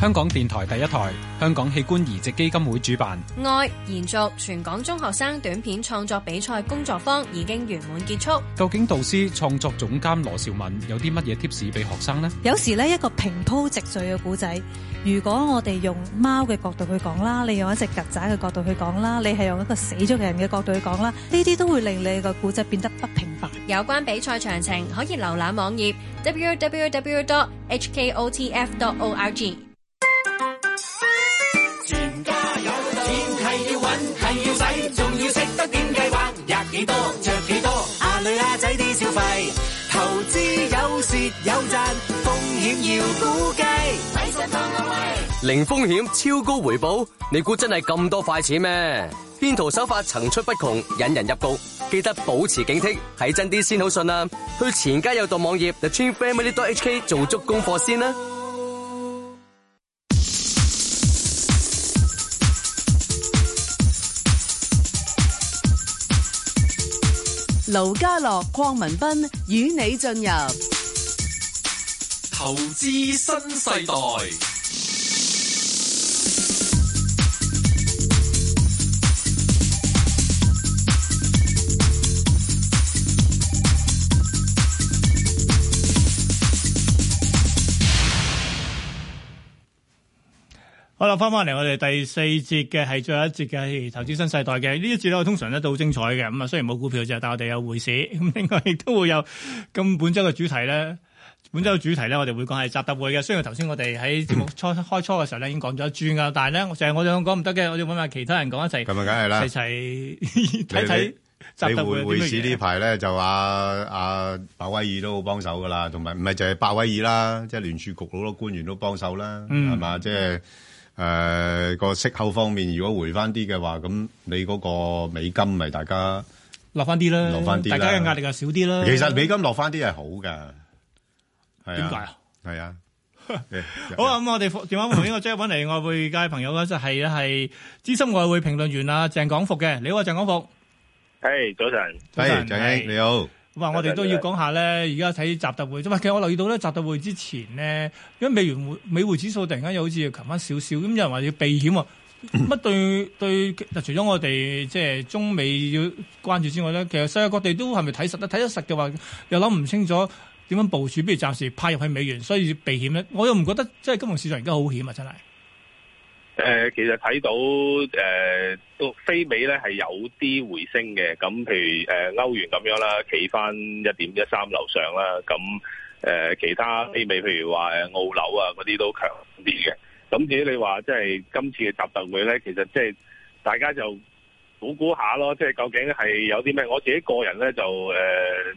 [SPEAKER 10] 香港電台第一台，香港器官移植基金會主辦。
[SPEAKER 19] 愛延續全港中學生短片創作比賽工作坊已經圓滿結束。
[SPEAKER 10] 究竟導師、創作總監羅兆敏有啲乜嘢 tips 俾學生呢？
[SPEAKER 26] 有時呢，一個平鋪直敍嘅故仔，如果我哋用貓嘅角度去講啦，你用一隻曱甴嘅角度去講啦，你係用一個死咗嘅人嘅角度去講啦，呢啲都會令你個故仔變得不平凡。
[SPEAKER 19] 有關比賽詳情可以瀏覽網頁 www.hkotf.org。
[SPEAKER 12] 仲要識得點計劃，吔幾多着幾多，阿女阿仔啲消費，投資有蝕有賺，風險要估計。
[SPEAKER 25] 零風險超高回報，你估真係咁多快錢咩？騙徒手法層出不窮，引人入局，記得保持警惕，睇真啲先好信啦。去錢家有道網頁 thechinfamily.hk 做足功課先啦。
[SPEAKER 13] 盧家樂、鄺民彬與你進入
[SPEAKER 6] 投資新世代。
[SPEAKER 1] 好啦，翻返嚟我哋第四節嘅係最後一節嘅係投資新世代嘅呢一節咧，通常咧都好精彩嘅。咁啊，雖然冇股票啫，但我哋有匯市，
[SPEAKER 2] (laughs)
[SPEAKER 1] 咁另外亦都會有咁本周嘅主題咧。本周嘅主題咧，我哋會講係習特會嘅。雖然頭先我哋喺節目
[SPEAKER 2] (coughs)
[SPEAKER 1] 初開初嘅時候咧已經講咗一轉噶，但係咧就係我哋講唔得嘅，我哋揾下其他人講一齊。
[SPEAKER 2] 咁啊，梗係啦，
[SPEAKER 1] 齊齊睇睇
[SPEAKER 2] 你
[SPEAKER 1] 習特會
[SPEAKER 2] 會
[SPEAKER 1] 有
[SPEAKER 2] 會
[SPEAKER 1] 啲
[SPEAKER 2] 市
[SPEAKER 1] 乜嘢
[SPEAKER 2] 呢排咧就阿阿鮑威爾都好幫手噶啦，同埋唔係就係鮑威爾啦，即係聯儲局好多官員都幫手啦，
[SPEAKER 1] 嗯
[SPEAKER 2] 係嘛、即係誒個息口方面，如果回翻啲嘅話，咁你嗰個美金咪大家
[SPEAKER 1] 落翻啲啦，
[SPEAKER 2] 落返啲啦
[SPEAKER 1] 大家嘅壓力又少啲啦。
[SPEAKER 2] 其實美金落翻啲係好㗎。係
[SPEAKER 1] 點解啊？
[SPEAKER 2] 係
[SPEAKER 1] (laughs)
[SPEAKER 2] 啊，誒
[SPEAKER 1] 好啊，咁我哋電話旁邊個即係揾嚟外匯界朋友咧，就係係資深外匯評論員啊，鄭廣復嘅。你好啊，鄭廣復。
[SPEAKER 8] 係早晨，
[SPEAKER 2] 係鄭兄你好，
[SPEAKER 1] 哇！啊我哋都要講下咧，而家睇習特會啫嘛。其實我留意到咧，習特會之前咧，因為美元匯美匯指數突然間又好似擒翻少少，咁有人話要避險喎。
[SPEAKER 2] (coughs)
[SPEAKER 1] 乜對對？嗱，除咗我哋即係中美要關注之外咧，其實世界各地都係咪睇實咧？睇得實嘅話，又諗唔清楚點樣部署，不如暫時派入去美元，所以要避險咧。我又唔覺得即係金融市場而家好險啊！真係。
[SPEAKER 8] 誒、呃其實睇到誒，都、非美咧係有啲回升嘅，咁譬如誒、呃歐元咁樣啦，企翻一點一三樓上啦，咁誒、其他非美譬如話誒澳紐啊嗰啲都強啲嘅，咁至於你話即係今次嘅習特會咧，其實即係大家就估估下咯，即係究竟係有啲咩？我自己個人咧就誒、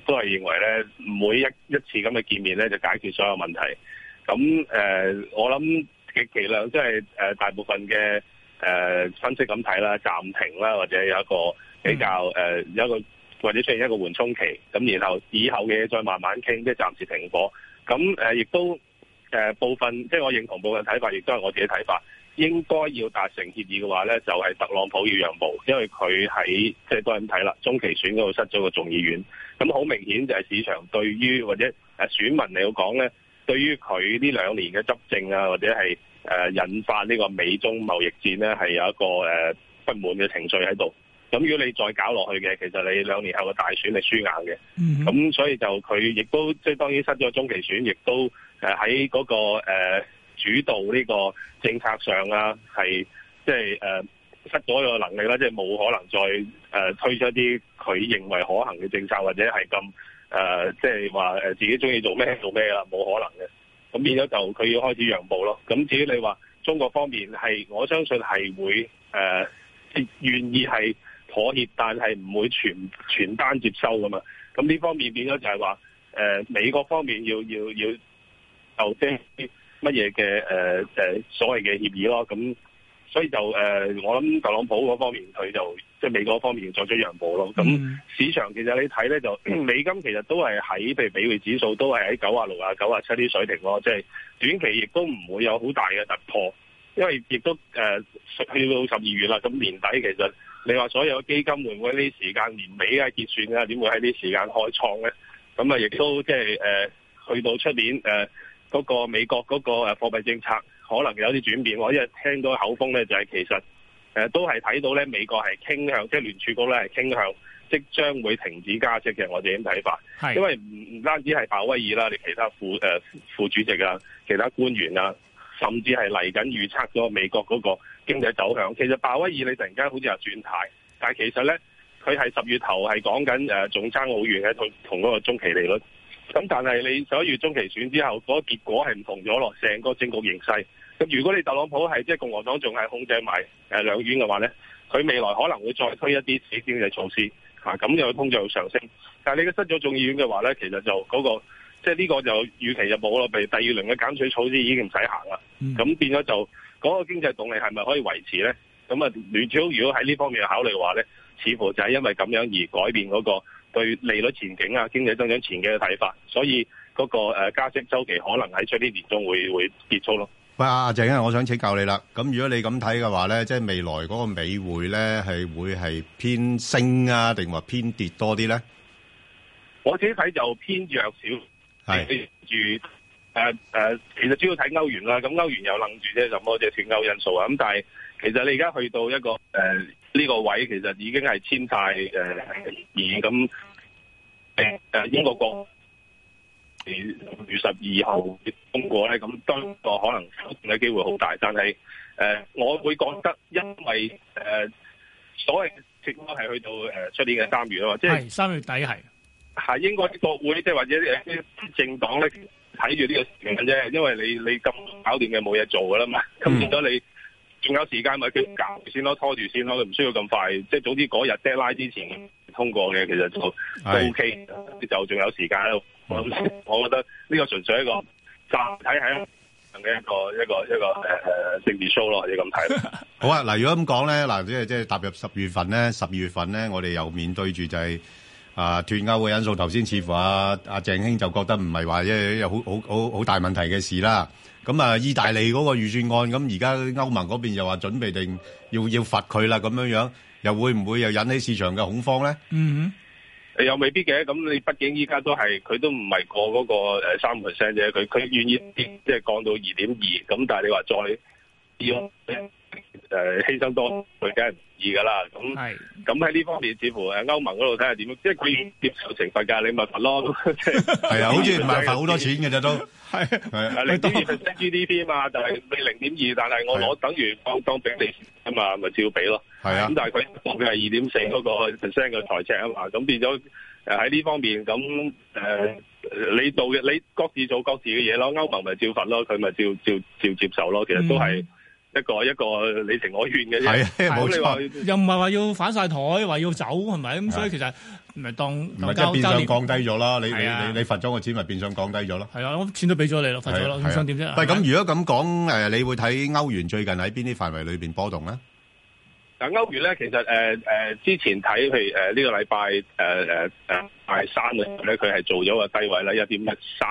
[SPEAKER 8] 都係認為咧，每一一次咁嘅見面咧就解決所有問題。咁誒、呃我諗極其量即係誒大部分嘅誒、呃分析咁睇啦，暫停啦，或者有一個比較誒、呃有一個或者出現一個緩衝期，咁然後以後嘅嘢再慢慢傾，即係暫時停火。咁誒亦都誒、呃部分即係我認同部分睇法，亦都係我自己睇法。應該要達成協議嘅話咧，就係、特朗普要讓步，因為佢喺即係都係咁睇啦，中期選嗰度失咗個眾議院，咁好明顯就係市場對於或者誒選民嚟講咧，對於佢呢兩年嘅執政啊，或者係誒、呃引發呢個美中貿易戰咧，係有一個誒、呃不滿嘅情緒喺度。咁如果你再搞落去嘅，其實你兩年後嘅大選係輸硬嘅。咁、所以就佢亦都即係當然失咗中期選，亦都誒喺嗰個、呃、主導呢個政策上啊，係即係誒失咗個能力啦，即係冇可能再誒、呃推出一啲佢認為可行嘅政策，或者係咁誒即係話誒自己中意做咩做咩啦，冇可能嘅。咁變咗就佢要開始讓步咯。咁至於你話中國方面係，我相信係會誒、呃、願意係妥協，但係唔會全全單接收噶嘛。咁呢方面變咗就係話誒美國方面要要要就即係啲乜嘢嘅誒誒所謂嘅協議咯。咁所以就誒、呃我諗特朗普嗰方面佢就即係美國方面要作出讓步咯。咁市場其實你睇咧就嗯美金其實都係喺譬如美匯指數都係喺九啊六啊九啊七啲水平咯，即係短期亦都唔會有好大嘅突破，因為亦都誒、呃去到十二月啦，咁年底其實你話所有基金會唔會呢時間年尾啊結算啊，點會喺呢時間開倉咧？咁啊，亦都即係誒去到出年誒嗰、個美國嗰個誒貨幣政策可能有啲轉變喎，因為聽到口風咧就係、其實。誒、都係睇到咧，美國係傾向，即係聯儲局咧係傾向即將會停止加息嘅。我哋咁睇法，
[SPEAKER 17] 係
[SPEAKER 8] 因為唔唔單止係鮑威爾啦，你其他副誒、呃副主席啊，其他官員啊，甚至係嚟緊預測咗美國嗰個經濟走向。其實鮑威爾你突然間好似話轉態，但係其實咧佢係十月頭係講緊誒呃仲爭好遠嘅，同同嗰個中期利率。咁但係你十一月中期選之後，嗰、個結果係唔同咗咯，成個政局形勢。咁如果你特朗普係即係共和黨仲係控制埋誒兩院嘅話咧，佢未來可能會再推一啲刺激經濟措施嚇，咁、就通脹會上升。但係你嘅失咗眾議院嘅話咧，其實就嗰、個即係呢個就預期就冇咯，譬如第二輪嘅減稅措施已經唔使行啦，咁變咗就嗰、個經濟動力係咪可以維持咧？咁啊，聯儲局如果喺呢方面考慮嘅話咧，似乎就係因為咁樣而改變嗰個對利率前景啊、經濟增長前景嘅睇法，所以嗰、個、誒加息周期可能喺出年年中會會結束咯。
[SPEAKER 2] 喂，阿鄭啊，我想請教你啦。咁如果你咁睇嘅話咧，即係未來嗰個美匯咧，係會係偏升啊，定話偏跌多啲咧？
[SPEAKER 8] 我自己睇就偏弱少，係住誒誒，其實主要睇歐元啦。咁歐元又楞住啫，什麼即係脱歐因素啊。咁但係其實你而家去到一個誒呢、個位，其實已經係簽晒呃誒而咁誒誒呃英國國六月十二號通過咧，咁當然個可能修正嘅機會好大，但係誒、呃我會覺得因為誒、呃所謂脱歐係去到誒出年嘅三月啊嘛，即係
[SPEAKER 1] 係三月底係。
[SPEAKER 8] 係英國啲國會，即係或者誒啲政黨咧睇住呢個時間啫，因為你你咁搞掂嘅冇嘢做噶啦嘛，咁變咗你仲有時間咪佢搞住先咯，拖住先咯，佢唔需要咁快，即係總之嗰日 deadline 之前通過嘅，其實就都
[SPEAKER 2] 係
[SPEAKER 8] OK，就仲有時間喺度。我諗我覺得呢個純粹一個暫睇係一個一個一個誒誒政治 show 咯，可以咁睇咯。
[SPEAKER 2] 好啊，嗱，如果咁講咧，嗱，即係即係踏入十月份咧，十二月份咧，我哋又面對住就係啊脱歐嘅因素，頭先似乎阿阿鄭兄就覺得唔係話即係有好好好好大問題嘅事啦。咁啊，意大利嗰個預算案，咁而家歐盟嗰邊又話準備定要要罰佢啦，咁樣樣又會唔會又引起市場嘅恐慌咧？
[SPEAKER 1] 嗯
[SPEAKER 8] 又未必嘅，咁你畢竟依家都係佢都唔係過嗰個誒三 percent 啫，佢佢願意跌即係降到二點二，咁但係你話再要誒犧牲多，佢梗係唔易噶啦。咁
[SPEAKER 3] 嗯
[SPEAKER 8] 咁喺呢方面，似乎誒歐盟嗰度睇下點，即係佢要接受懲罰㗎，你咪罰咯。即
[SPEAKER 2] 係啊，好
[SPEAKER 8] (laughs)
[SPEAKER 2] 似唔係罰好多錢嘅啫都。
[SPEAKER 1] 係
[SPEAKER 2] 係
[SPEAKER 8] 啊零點二 percent GDP 嘛，就係你零點二，但係我攞等於當當俾你啊嘛，咪照俾咯。
[SPEAKER 2] 係啊
[SPEAKER 8] 咁但係佢講嘅係二點四嗰個 percent 嘅財赤啊嘛，咁變咗誒喺呢方面咁誒、呃你做嘅你各自做各自嘅嘢咯，歐盟咪照罰咯，佢咪照照照接受咯，其實都係一個、一個你情我願嘅啫。
[SPEAKER 1] 啊
[SPEAKER 8] 咁你話
[SPEAKER 1] 又唔係話要反晒台，話要走係咪？咁所以其實咪當
[SPEAKER 2] 唔係即
[SPEAKER 1] 當
[SPEAKER 2] 係
[SPEAKER 1] 交
[SPEAKER 2] 變
[SPEAKER 1] 交
[SPEAKER 2] 相
[SPEAKER 1] 易
[SPEAKER 2] 降低咗啦，你
[SPEAKER 1] 係啊
[SPEAKER 2] 你你你罰咗個錢咪變相降低咗咯。
[SPEAKER 1] 係啊，我錢都俾咗你咯，罰咗咯，
[SPEAKER 2] 係啊
[SPEAKER 1] 咁想點啫？
[SPEAKER 2] 喂，
[SPEAKER 1] 係咪
[SPEAKER 2] 咁如果咁講，誒，你會睇歐元最近喺邊啲範圍裏邊波動咧？
[SPEAKER 8] 但歐元咧，其實誒誒、呃之前睇，譬如呃誒呢、個禮拜誒誒誒拜三嘅時候咧，佢係做咗個低位啦，一點一三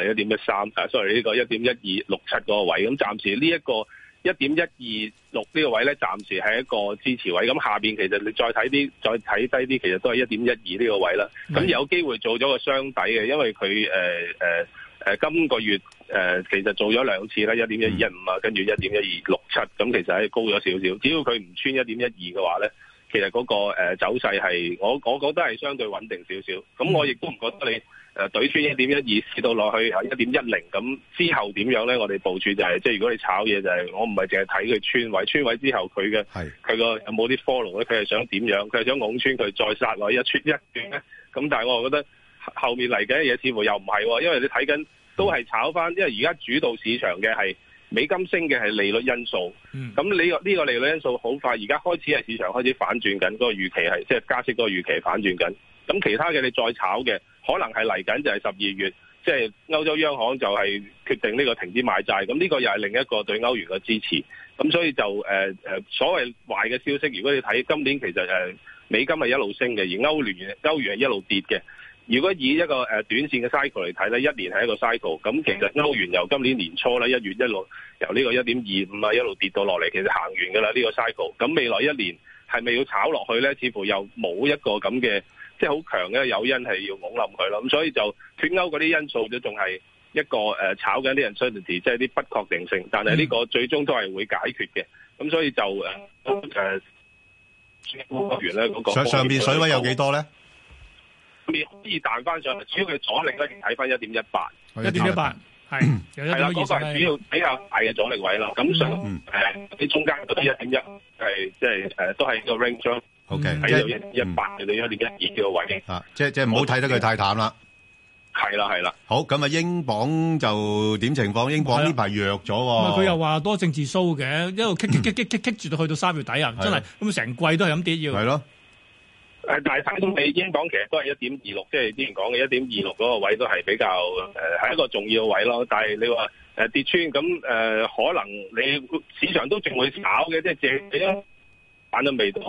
[SPEAKER 8] 誒一點一三誒，sorry 呢個一點一二六七嗰個位，咁暫時呢、一個一點一二六呢個位咧，暫時係一個支持位，咁下邊其實你再睇啲，再睇低啲，其實都係一點一二呢個位啦，咁有機會做咗個雙底嘅，因為佢誒誒。呃誒、今個月誒、呃其實做咗兩次啦，一點一二一五啊，跟住一點一二六七，咁其實係高咗少少。只要佢唔穿一點一二嘅話咧，其實嗰、個、呃、走勢係我我覺得係相對穩定少少。咁我亦都唔覺得你誒、呃、懟穿一點一二試到落去啊一點一零，咁之後點樣咧？我哋部署就係、即係如果你炒嘢就係、我唔係淨係睇佢穿位，穿位之後佢嘅佢個有冇啲 follow 咧？佢係想點樣？佢係想拱穿佢再殺落去一穿一段咧？咁但係我覺得。後面嚟嘅嘢似乎又唔係喎，因為你睇緊都係炒翻，因為而家主導市場嘅係美金升嘅係利率因素。咁呢、個呢、個利率因素好快，而家開始係市場開始反轉緊，嗰、個預期係即係加息嗰個預期反轉緊。咁其他嘅你再炒嘅，可能係嚟緊就係十二月，即係歐洲央行就係決定呢個停止買債。咁呢個又係另一個對歐元嘅支持。咁所以就誒誒、呃所謂壞嘅消息，如果你睇今年其實誒、呃美金係一路升嘅，而歐聯歐元係一路跌嘅。如果以一個誒短線嘅 cycle 嚟睇咧，一年係一個 cycle。咁其實歐元由今年年初咧一月一路由呢個一點二五啊一路跌到落嚟，其實行完㗎啦呢個 cycle。咁未來一年係咪要炒落去咧？似乎又冇一個咁嘅即係好強嘅誘因係要拱冧佢咯。咁所以就脱歐嗰啲因素都仲係一個誒、呃炒緊啲 uncertainty，即係啲不確定性。但係呢個最終都係會解決嘅。咁所以就呃誒誒歐元咧嗰個
[SPEAKER 2] 上上邊水位有幾多咧？
[SPEAKER 8] 你可以彈翻上去，主要佢阻力咧要睇翻一點一八，
[SPEAKER 1] 一點一
[SPEAKER 2] 啊
[SPEAKER 1] 八係有一
[SPEAKER 8] 係啦，
[SPEAKER 1] 點
[SPEAKER 8] 嗰
[SPEAKER 1] 二
[SPEAKER 8] 個係主要比較大嘅阻力位咯。咁上
[SPEAKER 2] 嗯
[SPEAKER 8] 誒啲中間嗰啲一點一係即係誒都係個 range 咯。
[SPEAKER 2] OK，
[SPEAKER 8] 喺度一一八去到一點一二呢個位，
[SPEAKER 2] 啊，即即係唔好睇得佢太淡啦。
[SPEAKER 8] 係啦係啦。
[SPEAKER 2] 好，咁啊，英鎊就點情況？英鎊呢排弱咗
[SPEAKER 1] 咁啊佢
[SPEAKER 2] 喎。
[SPEAKER 1] 又話多政治騷嘅，一路棘棘棘棘棘棘住到去到三月底啊！
[SPEAKER 2] 係
[SPEAKER 1] 真係
[SPEAKER 2] 啊
[SPEAKER 1] 咁成季都係咁跌要。
[SPEAKER 2] 嗯係咯。
[SPEAKER 8] 誒，但係睇到美英鎊其實都係一點二六，即係之前講嘅一點二六嗰個位都係比較誒係、一個重要嘅位咯。但係你話誒、跌穿咁誒、可能你市場都仲會炒嘅，即係借一反都未到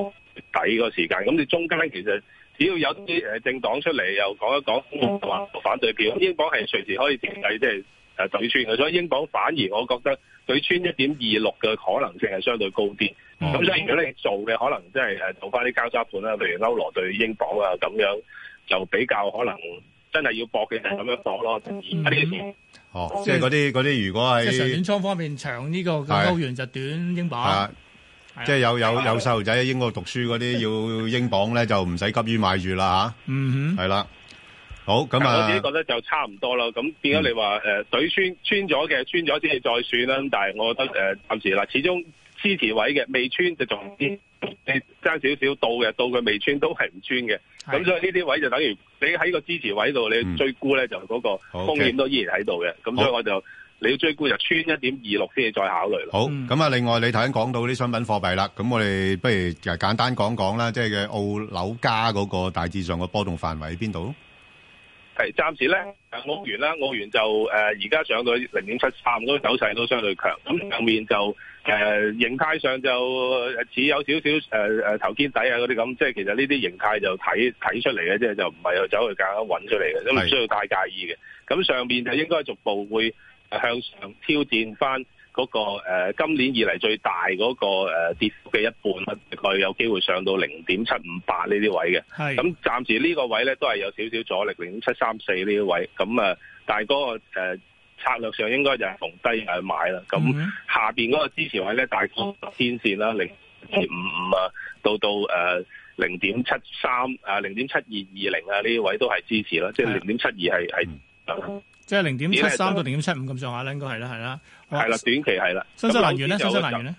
[SPEAKER 8] 底個時間。咁你中間其實只要有啲誒政黨出嚟又講一講話反對票，英鎊係隨時可以停滯，即係誒對穿嘅。所以英鎊反而我覺得對穿一點二六嘅可能性係相對高啲。咁、所以如果你做嘅可能即係誒做翻啲交叉盤啦，譬如歐羅對英鎊啊咁樣，就比較可能真係要搏嘅就係咁樣搏咯。而家呢啲時
[SPEAKER 2] 哦，即係嗰啲嗰啲，如果
[SPEAKER 1] 即係長短
[SPEAKER 2] 係
[SPEAKER 1] 倉方面，長呢個
[SPEAKER 2] 係
[SPEAKER 1] 歐元就短
[SPEAKER 2] 啊
[SPEAKER 1] 英鎊，，啊
[SPEAKER 2] 即係有有
[SPEAKER 8] 啊
[SPEAKER 2] 有細路仔喺英國讀書嗰啲，要英鎊咧就唔使急於買住啦
[SPEAKER 1] 嗯
[SPEAKER 2] 吓。係啦。好，咁
[SPEAKER 8] 但我
[SPEAKER 2] 啊嗯
[SPEAKER 8] 自己。覺得就差唔多啦。咁變咗你話誒，隊、穿穿咗嘅，穿咗先至再算啦。咁但係我覺得誒、呃暫時嗱，始終支持位嘅未穿就仲啲，你爭少少到嘅，到佢未穿都係唔穿嘅。咁所以呢啲位就等於你喺個支持位度，
[SPEAKER 2] 嗯
[SPEAKER 8] 你追沽咧就嗰個風險都依然喺度嘅。咁所以我就你要追沽就穿一點二六先至再考慮啦。
[SPEAKER 2] 好，咁啊，另外你頭先講到啲商品貨幣啦，咁我哋不如就簡單講講啦，即係嘅澳紐加嗰個大致上個波動範圍喺邊度？
[SPEAKER 8] 係暫時咧，誒澳元啦，澳元就誒而家上到零點七三，嗰個走勢都相對強。咁上面就誒、呃形態上就呃似有少少誒誒頭肩底啊嗰啲咁，即係其實呢啲形態就睇睇出嚟嘅，即係就唔係走去夾硬揾出嚟嘅，咁唔
[SPEAKER 17] 係
[SPEAKER 8] 需要太介意嘅。咁上面就應該逐步會向上挑戰翻。嗰、個、呃、今年以嚟最大嗰、個、呃、跌幅嘅一半啦，大概有機會上到零點七五八呢啲位嘅。
[SPEAKER 1] 係
[SPEAKER 8] 咁暫時呢個位咧都係有少少阻力，零點七三四呢啲位。咁啊，呃但係嗰、個、呃、策略上應該就係逢低誒買啦。咁、下邊嗰個支持位咧，大概天線啦，零點五五啊，到到誒零點七三啊，零點七二二零啊呢啲位都係支持啦，即係零點七二係係。
[SPEAKER 1] 即係零點七三到零點七五咁上下啦，應該係啦，係啦。好啊
[SPEAKER 8] 係啦，短期係啦。
[SPEAKER 1] 新西蘭元咧，
[SPEAKER 8] 咁
[SPEAKER 1] 新
[SPEAKER 8] 樓市
[SPEAKER 1] 西
[SPEAKER 8] 就
[SPEAKER 1] 蘭元咧，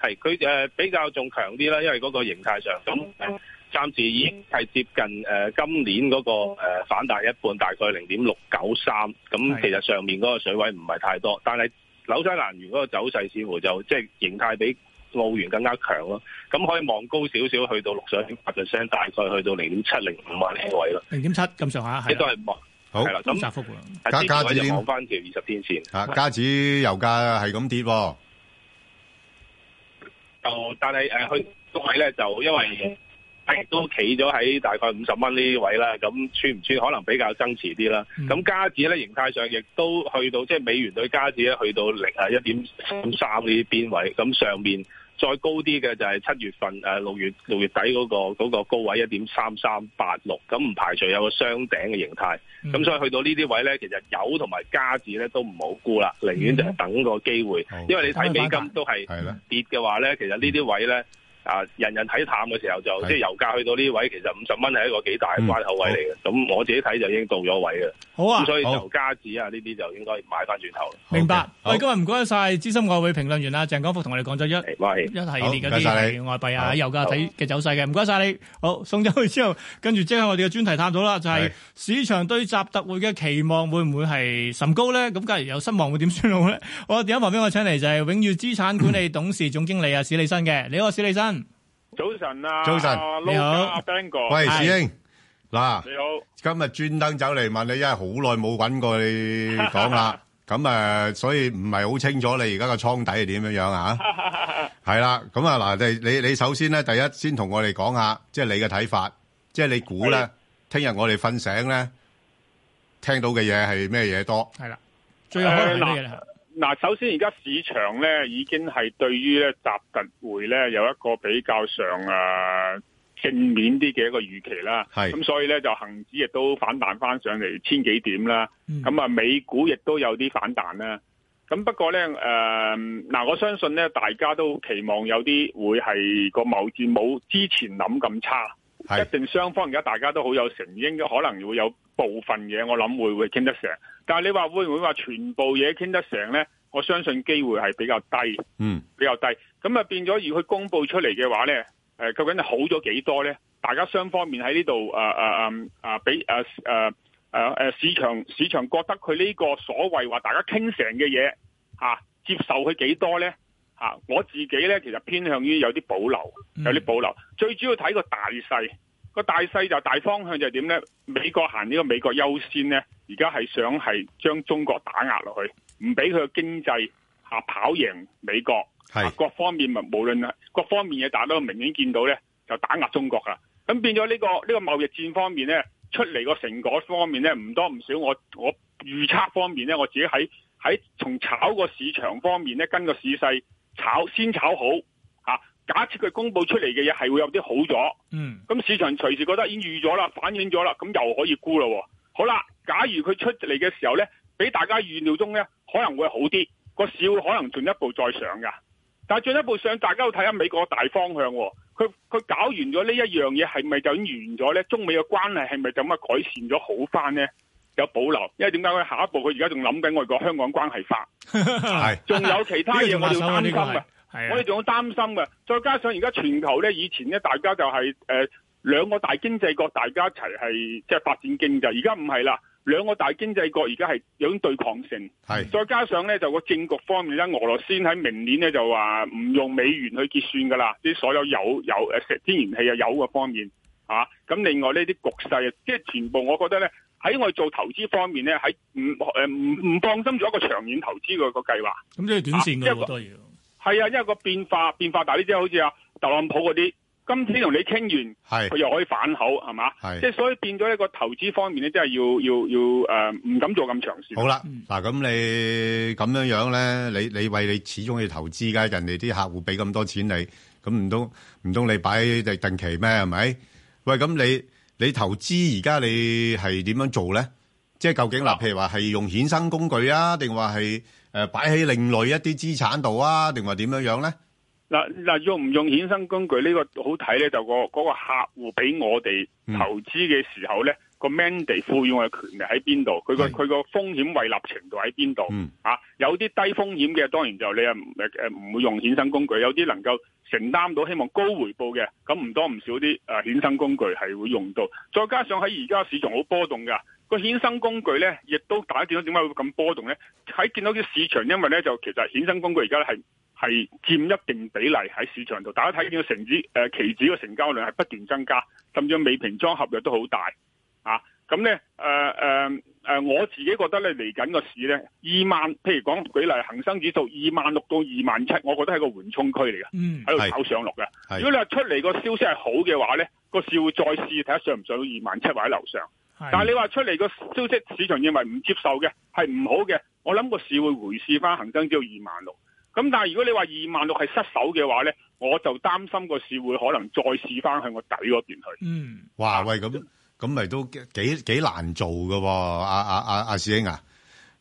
[SPEAKER 8] 係佢誒比較仲強啲啦，因為嗰個形態上咁誒暫時已經係接近誒、呃今年嗰、個、呃、反彈一半，大概零點六九三。咁其實上面嗰個水位唔係太多，但係紐西蘭元嗰個走勢似乎就即係形態比澳元更加強咯。咁可以望高少少，去到六十一點八 percent，大概去到零點七零五啊呢個位咯。
[SPEAKER 1] 零點七咁上下
[SPEAKER 8] 亦
[SPEAKER 1] 啊係
[SPEAKER 8] 都
[SPEAKER 1] 啦。
[SPEAKER 8] 係望
[SPEAKER 2] 好
[SPEAKER 8] 係啦。咁
[SPEAKER 1] 窄幅㗎
[SPEAKER 8] 啊
[SPEAKER 2] 加
[SPEAKER 8] 支持位
[SPEAKER 2] 加
[SPEAKER 8] 就
[SPEAKER 2] 紙
[SPEAKER 8] 望翻條二十天線。
[SPEAKER 2] 啊，加指油價係咁跌喎，
[SPEAKER 8] 就但係誒，佢個位咧就因為誒都企咗喺大概五十蚊呢位啦，咁穿唔穿可能比較爭持啲啦。
[SPEAKER 1] 嗯
[SPEAKER 8] 咁加指咧形態上亦都去到即係美元對加指咧去到零啊一點三呢邊位，咁上面再高啲嘅就係七月份誒六月六月底嗰、個嗰、個高位一點三三八六，咁唔排除有個雙頂嘅形態。咁、所以去到呢啲位咧，其實油同埋加指咧都唔好沽啦，寧願就
[SPEAKER 1] 嗯
[SPEAKER 8] 係等個機會，因為你睇美金都係跌嘅話咧，其實呢啲位咧啊，人人睇淡嘅時候就
[SPEAKER 2] 係
[SPEAKER 8] 即係油價去到呢位，其實五十蚊係一個幾大嘅關口位嚟嘅。咁、我自己睇就已經到咗位嘅。
[SPEAKER 1] 嗯好啊
[SPEAKER 8] 咁所以
[SPEAKER 1] 好
[SPEAKER 8] 就加指啊呢啲就應該買翻轉頭啦。
[SPEAKER 1] 明白。喂，今日唔該晒資深外匯評論員啦，鄭廣福同我哋講咗一一系列嗰
[SPEAKER 2] 好唔該
[SPEAKER 1] 啲
[SPEAKER 2] 晒你
[SPEAKER 1] 係外幣啊、
[SPEAKER 2] 好
[SPEAKER 1] 油價睇嘅走勢嘅。唔該晒你。好，送咗去之後，跟住即係我哋嘅專題探討啦，就係市場對集特會嘅期望會唔會係甚高咧？咁假如有失望會點算 (laughs) 好咧？我電話旁邊我請嚟就係永譽資產管理董事總經理啊史利新嘅。你好，史利新。
[SPEAKER 20] 早晨啊，
[SPEAKER 2] 早晨
[SPEAKER 20] 啊
[SPEAKER 1] 你好
[SPEAKER 20] Logan 啊，Ben 哥，
[SPEAKER 2] 喂，史兄，嗱，
[SPEAKER 20] 你好，
[SPEAKER 2] 今日專登走嚟問你，因為好耐冇揾過你講
[SPEAKER 20] (laughs)
[SPEAKER 2] 啦，咁诶，所以唔係好清楚你而家個倉底係點樣樣啊？係啦，咁啊嗱，你你你首先咧，第一先同我哋講下，即係你嘅睇法，即係你估咧，聽日我哋瞓醒咧，聽到嘅嘢係咩嘢多？
[SPEAKER 1] 係啦，
[SPEAKER 2] 最有可能係咩嘢咧
[SPEAKER 20] 嗱嗱，首先而家市場咧已經係對於咧習特會咧有一個比較上誒、啊正面啲嘅一個預期啦。
[SPEAKER 21] 係
[SPEAKER 20] 咁，所以咧就恒指亦都反彈翻上嚟千幾點啦。咁啊、美股亦都有啲反彈啦。咁不過咧，誒、嗱，我相信咧，大家都期望有啲會係個貿易戰冇之前諗咁差，
[SPEAKER 2] 一
[SPEAKER 20] 定雙方而家大家都好有誠意，應該可能會有部分嘢，我諗會會傾得成。但係你話會唔會話全部嘢傾得成咧？我相信機會係比較低。
[SPEAKER 2] 嗯，
[SPEAKER 20] 比較低。咁啊變咗，如果佢公佈出嚟嘅話咧，誒、究竟係好咗幾多咧？大家雙方面喺呢度誒誒誒啊，俾誒誒誒誒呃市場市場覺得佢呢個所謂話大家傾成嘅嘢嚇，啊接受佢幾多咧？嚇、我自己咧其實偏向於有啲保留，有啲保留。最主要睇個大勢，個大勢就大方向就係點咧？美國行呢個美國優先咧，而家係想係將中國打壓落去，唔俾佢嘅經濟嚇、跑贏美國。啊
[SPEAKER 2] 係
[SPEAKER 20] 各方面咪無論係各方面嘅，大家都明顯見到咧，就打壓中國噶啦。咁變咗呢、個呢、個貿易戰方面咧，出嚟個成果方面咧，唔多唔少，我我預測方面咧，我自己喺喺從炒個市場方面咧，跟個市勢炒先炒好嚇、啊假設佢公佈出嚟嘅嘢係會有啲好咗。
[SPEAKER 1] 嗯，
[SPEAKER 20] 咁市場隨時覺得已經預咗啦，反映咗啦，咁又可以沽啦喎。好啦，假如佢出嚟嘅時候咧，比大家預料中咧，可能會好啲，個市會可能進一步再上噶。但係進一步上，大家要睇下美國嘅大方向喎、佢佢搞完咗呢一樣嘢，係咪就已經完咗咧？中美嘅關係係咪就咁啊改善咗好翻咧？有保留，因為點解佢下一步佢而家仲諗緊我哋個香港關係法，
[SPEAKER 2] 係
[SPEAKER 20] 仲有其他嘢我哋要擔心嘅。
[SPEAKER 1] 係啊
[SPEAKER 20] 我哋仲要擔心嘅，再加上而家全球咧，以前咧大家就係、呃、兩個大經濟國，大家一齊係即係發展經濟，而家唔係啦，兩個大經濟國而家係有種對抗性。
[SPEAKER 2] 係
[SPEAKER 20] 再加上咧就個政局方面咧，俄羅斯喺明年咧就話唔用美元去結算噶啦，啲所有油油呃啊誒石天然氣啊油嘅方面啊，咁另外呢啲局勢啊，即係全部我覺得咧喺我哋做投資方面咧，喺唔誒唔唔放心咗一個長遠投資個個計劃。
[SPEAKER 1] 咁即係短線嘅
[SPEAKER 20] 啊因為
[SPEAKER 1] 好多嘢。
[SPEAKER 20] 係啊，因為個變化變化大啲，即係好似啊特朗普嗰啲，今天同你傾完，
[SPEAKER 2] 係
[SPEAKER 20] 佢又可以反口，係嘛？
[SPEAKER 2] 係
[SPEAKER 20] 即係所以變咗一個投資方面咧，真係要要要呃誒唔、敢做咁長線。
[SPEAKER 2] 好啦，嗱咁你咁樣樣咧，你你為你始終要投資㗎，人哋啲客戶俾咁多錢你，咁唔通唔通你擺定定期咩？係咪？喂，咁你你投資而家你係點樣做咧？即係究竟嗱，譬如話係用衍生工具啊，定話係誒擺喺另類一啲資產度啊，定話點樣樣咧？
[SPEAKER 20] 嗱嗱，用唔用衍生工具呢、個好睇咧，就個嗰、個客户俾我哋
[SPEAKER 2] 嗯
[SPEAKER 20] 投資嘅時候咧，個 mandate 賦予我嘅權利喺邊度，佢個佢個風險胃納程度喺邊度
[SPEAKER 2] 嗯
[SPEAKER 20] 啊？有啲低風險嘅當然就你啊唔誒誒唔會用衍生工具，有啲能夠承擔到希望高回報嘅，咁唔多唔少啲誒、呃、衍生工具係會用到。再加上喺而家市場好波動㗎。個衍生工具咧，亦都大家見到點解會咁波動咧？喺見到啲市場，因為咧就其實衍生工具而家係係佔一定比例喺市場度，大家睇見個成指誒、呃期指嘅成交量係不斷增加，甚至未平倉合約都好大啊！咁咧誒誒誒，呃我自己覺得咧嚟緊個市咧二萬，譬如講舉例恒生指數二萬六到二萬七，我覺得係個緩衝區嚟嘅，
[SPEAKER 1] 嗯
[SPEAKER 20] 喺度
[SPEAKER 2] 係
[SPEAKER 20] 炒上落嘅。
[SPEAKER 2] 係
[SPEAKER 20] 如果你話出嚟個消息係好嘅話咧，個市會再試睇下上唔上到二萬七或者樓上。但係你話出嚟個消息，市場認為唔接受嘅係唔好嘅，我諗個市會回試翻恒生指數二萬六。咁但係如果你話二萬六係失守嘅話咧，我就擔心個市會可能再試翻向個底嗰邊去。
[SPEAKER 1] 嗯，
[SPEAKER 2] 哇！喂，咁咁咪都幾幾難做嘅喎，阿阿阿阿師兄啊，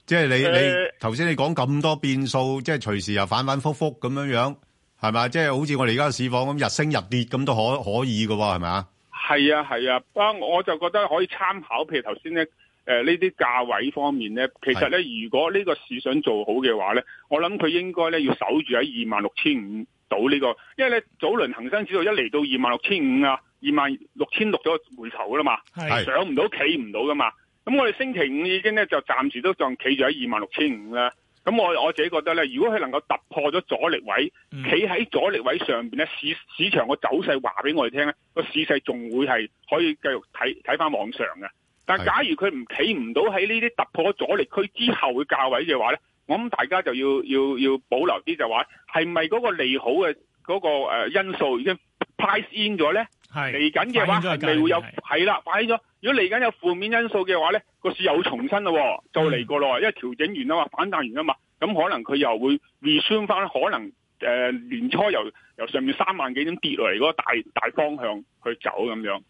[SPEAKER 2] 即係你
[SPEAKER 20] 誒
[SPEAKER 2] 你頭先你講咁多變數，即係隨時又反反覆覆咁樣樣，係嘛？即係好似我哋而家市況咁，日升日跌咁都可可以嘅喎，係咪啊？
[SPEAKER 20] 係啊係啊，不過我就覺得可以參考，譬如頭先咧，誒呢啲價位方面咧，其實咧如果呢個市想做好嘅話咧，我諗佢應該咧要守住喺二萬六千五到呢個，因為咧早輪恒生指數一嚟到二萬六千五啊，二萬六千六咗回頭噶啦嘛，
[SPEAKER 2] 係
[SPEAKER 20] 上唔到企唔到噶嘛，咁我哋星期五已經咧就暫時都仲企住喺二萬六千五啦。咁我我自己覺得咧，如果佢能夠突破咗阻力位，企喺阻力位上邊咧，市市場個走勢話俾我哋聽咧，個市勢仲會係可以繼續睇睇翻往上嘅。但係假如佢唔企唔到喺呢啲突破咗阻力區之後嘅價位嘅話咧，我諗大家就要要要保留啲就話，係咪嗰個利好嘅嗰、個、呃、因素已經 price in 咗咧？
[SPEAKER 1] 係
[SPEAKER 20] 嚟緊嘅話
[SPEAKER 1] 反映咗喺
[SPEAKER 20] 係
[SPEAKER 1] 價
[SPEAKER 20] 咪會有
[SPEAKER 1] 裏面
[SPEAKER 20] 係啦？反映咗，如果嚟緊有負面因素嘅話咧，個市又重新咯，再嚟過咯，因為調整完啊嘛，反彈完啊嘛，咁可能佢又會 resume 翻，可能誒、呃年初由由上面三萬幾點跌落嚟嗰個大大方向去走咁樣。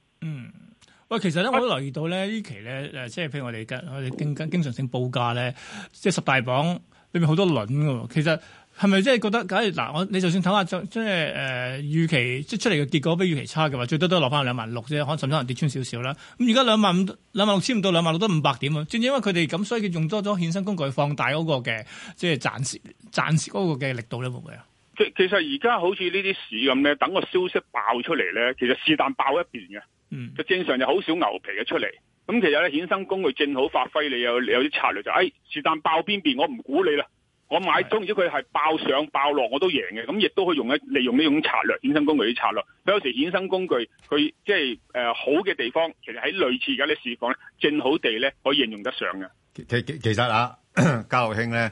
[SPEAKER 1] 喂，其實咧，我都留意到咧，呢期咧，誒，即係譬如我哋嘅我哋經經經常性報價咧，即係十大榜裏面好多輪嘅喎。其實係咪即係覺得，假如嗱，我你就算睇下，就即係誒預期，即係出嚟嘅結果比預期差嘅話，最多都落翻兩萬六啫，可能甚至可能跌穿少少啦。咁而家兩萬五、兩萬六千五到兩萬六都五百點啊！正正因為佢哋咁，所以佢用多咗衍生工具放大嗰個嘅即係賺蝕賺蝕嗰個嘅力度咧，會唔會啊？
[SPEAKER 20] 其其實而家好似呢啲市咁咧，等個消息爆出嚟咧，其實是但爆一邊嘅，
[SPEAKER 1] 嗯，
[SPEAKER 20] 就正常就好少牛皮嘅出嚟。咁其實咧，衍生工具正好發揮你有有啲策略就，哎，是但爆邊邊，我唔估你啦，我買中，如果佢係爆上爆落我都贏嘅，咁亦都可以用一利用呢種策略，衍生工具啲策略。佢有時衍生工具佢即係誒、呃好嘅地方，其實喺類似而家啲市況咧，正好地咧可以應用得上嘅。
[SPEAKER 2] 其其其其實啊， (clears throat) 家樂兄咧，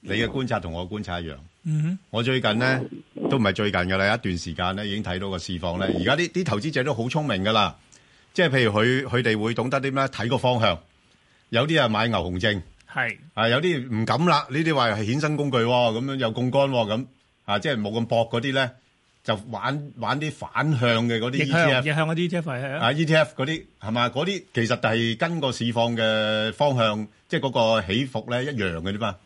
[SPEAKER 2] 你嘅觀察同我嘅觀察一樣。
[SPEAKER 1] 嗯
[SPEAKER 2] 我最近咧都唔係最近㗎啦，一段時間咧已經睇到個市況咧。而家啲啲投資者都好聰明㗎啦，即係譬如佢佢哋會懂得啲咩睇個方向，有啲係買牛熊證。
[SPEAKER 1] 係
[SPEAKER 2] 啊，有啲唔敢啦，呢啲話係衍生工具喎，咁樣有槓桿喎，咁啊，即係冇咁搏嗰啲咧，就玩玩啲反向嘅嗰啲
[SPEAKER 1] 逆向
[SPEAKER 2] ETF
[SPEAKER 1] 逆向嗰啲 ETF 係
[SPEAKER 2] 啊
[SPEAKER 1] 啊，
[SPEAKER 2] ，ETF 嗰啲係嘛，嗰啲其實就係跟個市況嘅方向，即係嗰個起伏咧一樣嘅啫嘛。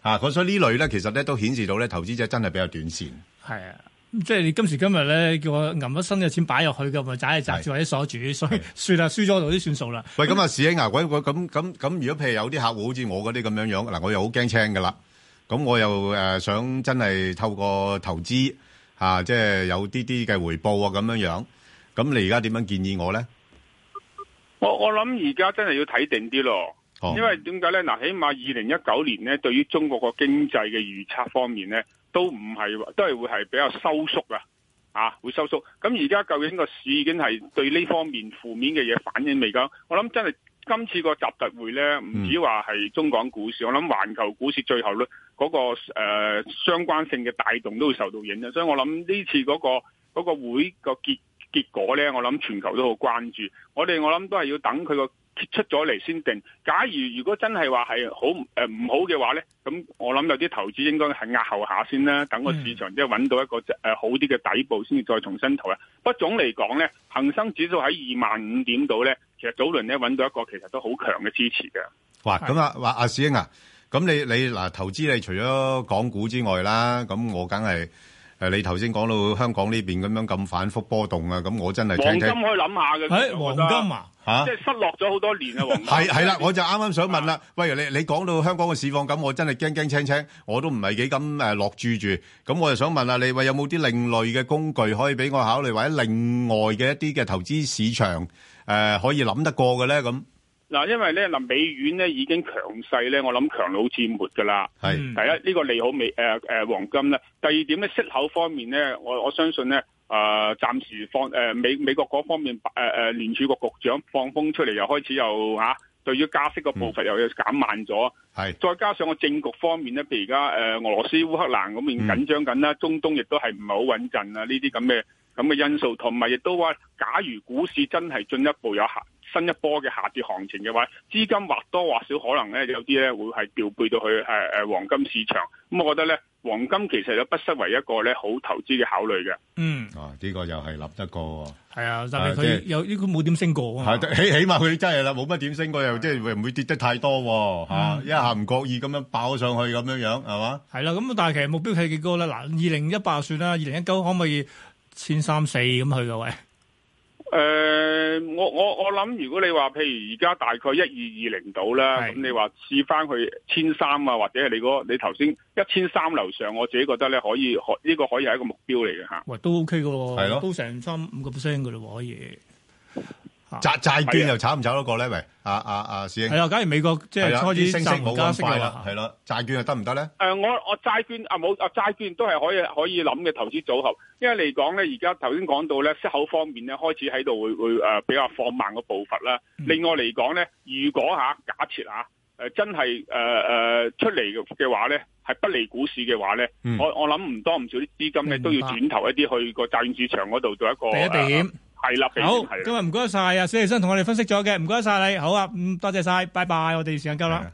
[SPEAKER 2] 啊，咁所以呢類咧，其實咧都顯示到咧，投資者真係比較短線。
[SPEAKER 1] 係啊。咁即係你今時今日咧，叫我揞一身嘅錢擺入去嘅，咪揸嚟揸住或者鎖住，所以算啦，輸咗度都算數啦。
[SPEAKER 2] 喂，咁啊，市英啊，喂，喂咁咁咁，如果譬如有啲客戶好似我嗰啲咁樣樣，嗱，我又好驚青噶啦，咁我又誒、呃想真係透過投資啊，即係有啲啲嘅回報啊，咁樣樣，咁你而家點樣建議我咧？
[SPEAKER 20] 我我諗而家真係要睇定啲咯
[SPEAKER 2] 哦，
[SPEAKER 20] 因為點解咧？嗱，起碼二零一九年咧，對於中國個經濟嘅預測方面咧，都唔係話都係會係比較收縮啊，啊會收縮。咁而家究竟個市已經係對呢方面負面嘅嘢反映未㗎？我諗真係今次個集特會咧，唔止話係中港股市，我諗環球股市最後咧嗰、個、呃、相關性嘅帶動都會受到影響，所以我諗呢次嗰、個嗰、個會個結結果咧，我諗全球都好關注。我哋我諗都係要等佢個出咗嚟先定。假如如果真係話係好誒唔、好嘅話咧，咁我諗有啲投資應該係壓後下先啦，等個
[SPEAKER 2] 嗯
[SPEAKER 20] 市場即係揾到一個誒、呃好啲嘅底部先至再重新投入。不過總嚟講咧，恒生指數喺二萬五點度咧，其實早輪咧揾到一個其實都好強嘅支持嘅。
[SPEAKER 2] 哇，咁啊，話阿史兄啊，咁你你嗱投資你除咗港股之外啦，咁我梗係誒你頭先講到香港呢邊咁樣咁反覆波動啊，咁我真係
[SPEAKER 20] 黃
[SPEAKER 2] 睇
[SPEAKER 20] 金可
[SPEAKER 2] 睇
[SPEAKER 20] 以諗下嘅，
[SPEAKER 2] 哎
[SPEAKER 20] 其實我覺得
[SPEAKER 2] 黃金啊嚇
[SPEAKER 20] 即係失落咗好多年啊，黃金
[SPEAKER 2] (laughs) 係係啦，我就啱啱想問啦，喂你你講到香港嘅市況咁，我真係驚驚青青，我都唔係幾敢誒落注住，咁我就想問下你，喂有冇啲另類嘅工具可以俾我考慮，或者另外嘅一啲嘅投資市場誒可以諗得過嘅咧咁？
[SPEAKER 20] 嗱，因為咧嗱，美元咧已經強勢咧，我諗強弩之末㗎啦。
[SPEAKER 2] 係
[SPEAKER 20] 第一呢、個利好美誒誒、黃金啦。第二點咧息口方面咧，我我相信咧誒、啊暫時放誒、呃美美國嗰方面誒誒、聯儲局局長放風出嚟，又開始又嚇、對於加息個步伐又要減慢咗。
[SPEAKER 2] 係
[SPEAKER 20] 再加上個政局方面咧，譬如而家誒呃俄羅斯烏克蘭咁已經緊張緊啦，中東亦都係唔係好穩陣啊，呢啲咁嘅咁嘅因素，同埋亦都話，假如股市真係進一步有下新一波嘅下跌行情嘅話，資金或多或少可能咧有啲咧會係調配到去誒誒黃金市場，咁我覺得咧黃金其實就不失為一個咧好投資嘅考慮嘅。
[SPEAKER 1] 嗯，
[SPEAKER 2] 啊呢個又係諗得過喎。
[SPEAKER 1] 係啊，但係
[SPEAKER 2] 啊即係
[SPEAKER 1] 佢有呢個冇點升過啊嘛。
[SPEAKER 2] 係起起碼佢真係啦，冇乜點升過又即係唔會跌得太多喎嚇，
[SPEAKER 1] 嗯
[SPEAKER 2] 一下唔覺意咁樣爆上去咁樣樣係嘛？
[SPEAKER 1] 係啦，咁但係其實目標係幾高咧？嗱，二零一八算啦，二零一九可唔可以千三四咁去嘅喂？
[SPEAKER 20] 誒、我我我諗，如果你話譬如而家大概一二二零度啦，咁你話試翻去千三啊，或者係你嗰你頭先一千三樓上，我自己覺得咧可以可呢、個可以係一個目標嚟嘅嚇。
[SPEAKER 1] 喂，都 OK 嘅
[SPEAKER 2] 係咯
[SPEAKER 1] 喎，都成三五個 percent 嘅咯喎，可以。啊
[SPEAKER 2] 債債券又炒唔炒得過咧？喂，阿阿阿師兄，
[SPEAKER 1] 係啊假如美國即係
[SPEAKER 2] 係啦
[SPEAKER 1] 開始
[SPEAKER 2] 啲升息
[SPEAKER 1] 暫緩
[SPEAKER 2] 冇
[SPEAKER 1] 加息
[SPEAKER 2] 咁
[SPEAKER 1] 嘅
[SPEAKER 2] 快啦
[SPEAKER 1] 話，
[SPEAKER 2] 係啦，債券又得唔得咧？
[SPEAKER 20] 誒、呃我我債券啊冇啊債券都係可以可以諗嘅投資組合，因為嚟講咧，而家頭先講到咧息口方面咧開始喺度會會誒、呃比較放慢個步伐啦。
[SPEAKER 1] 嗯
[SPEAKER 20] 另外嚟講咧，如果嚇、假設嚇、誒真係誒誒出嚟嘅話咧，係不利股市嘅話咧，
[SPEAKER 1] 嗯
[SPEAKER 20] 我我諗唔多唔少啲資金咧都要轉投一啲去個債券市場嗰度做一個
[SPEAKER 1] 避一避險
[SPEAKER 20] 呃係啦、避
[SPEAKER 1] 好
[SPEAKER 20] 險係，啦
[SPEAKER 1] 啊今日唔該晒啊，史利生同我哋分析咗嘅，唔該晒你，好啊，嗯，多謝晒，拜拜，我哋時間夠啦。